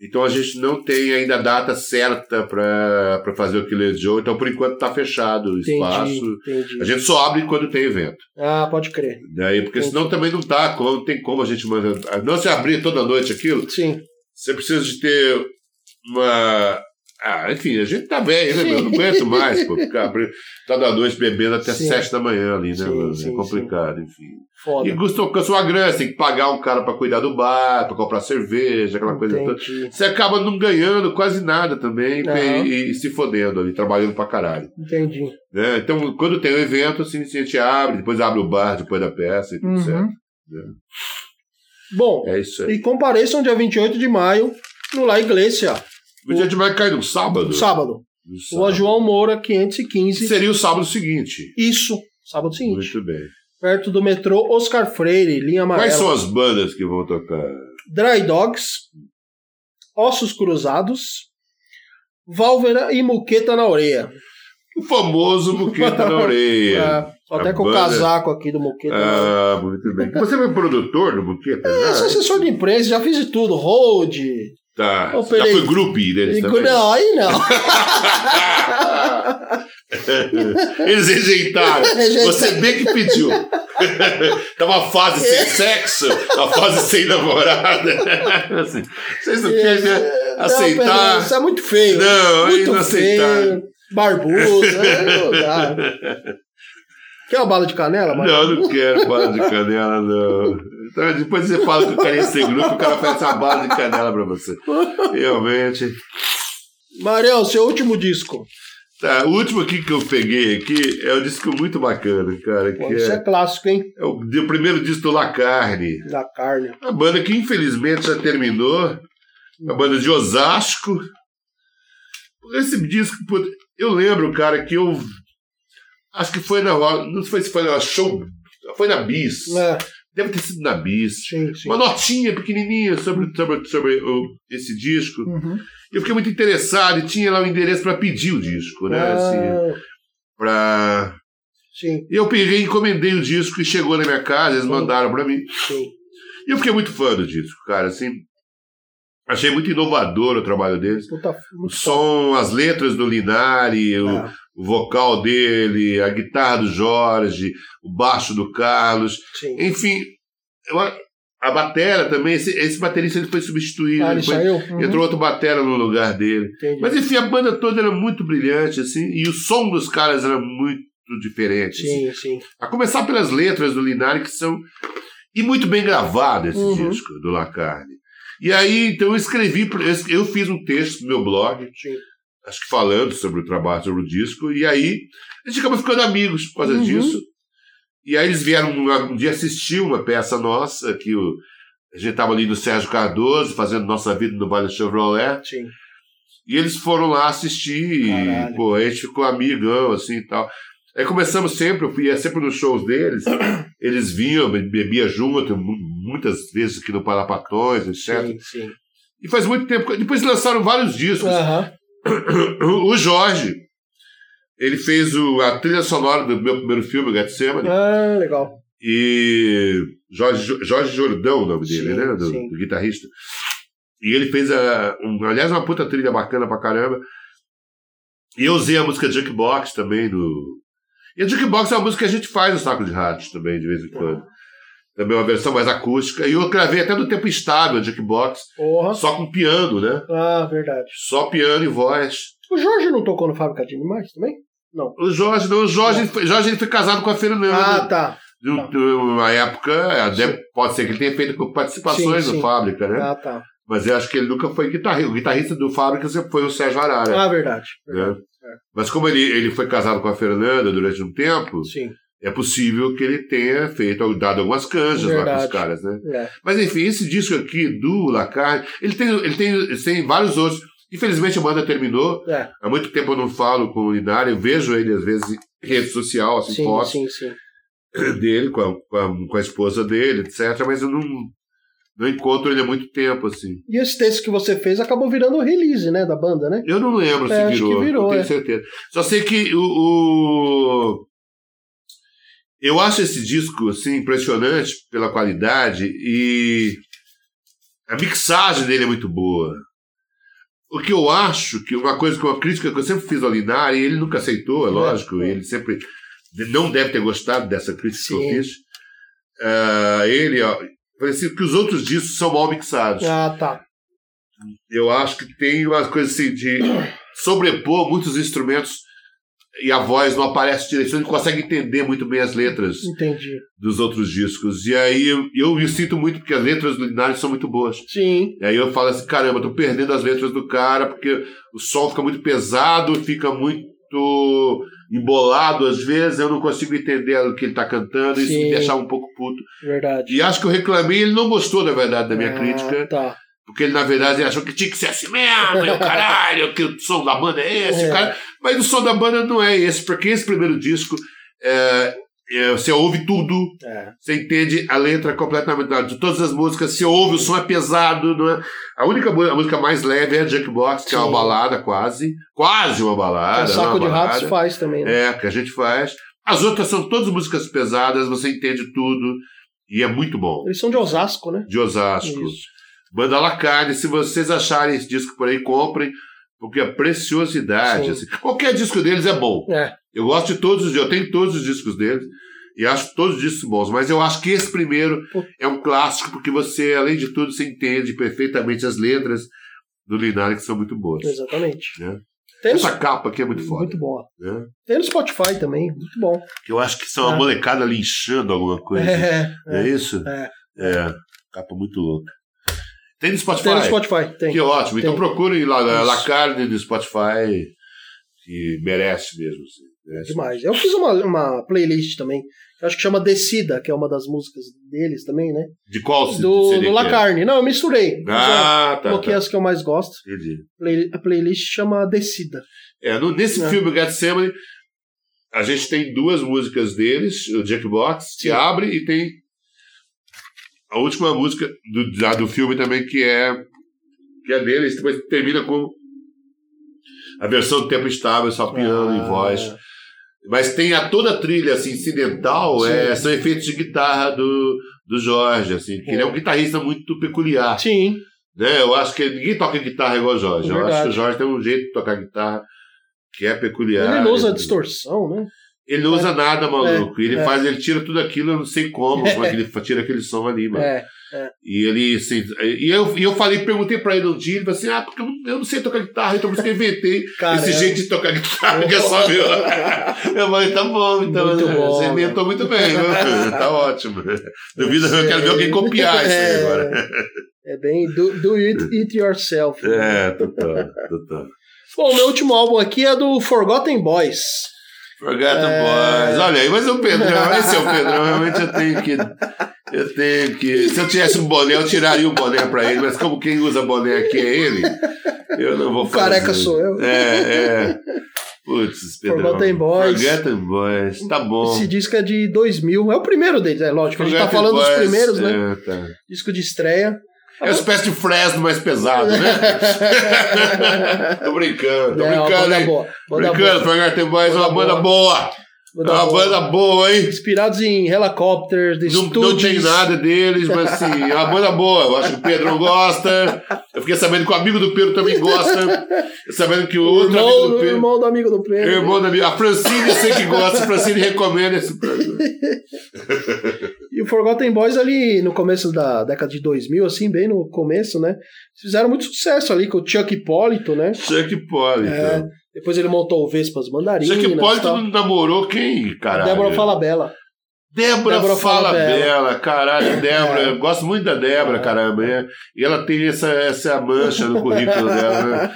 S3: Então a gente não tem ainda a data certa para fazer o Killer Joe, então por enquanto tá fechado o
S2: Entendi,
S3: espaço.
S2: entendi.
S3: A gente só abre quando tem evento.
S2: Ah, pode crer.
S3: Daí, porque senão também não tá, como- não tem como a gente mandar. Não se abrir toda noite aquilo,
S2: Sim.
S3: você precisa de ter uma. Ah, enfim, a gente tá velho, né, meu? Eu Não aguento mais, pô, ficar abrindo toda noite bebendo até
S2: Sim.
S3: sete da manhã ali, né,
S2: Sim,
S3: mano?
S2: sim,
S3: é complicado, enfim.
S2: Foda.
S3: E custa alcança uma grana, você tem que pagar um cara para cuidar do bar, para comprar cerveja, aquela coisa toda.
S2: entendi.
S3: Você acaba não ganhando quase nada também
S2: Aham.
S3: e, e se fodendo ali, trabalhando pra caralho.
S2: Entendi.
S3: né? Então, quando tem o evento, assim, a gente abre, depois abre o bar depois da peça e tudo
S2: Uhum.
S3: certo.
S2: Bom,
S3: É isso aí.
S2: e compareçam dia 28 de maio no La Iglesia,
S3: O dia de vai cair no sábado?
S2: sábado.
S3: No
S2: Rua
S3: sábado.
S2: João Moura,
S3: Que
S2: 515.
S3: Seria o sábado seguinte.
S2: Isso, sábado seguinte.
S3: Muito bem.
S2: Perto do metrô Oscar Freire, linha amarela.
S3: Quais são as bandas que vão tocar?
S2: Dry Dogs, Ossos Cruzados, Válvera e Muqueta na Orelha.
S3: O famoso Buqueta na Orelha.
S2: Ah, tô até
S3: É, a
S2: com o
S3: banda-
S2: casaco aqui do Muqueta na Orelha.
S3: Ah, muito bem. Você foi produtor do Buqueta?
S2: Eu sou assessor de imprensa, já fiz de tudo. Hold.
S3: Tá.
S2: Ô,
S3: Já
S2: peraí.
S3: foi grupo deles também?
S2: Não, aí não.
S3: Eles rejeitaram.
S2: Rejeitaram.
S3: Você bem que pediu. Tava uma fase sem
S2: É.
S3: sexo, uma fase sem namorada. Assim, Vocês
S2: É.
S3: não querem né,
S2: Não, perdão,
S3: aceitar.
S2: isso é muito feio.
S3: Não, aí
S2: muito
S3: não aceitaram.
S2: feio. Barbudo. né? Não dá. Quer uma bala de canela? Mar-
S3: Não, não quero bala de canela, não. Então, depois você fala que o cara ia ser grupo, o cara faz essa bala de canela pra você. Realmente.
S2: Marião, seu último disco.
S3: Tá, o último aqui que eu peguei aqui é um disco muito bacana, cara. Que
S2: Pô, isso é
S3: é,
S2: clássico, hein?
S3: é o de- o primeiro disco do La Carne.
S2: Da carne.
S3: A banda que infelizmente já terminou. A banda de Osasco. Esse disco, pô, eu lembro, cara, que eu. Acho que foi na. Ro- Não sei se foi na show. Foi na Bis.
S2: É,
S3: Deve ter sido na Bis.
S2: sim, sim.
S3: Uma notinha pequenininha sobre, sobre, sobre o- esse disco.
S2: Uhum.
S3: Eu fiquei muito interessado e tinha lá o endereço para pedir o disco, né? Assim,
S2: Ah,
S3: pra...
S2: sim,
S3: E eu peguei, encomendei o disco e chegou na minha casa, eles mandaram para mim.
S2: sim.
S3: E eu fiquei muito fã do disco, cara, assim. Achei muito inovador o trabalho deles.
S2: Puta,
S3: O som, as letras do Linari, o,
S2: ah,
S3: o vocal dele, a guitarra do Jorge, o baixo do Carlos.
S2: sim.
S3: Enfim, eu a- a batera também, esse, esse baterista ele foi substituído.
S2: Ah, ele
S3: ele foi-
S2: saiu? Uhum,
S3: entrou outro batera no lugar dele.
S2: entendi.
S3: Mas enfim, a banda toda era muito brilhante, assim, e o som dos caras era muito tudo diferente. assim.
S2: Sim, sim.
S3: A começar pelas letras do Linari, que são. E muito bem gravado esse
S2: Uhum.
S3: disco do Lacarne. E aí, então, eu escrevi. pra- eu- Eu fiz um texto no meu blog,
S2: sim.
S3: acho que falando sobre o trabalho, sobre o disco. E aí, a gente acabou ficando amigos por causa
S2: Uhum.
S3: disso. E aí, eles vieram um, um dia assistir uma peça nossa, que o, a gente estava ali no Sérgio Cardoso, fazendo Nossa Vida no Vale Chevrolet.
S2: sim.
S3: E eles foram lá assistir,
S2: Caralho.
S3: e, pô, a gente ficou amigão, assim e tal. Aí começamos sempre, eu ia sempre nos shows deles, eles vinham, be- bebia junto, mu- muitas vezes aqui no Palapatões, etc.
S2: Sim, sim.
S3: E faz muito tempo. que- Depois lançaram vários discos.
S2: Aham.
S3: O Jorge, ele fez o- a trilha sonora do meu primeiro filme, Getsemane,
S2: Ah, legal.
S3: e Jorge, Jorge Jordão, o nome dele,
S2: Sim,
S3: né? Do,
S2: sim.
S3: do guitarrista. E ele fez, a, um- aliás, uma puta trilha bacana pra caramba. E eu usei a música Jukebox também no. E a Jukebox é uma música que a gente faz no saco de rádio também, de vez em quando. Também é uma versão mais acústica. E eu gravei até no tempo estável a Jukebox,
S2: Porra.
S3: só com piano, né?
S2: Ah, verdade.
S3: Só piano e voz.
S2: O Jorge não tocou no Fábrica de Animais também?
S3: O Jorge, não, o Jorge, ele foi- Jorge ele foi casado com a Fernanda.
S2: Ah, tá.
S3: de um- de uma época, até pode ser que ele tenha feito com participações
S2: Sim, sim.
S3: no Fábrica, né?
S2: Ah, tá.
S3: Mas eu acho que ele nunca foi guitarrista. O guitarrista do Fábrica sempre foi o Sérgio Arara.
S2: Ah, verdade.
S3: né? Mas como ele, ele foi casado com a Fernanda durante um tempo,
S2: Sim.
S3: é possível que ele tenha feito, dado algumas canjas lá com
S2: Verdade.
S3: os caras, né?
S2: É.
S3: Mas enfim, esse disco aqui do Lacarne, ele tem, ele tem, ele tem vários outros. Infelizmente a banda terminou.
S2: É.
S3: Há muito tempo eu não falo com o Linário, eu vejo ele às vezes em rede social, assim,
S2: Sim,
S3: fotos
S2: sim, sim.
S3: dele, com a, com a- com a esposa dele, etc. Mas eu não, não encontro ele há muito tempo, assim.
S2: E esse texto que você fez acabou virando o release, né? Da banda, né?
S3: Eu não lembro
S2: É,
S3: se
S2: acho
S3: virou,
S2: que virou,
S3: não tenho
S2: é.
S3: certeza. Só sei que o, o- Eu acho esse disco, assim, impressionante pela qualidade e a mixagem dele é muito boa. O que eu acho, que uma coisa que uma crítica que eu sempre fiz ao Linari, ele nunca aceitou, é
S2: É.
S3: lógico, e ele sempre não deve ter gostado dessa crítica que
S2: Sim.
S3: eu fiz. Ah, ele, ó, parecia que os outros discos são mal mixados
S2: Ah, tá.
S3: eu acho que tem umas coisas assim de sobrepor muitos instrumentos e a voz não aparece direito, você não consegue entender muito bem as letras
S2: Entendi.
S3: dos outros discos. E aí eu, eu me sinto muito, porque as letras do Linares são muito boas.
S2: Sim.
S3: E aí eu falo assim, caramba, eu tô perdendo as letras do cara, porque o som fica muito pesado, fica muito embolado às vezes, eu não consigo entender o que ele tá cantando, isso me
S2: Sim.
S3: deixava um pouco puto.
S2: Verdade.
S3: E acho que eu reclamei, ele não gostou, na verdade, da minha
S2: Ah,
S3: crítica.
S2: Tá.
S3: Porque ele, na verdade, ele achou que tinha que ser assim mesmo, e o caralho, que o som da banda é esse,
S2: É.
S3: o cara. Mas o som da banda não é esse, porque esse primeiro disco, é, é, você ouve tudo,
S2: É.
S3: você entende a letra completamente. De todas as músicas, você ouve, o som é pesado, não é? A única mu- a música mais leve é a Jackbox, que é uma
S2: Sim.
S3: balada quase, quase uma
S2: o
S3: balada. não é
S2: saco
S3: uma
S2: de
S3: balada.
S2: ratos faz também. Né?
S3: É, que a gente faz. As outras são todas músicas pesadas, você entende tudo, e é muito bom.
S2: Eles são de Osasco, né?
S3: De Osasco.
S2: Isso.
S3: Banda Lacarne, se vocês acharem esse disco por aí, comprem, porque é preciosidade.
S2: Sim.
S3: assim. Qualquer disco deles é bom.
S2: É.
S3: Eu gosto de todos os eu tenho todos os discos deles e acho todos os discos bons, mas eu acho que esse primeiro é um clássico, porque você, além de tudo, você entende perfeitamente as letras do Linari, que são muito boas.
S2: Exatamente.
S3: É.
S2: Tem no-
S3: Essa capa aqui é muito foda.
S2: Muito bom.
S3: né?
S2: Tem no Spotify também. Muito bom.
S3: Eu acho que são uma
S2: É.
S3: molecada linchando alguma coisa. É,
S2: É. é.
S3: isso?
S2: É.
S3: É. Capa muito louca. Tem no Spotify.
S2: Tem no Spotify. Tem.
S3: Que ótimo. Então
S2: Tem.
S3: procurem lá
S2: Isso.
S3: La Carne do Spotify, que merece mesmo. assim, merece.
S2: Demais. Eu fiz uma, uma playlist também. que eu acho que chama Decida, que é uma das músicas deles também, né?
S3: De qual se-
S2: Do,
S3: seria
S2: do
S3: que
S2: La
S3: é?
S2: Carne. Não, eu misturei.
S3: Ah, tá.
S2: Coloquei
S3: tá.
S2: as que eu mais gosto.
S3: Entendi.
S2: Play- a playlist chama Decida.
S3: É, no- nesse
S2: É.
S3: filme Getsemane, a gente tem duas músicas deles, o Jackbox, que
S2: Sim.
S3: abre, e tem a última música do, da- do filme também, que é, que é deles, depois termina com a versão do tempo estável, só piano
S2: Ah,
S3: e voz. Mas tem a toda a trilha assim, incidental,
S2: Sim.
S3: é, são efeitos de guitarra do, do Jorge, assim, que ele é um guitarrista muito peculiar.
S2: Ah, Sim.
S3: Né? Eu acho que ninguém toca guitarra igual o Jorge. Eu
S2: É
S3: acho
S2: Verdade.
S3: que o Jorge tem um jeito de tocar guitarra que é peculiar.
S2: Ele não usa distorção, né?
S3: Ele não usa nada, maluco.
S2: É,
S3: ele
S2: é.
S3: faz, ele tira tudo aquilo, eu não sei como, como é que ele fa- tira aquele som ali, mano.
S2: É,
S3: E ele. se- e, eu, e eu falei, perguntei pra ele um dia, ele falou assim: ah, porque eu não- eu não sei tocar guitarra, então por isso que eu inventei
S2: Caramba.
S3: esse jeito de tocar guitarra, que é só é. meu. Eu falei, tá bom, então.
S2: Muito bom,
S3: você
S2: né?
S3: inventou muito bem, viu? tá ótimo. Duvido, eu quero ver alguém copiar isso aí agora.
S2: É bem do, do it, it yourself.
S3: É, total, total.
S2: Bom, meu último álbum aqui é do Forgotten Boys.
S3: Forgotten Boys. Olha aí, mas o Pedrão, esse é o Pedrão, realmente eu tenho que. Eu tenho que. Se eu tivesse um boné, eu tiraria o boné pra ele, mas como quem usa boné aqui é ele, eu não vou
S2: O
S3: fazer.
S2: careca sou eu.
S3: É, é. Putz, Pedrão.
S2: Forgotten Boys.
S3: Forgotten Boys, tá bom.
S2: Esse disco é de 2000. É o primeiro deles, é lógico. A gente tá
S3: Forgotten
S2: falando dos
S3: Boys,
S2: primeiros, né?
S3: É, tá.
S2: Disco de estreia.
S3: É uma espécie de Fresno mais pesado, né? tô brincando, tô
S2: É, uma
S3: brincando,
S2: banda
S3: hein?
S2: boa. Banda
S3: Brincando,
S2: boa.
S3: Forgotten Boys é uma
S2: Banda
S3: banda boa. É
S2: Banda
S3: uma
S2: boa.
S3: banda boa, hein?
S2: Inspirados em Helicopter, The
S3: Não, não
S2: Stooges.
S3: tem nada deles, mas assim, é uma banda boa. Eu acho que o Pedro não gosta. Eu fiquei sabendo que o amigo do Pedro também gosta. Sabendo que o
S2: O
S3: outro
S2: irmão,
S3: amigo
S2: do
S3: do Pedro.
S2: irmão do amigo do Pedro.
S3: Irmão da minha. A Francine eu sei que gosta, a Francine recomenda esse programa.
S2: E o Forgotten Boys ali no começo da década de 2000, assim, bem no começo, né? Fizeram muito sucesso ali com o Chuck Hipólito, né?
S3: Chuck Hipólito.
S2: É. Depois ele montou o Vespas Mandarinas.
S3: Chuck
S2: e
S3: Hipólito
S2: tal.
S3: não namorou quem, caralho?
S2: Débora fala bela. Débora
S3: Débora,
S2: É.
S3: fala
S2: Falabella.
S3: Bela, caralho, Débora, eu gosto muito da Débora, caramba. é. E ela tem essa, essa é mancha no currículo dela, né?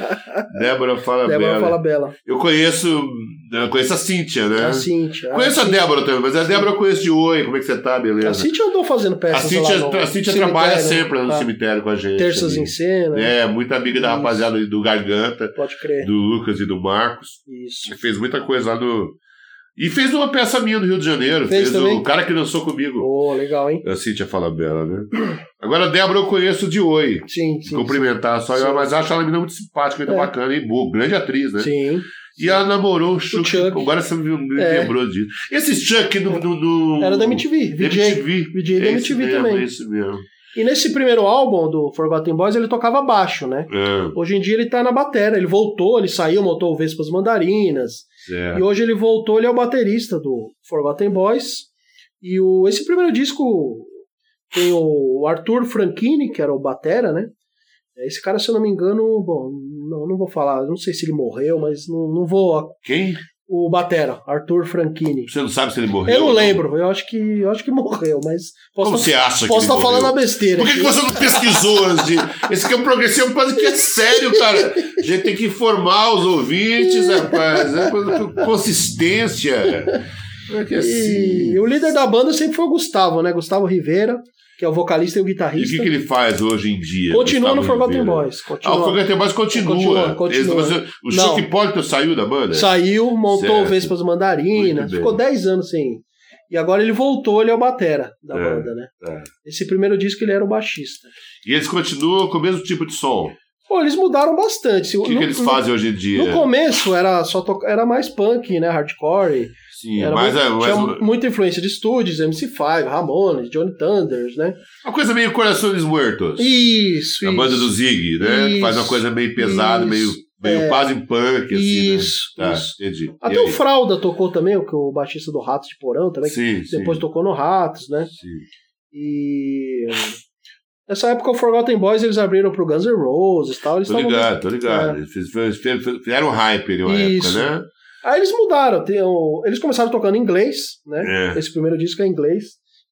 S3: Débora fala
S2: Débora
S3: Bela.
S2: fala bela.
S3: Eu conheço. Eu conheço a Cíntia, né?
S2: A Cintia.
S3: Conheço a Débora também, mas a Débora eu conheço de oi, como é que você tá,
S2: A
S3: beleza?
S2: Cintia andou fazendo
S3: A
S2: peças
S3: Cíntia,
S2: lá no
S3: a Cíntia
S2: cemitério,
S3: trabalha
S2: né?
S3: sempre no
S2: Tá.
S3: cemitério com a gente.
S2: Terças
S3: ali.
S2: em né? cena.
S3: É, muito amiga da
S2: Isso.
S3: rapaziada ali do Garganta,
S2: Pode crer.
S3: do Lucas e do Marcos.
S2: Isso.
S3: Fez muita coisa lá no. E fez uma peça minha do Rio de Janeiro.
S2: Fez
S3: Fez, o
S2: também?
S3: cara que dançou comigo.
S2: Pô, legal, hein?
S3: A Cíntia fala bela, né? Agora a Débora eu conheço de oi.
S2: Sim, sim.
S3: cumprimentar só,
S2: Sim.
S3: eu, mas acho ela menina muito simpática, muito
S2: É.
S3: bacana e boa, grande atriz, né?
S2: Sim.
S3: E ela namorou o Chuck.
S2: Chuck.
S3: Agora você me me
S2: É.
S3: lembrou disso. Esse Chuck no. no- no-
S2: Era da MTV. VJ.
S3: MTV.
S2: VJ da
S3: É isso
S2: MTV
S3: mesmo,
S2: também.
S3: É isso mesmo.
S2: E nesse primeiro álbum do Forgotten Boys, ele tocava baixo, né?
S3: É,
S2: Hoje em dia ele tá na batera, ele voltou, ele saiu, montou o Vespas Mandarinas. E
S3: certo.
S2: hoje ele voltou, ele é o baterista do Forgotten Boys. E o, esse primeiro disco tem o Arthur Franchini, que era o batera, né? Esse cara, se eu não me engano, bom, não, não vou falar, não sei se ele morreu, mas não, não vou.
S3: Quem?
S2: O batera, Arthur Franchini.
S3: Você não sabe se ele morreu?
S2: Eu não
S3: ou
S2: lembro, eu acho que, eu acho que morreu, mas posso tá,
S3: Como você acha que
S2: posso
S3: ele
S2: estar falando a
S3: morreu?
S2: besteira.
S3: Por que, que
S2: aqui.
S3: você não pesquisou antes de. Esse que é um progressivo quase que é sério, cara. A gente tem que informar os ouvintes, rapaz. É coisa com consistência. Como é que é assim?
S2: E o líder da banda sempre foi o Gustavo, né? Gustavo Rivera, que é o vocalista e o
S3: E o que,
S2: guitarrista.
S3: que ele faz hoje em dia?
S2: Continua no
S3: Gustavo
S2: Forgotten
S3: Oliveira?
S2: Boys.
S3: Ah, o
S2: Continua.
S3: Forgotten Boys
S2: Continua,
S3: continua.
S2: continua.
S3: Eles- mas o
S2: Não.
S3: Chuck Hipólito saiu da banda?
S2: Saiu, montou
S3: Certo.
S2: o Vespas Mandarina,
S3: Muito bem.
S2: ficou 10 anos sem. E agora ele voltou, ele é o batera da
S3: É,
S2: banda, né?
S3: é.
S2: Esse primeiro disco ele era o baixista.
S3: E eles continuam com o mesmo tipo de som.
S2: Pô, eles mudaram bastante. Se-
S3: O que,
S2: no-
S3: que eles fazem hoje em
S2: No,
S3: dia?
S2: no começo era só toca- era mais punk, né? Hardcore.
S3: Sim,
S2: Era um
S3: mas, é,
S2: muito- tinha
S3: mas
S2: muita influência de estúdios, MC5, Ramones, Johnny Thunders, né?
S3: uma coisa meio Corações Muertos.
S2: Isso,
S3: a
S2: isso.
S3: banda do Zig, né? Que Faz uma
S2: Isso,
S3: coisa meio pesada, meio,
S2: isso,
S3: meio
S2: é.
S3: quase punk, assim, né?
S2: Isso,
S3: Tá,
S2: isso.
S3: entendi. E
S2: Até o
S3: aí?
S2: Fralda tocou também, o que o baixista do Ratos de Porão também,
S3: Sim,
S2: que depois tocou no Ratos, né?
S3: sim, sim.
S2: E nessa época o Forgotten Boys eles abriram pro Guns N' Roses e tal. Eles
S3: Tô
S2: tavam-
S3: ligado, tô ligado.
S2: É.
S3: Eles fiz- fiz- fiz- Fizeram um hype ali uma
S2: Isso.
S3: época, né?
S2: Aí eles mudaram. tem o- Eles começaram tocando em inglês, né?
S3: né? É.
S2: Esse primeiro disco é em inglês.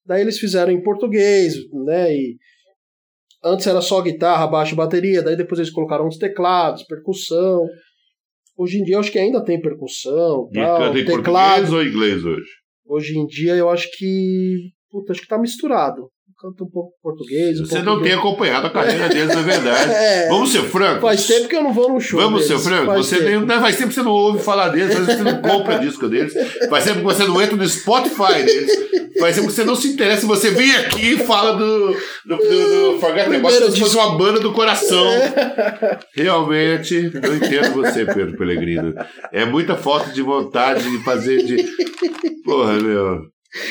S2: Daí eles fizeram em português, né? E antes era só guitarra, baixo e bateria. Daí depois eles colocaram uns teclados, percussão. Hoje em dia eu acho que ainda tem percussão,
S3: E
S2: tal,
S3: canta em português né?
S2: teclado.
S3: ou inglês hoje?
S2: Hoje em dia eu acho que. Puta, acho que tá misturado. Canta um pouco português, um
S3: Você
S2: pouco
S3: não tem
S2: inglês.
S3: acompanhado a carreira deles, na verdade.
S2: É.
S3: Vamos ser francos.
S2: Faz tempo que eu não vou num show.
S3: Vamos ser
S2: deles.
S3: franco,
S2: Faz
S3: você
S2: tempo.
S3: nem, não, faz tempo que você não ouve falar deles, faz tempo que você não compra disco deles, faz tempo que você não entra no Spotify deles, faz tempo que você não se interessa, você vem aqui e fala do, do, do, do Forgotten
S2: Primeiro É.
S3: Negócio como se fosse
S2: disco.
S3: uma banda do coração. Realmente, não entendo você, Pedro Pellegrino. É muita falta de vontade de fazer de. Porra, meu.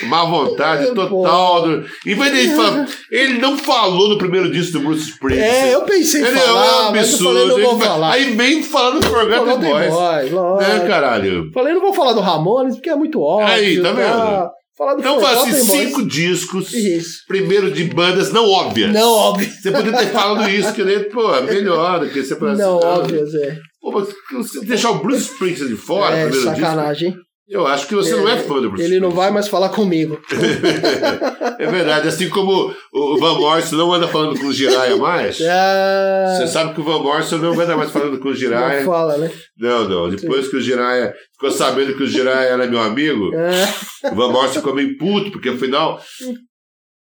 S3: Má vontade
S2: É,
S3: total. Do... E vai ele, fala- ele não falou no primeiro disco do Bruce Springsteen.
S2: É, eu pensei em
S3: Ele
S2: falar,
S3: é um
S2: mas eu
S3: absurdo.
S2: falei, não
S3: ele
S2: vou
S3: vai-
S2: falar.
S3: Aí vem falando do Forgotten
S2: Forgotten
S3: Boys.
S2: Boys, lógico.
S3: Né, caralho?
S2: Falei, não vou falar do Ramones, porque é muito óbvio.
S3: Aí, tá vendo?
S2: Falar do
S3: Então
S2: forró
S3: faz assim,
S2: tem mais.
S3: cinco discos.
S2: Isso.
S3: Primeiro de bandas não óbvias.
S2: Não óbvias.
S3: Você podia ter falado isso, que nem, pô, é melhor do que você fala
S2: Não,
S3: assim, ah,
S2: óbvias, é.
S3: Pô, mas você deixar o Bruce Springsteen de fora,
S2: é
S3: primeiro disco,
S2: sacanagem. hein?
S3: eu acho que você não é fã do Bruce
S2: Ele não
S3: Springsteen.
S2: vai mais falar comigo.
S3: É verdade, assim como o Van Morrison não anda falando com o Jiraya mais.
S2: Ah,
S3: Você sabe que o Van Morrison não anda mais falando com o
S2: não
S3: Jiraya.
S2: fala, né?
S3: Não, não. Depois que o Jiraya ficou sabendo que o Jiraya era meu amigo,
S2: Ah,
S3: o Van Morrison ficou meio puto, porque afinal.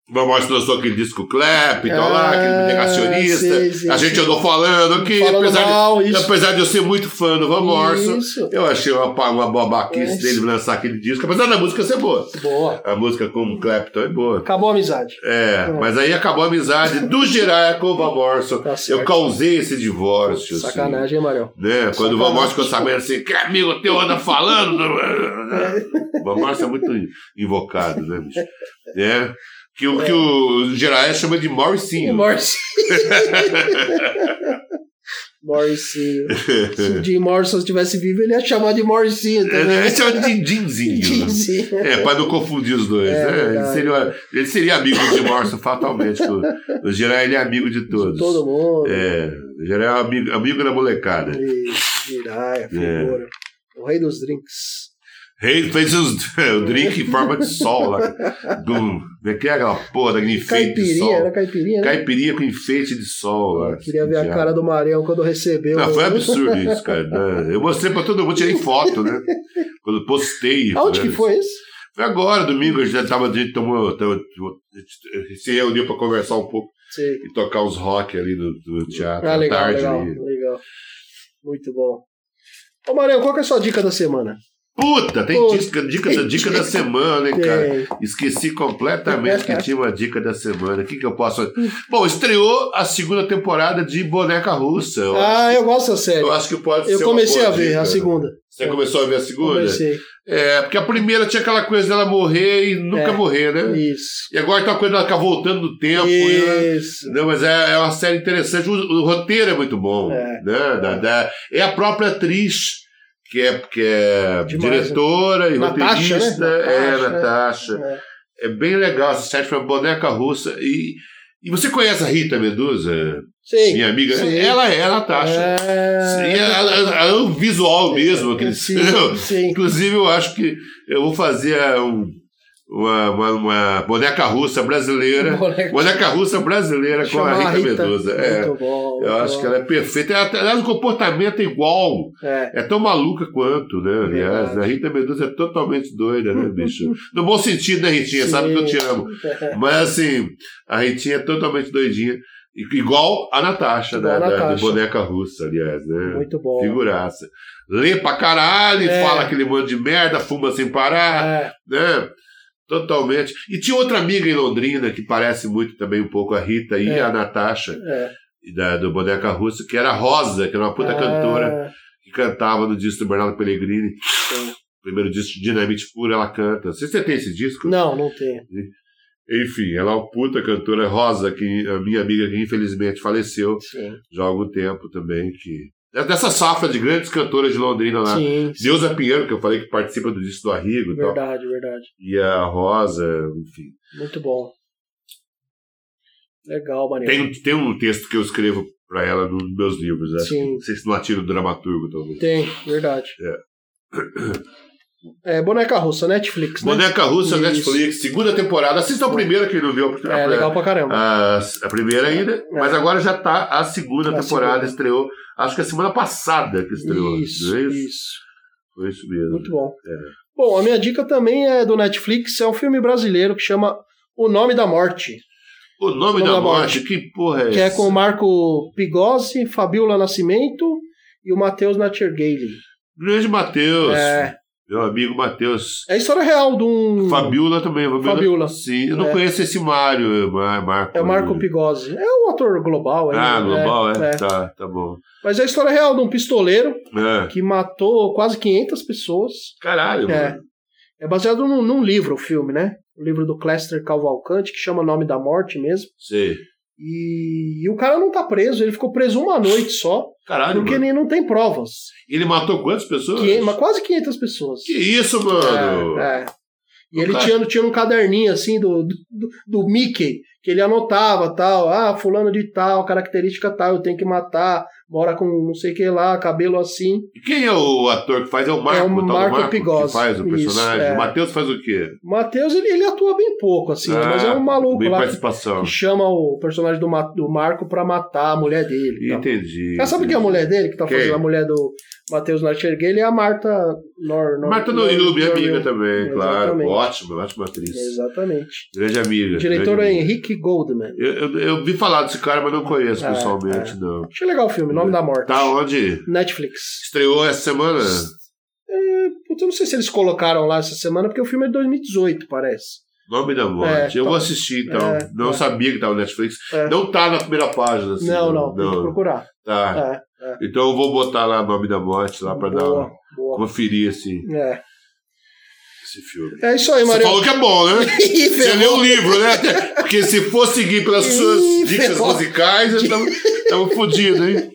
S3: O Van Morrison lançou aquele disco clap, então
S2: Ah,
S3: lá, aquele negacionista.
S2: sei, sei,
S3: a gente
S2: sei.
S3: andou falando aqui,
S2: Falando
S3: apesar,
S2: mal,
S3: de,
S2: isso.
S3: apesar de eu ser muito fã do Van Morrison.
S2: Isso.
S3: Eu achei uma, pa- uma bobaquice
S2: Isso.
S3: dele lançar aquele disco, apesar da música ser boa.
S2: Boa.
S3: A música com o Clapton é boa.
S2: Acabou a amizade.
S3: É, mas aí acabou a amizade do Jiraya com o Van Morrison.
S2: Tá certo.
S3: eu causei esse divórcio. assim,
S2: Sacanagem, hein, Marião?
S3: né? Quando o Van
S2: Sacanagem.
S3: Morrison ficou sabendo assim, que amigo teu anda falando. o Van Morrison é muito invocado, né, bicho? É. Que o que o Jiraya chama de Morrisinho.
S2: Morcinho. Morcinho. Se o Jim Morrison estivesse vivo, ele ia chamar de Morcinho
S3: É,
S2: também.
S3: Esse é o Dindinzinho. né?
S2: Dinzinho.
S3: É, para não confundir os dois,
S2: É,
S3: né? Ele
S2: verdade.
S3: seria, ele seria amigo de Morrison fatalmente. O, o Geral ele é amigo de todos.
S2: Todo mundo.
S3: É, o Geral é amigo, amigo da molecada.
S2: E Jiraya, figura.
S3: É.
S2: O rei dos drinks.
S3: Rei fez os, o drink em forma de sol lá. Do, como é que é aquela porra daquele enfeite de
S2: Caipirinha,
S3: sol?
S2: era caipirinha, né?
S3: Caipirinha com enfeite de sol lá.
S2: Queria ver a
S3: Já.
S2: cara do Marião quando recebeu.
S3: Não, foi um absurdo isso, cara. né? Eu mostrei pra todo mundo, tirei foto, né? Quando eu postei.
S2: Aonde
S3: né?
S2: que foi isso?
S3: Foi agora, domingo, a gente já tava, a gente tomou, tava- a gente se reuniu pra conversar um pouco.
S2: Sim.
S3: e tocar os rock ali no, no teatro
S2: Ah,
S3: à
S2: legal,
S3: tá tarde.
S2: legal,
S3: ali.
S2: legal. Muito bom. Ô, Marião, qual que é a sua dica da semana?
S3: Puta, tem
S2: Puta,
S3: dica, dica, da,
S2: tem
S3: dica
S2: dica.
S3: da semana, hein,
S2: Tem.
S3: cara? Esqueci completamente que tinha uma dica da semana. O que, que eu posso. Bom, estreou a segunda temporada de Boneca Russa. Eu,
S2: Ah, eu gosto da série.
S3: eu acho que pode
S2: Eu
S3: ser. uma
S2: comecei
S3: boa
S2: a ver
S3: dica. né?
S2: a segunda.
S3: Você começou a ver a segunda?
S2: Comecei.
S3: É, porque a primeira tinha aquela coisa dela morrer e nunca
S2: É.
S3: morrer, né?
S2: Isso.
S3: E agora tem uma coisa dela ficar voltando no tempo. né?
S2: Isso.
S3: Não, mas é, é uma série interessante. O, o roteiro é muito bom.
S2: É.
S3: É, né? Da- da- é a própria atriz que é, que é
S2: Demais, né?
S3: diretora e
S2: Natasha,
S3: roteirista.
S2: né?
S3: É,
S2: Natasha.
S3: Natasha.
S2: É.
S3: É bem legal essa série, foi Boneca Russa. E, e você conhece a Rita Medusa,
S2: Sim.
S3: minha amiga?
S2: Sim.
S3: Ela é a Natasha.
S2: É...
S3: E ela- ela- ela é um visual mesmo. aquele-
S2: Sim, sim.
S3: Inclusive, eu acho que eu vou fazer ah, um- uma, uma- uma boneca russa brasileira.
S2: Boneca-
S3: Boneca russa brasileira com
S2: Chamar
S3: a Rita, Medusa. É.
S2: Muito bom.
S3: Eu acho que ela é perfeita. Ela- Aliás, o comportamento é igual.
S2: é.
S3: É tão maluca quanto, né? Aliás,
S2: Verdade.
S3: a Rita Medusa é totalmente doida, né, bicho? No bom sentido, né, Ritinha? Sabe que eu te amo. Mas assim, a Ritinha é totalmente doidinha. I- Igual a Natasha, né,
S2: Igual
S3: da,
S2: a
S3: da-
S2: Natasha.
S3: do Boneca Russa, aliás, né?
S2: Muito bom.
S3: Figuraça. Lê pra caralho,
S2: É.
S3: fala aquele monte de merda, fuma sem parar
S2: É.
S3: né? Totalmente. E tinha outra amiga em Londrina que parece muito também um pouco a Rita e
S2: É.
S3: a Natasha,
S2: é.
S3: da, do Boneca Russa, que era a Rosa, que era uma puta
S2: Ah,
S3: cantora, que cantava no disco do Bernardo Pellegrini.
S2: Sim.
S3: Primeiro disco, Dinamite Puro, ela canta. Não sei se Você tem esse disco?
S2: Não, não tem.
S3: Enfim, ela é uma puta cantora Rosa, que a minha amiga que infelizmente faleceu
S2: Sim.
S3: já há algum tempo também. que é Dessa safra de grandes cantoras de Londrina lá.
S2: Sim. sim.
S3: Deusa Pinheiro, que eu falei que participa do disco do Arrigo e tal.
S2: Verdade, verdade.
S3: E a Rosa, enfim.
S2: Muito bom. Legal, Marião.
S3: Tem, tem um texto que eu escrevo pra ela nos meus livros, né?
S2: Sim.
S3: Não sei se não atira o dramaturgo, talvez.
S2: Tem, verdade. É. boneca russa, Netflix, né?
S3: Boneca Russa,
S2: Isso.
S3: Netflix, segunda temporada. Assista a primeira, quem não viu. A,
S2: É legal pra caramba.
S3: a, a primeira ainda, mas agora já tá a segunda
S2: A
S3: temporada,
S2: segunda.
S3: estreou. Acho que a semana passada que estreou.
S2: isso,
S3: não é
S2: isso,
S3: isso? Foi isso mesmo.
S2: Muito bom.
S3: É.
S2: Bom, a minha dica também é do Netflix, é um filme brasileiro que chama O Nome da Morte,
S3: O nome, da, morte, que porra é
S2: que é
S3: essa?
S2: com o Marco Pigossi, Fabiola Nascimento e o Matheus Natchergaile.
S3: Grande Matheus.
S2: É,
S3: Meu amigo Matheus.
S2: é a história real de um...
S3: Fabiola também. Fabiola.
S2: Fabiola.
S3: Sim, eu não
S2: É.
S3: conheço esse Mário. Mar- Marco. né?
S2: É o Marco Pigossi. É um ator global. ainda,
S3: Ah,
S2: né?
S3: global, é?
S2: É.
S3: Tá, tá bom.
S2: Mas é a história real de um pistoleiro
S3: É.
S2: que matou quase 500 pessoas
S3: Caralho,
S2: É.
S3: mano.
S2: É baseado num, num livro, o filme, né? O livro do Clester Cavalcante, que chama Nome da Morte mesmo.
S3: Sei.
S2: E, e o cara não tá preso, ele ficou preso uma noite só,
S3: Caralho,
S2: porque
S3: mano.
S2: nem, não tem provas.
S3: Ele matou quantas pessoas?
S2: Quinhe- mas quase 500 pessoas.
S3: Que isso, mano?
S2: É, é. E ele
S3: Cara.
S2: tinha, tinha um caderninho assim do, do, do Mickey, que ele anotava tal, ah, fulano de tal, característica tal, eu tenho que matar, mora com não sei o que lá, cabelo assim.
S3: E Quem é o ator que faz? É o Marco,
S2: É o
S3: tal do
S2: Marco
S3: Marco
S2: Pigozzi.
S3: que faz o
S2: Isso,
S3: personagem.
S2: é.
S3: O Matheus faz o quê?
S2: Matheus, ele, ele atua bem pouco, assim,
S3: Ah,
S2: mas é um maluco
S3: Bem
S2: lá que,
S3: participação.
S2: que chama o personagem do, Ma- do Marco pra matar a mulher dele. e tal.
S3: Entendi.
S2: Mas sabe
S3: entendi.
S2: quem é a mulher dele, que tá
S3: Quem?
S2: fazendo a mulher do Matheus Nacherguele? É a Marta Nor... Nor
S3: Marta
S2: Nor-
S3: Noyub, minha
S2: Nor-
S3: amiga também, claro.
S2: Exatamente.
S3: Ótima, ótima atriz.
S2: Exatamente.
S3: Grande amiga.
S2: Diretor
S3: grande
S2: é
S3: amiga.
S2: Henrique Goldman.
S3: Eu, eu, eu vi falar desse cara, mas não conheço
S2: Ah,
S3: pessoalmente, não.
S2: Achei legal o filme, Nome da Morte.
S3: Tá onde?
S2: Netflix.
S3: Estreou essa semana?
S2: Puta, eu não sei se eles colocaram lá essa semana, porque o filme é de 2018, parece.
S3: Nome da Morte.
S2: É,
S3: eu vou
S2: tá.
S3: assistir, então.
S2: É,
S3: não
S2: é.
S3: sabia que tava no Netflix.
S2: É.
S3: Não tá na primeira página. assim,
S2: não, não, tem que procurar.
S3: Tá.
S2: É,
S3: Então eu vou botar lá Nome da Morte, lá pra dar
S2: boa,
S3: uma-
S2: boa.
S3: conferir esse,
S2: É.
S3: esse filme.
S2: é isso aí,
S3: Você
S2: Mario.
S3: falou que é bom, né?
S2: Ih,
S3: Você
S2: ferrou.
S3: leu o livro, né? Porque se for seguir pelas
S2: Ih,
S3: suas dicas
S2: ferrou.
S3: musicais, estamos fodidos, hein?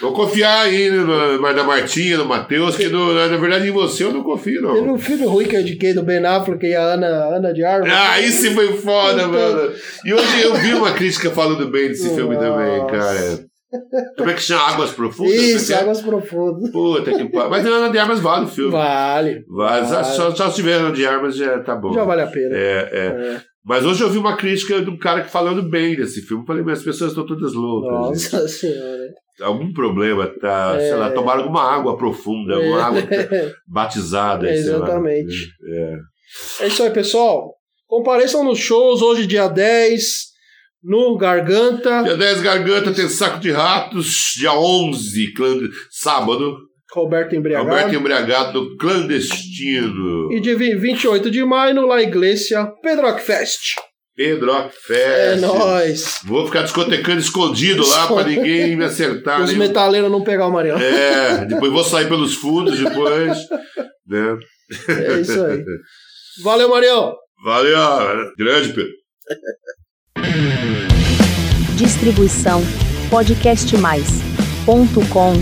S3: Vou confiar aí né, no, no- na Martinha, no Matheus, que no- na na verdade em você eu não confio,
S2: Teve
S3: não.
S2: um filme ruim que eu indiquei do Ben Affleck e a Ana, Ana de Armas.
S3: Ah, aí se foi foda, mano. E hoje eu vi uma crítica falando bem desse filme também,
S2: Nossa.
S3: cara. Como é que chama? Águas Profundas?
S2: Isso,
S3: né?
S2: Águas Profundas.
S3: Puta que pariu. Mas Ana de Armas vale o filme.
S2: Vale.
S3: Vale. Só-
S2: Vale.
S3: Só, só se tiver Ana de Armas já tá bom.
S2: Já vale a pena.
S3: É, é.
S2: É.
S3: Mas hoje eu vi uma crítica de um cara que falando bem desse filme. Eu Falei, mas as pessoas estão todas loucas. gente.
S2: Nossa É. senhora.
S3: Algum problema, tá? Sei lá, tomaram alguma água profunda, alguma É água batizada.
S2: É,
S3: sei lá.
S2: exatamente.
S3: É.
S2: É isso aí, pessoal. Compareçam nos shows hoje, dia 10, no Garganta.
S3: Dia 10, Garganta, tem Saco de Ratos. Dia 11, clande... sábado,
S2: Roberto Embriagado.
S3: Alberto Embriagado, no Clandestino.
S2: E dia 28 de maio, no La Iglesia, Pedro Rock Fest.
S3: Pedro
S2: É,
S3: Fest.
S2: nóis.
S3: Vou ficar discotecando escondido lá pra ninguém me acertar.
S2: Os
S3: nem-
S2: metaleiros não pegar o Mariano.
S3: É, depois vou sair pelos fundos depois. né?
S2: É isso aí. Valeu, Marião.
S3: Valeu, grande Pedro.
S5: Distribuição podcastmais.com.br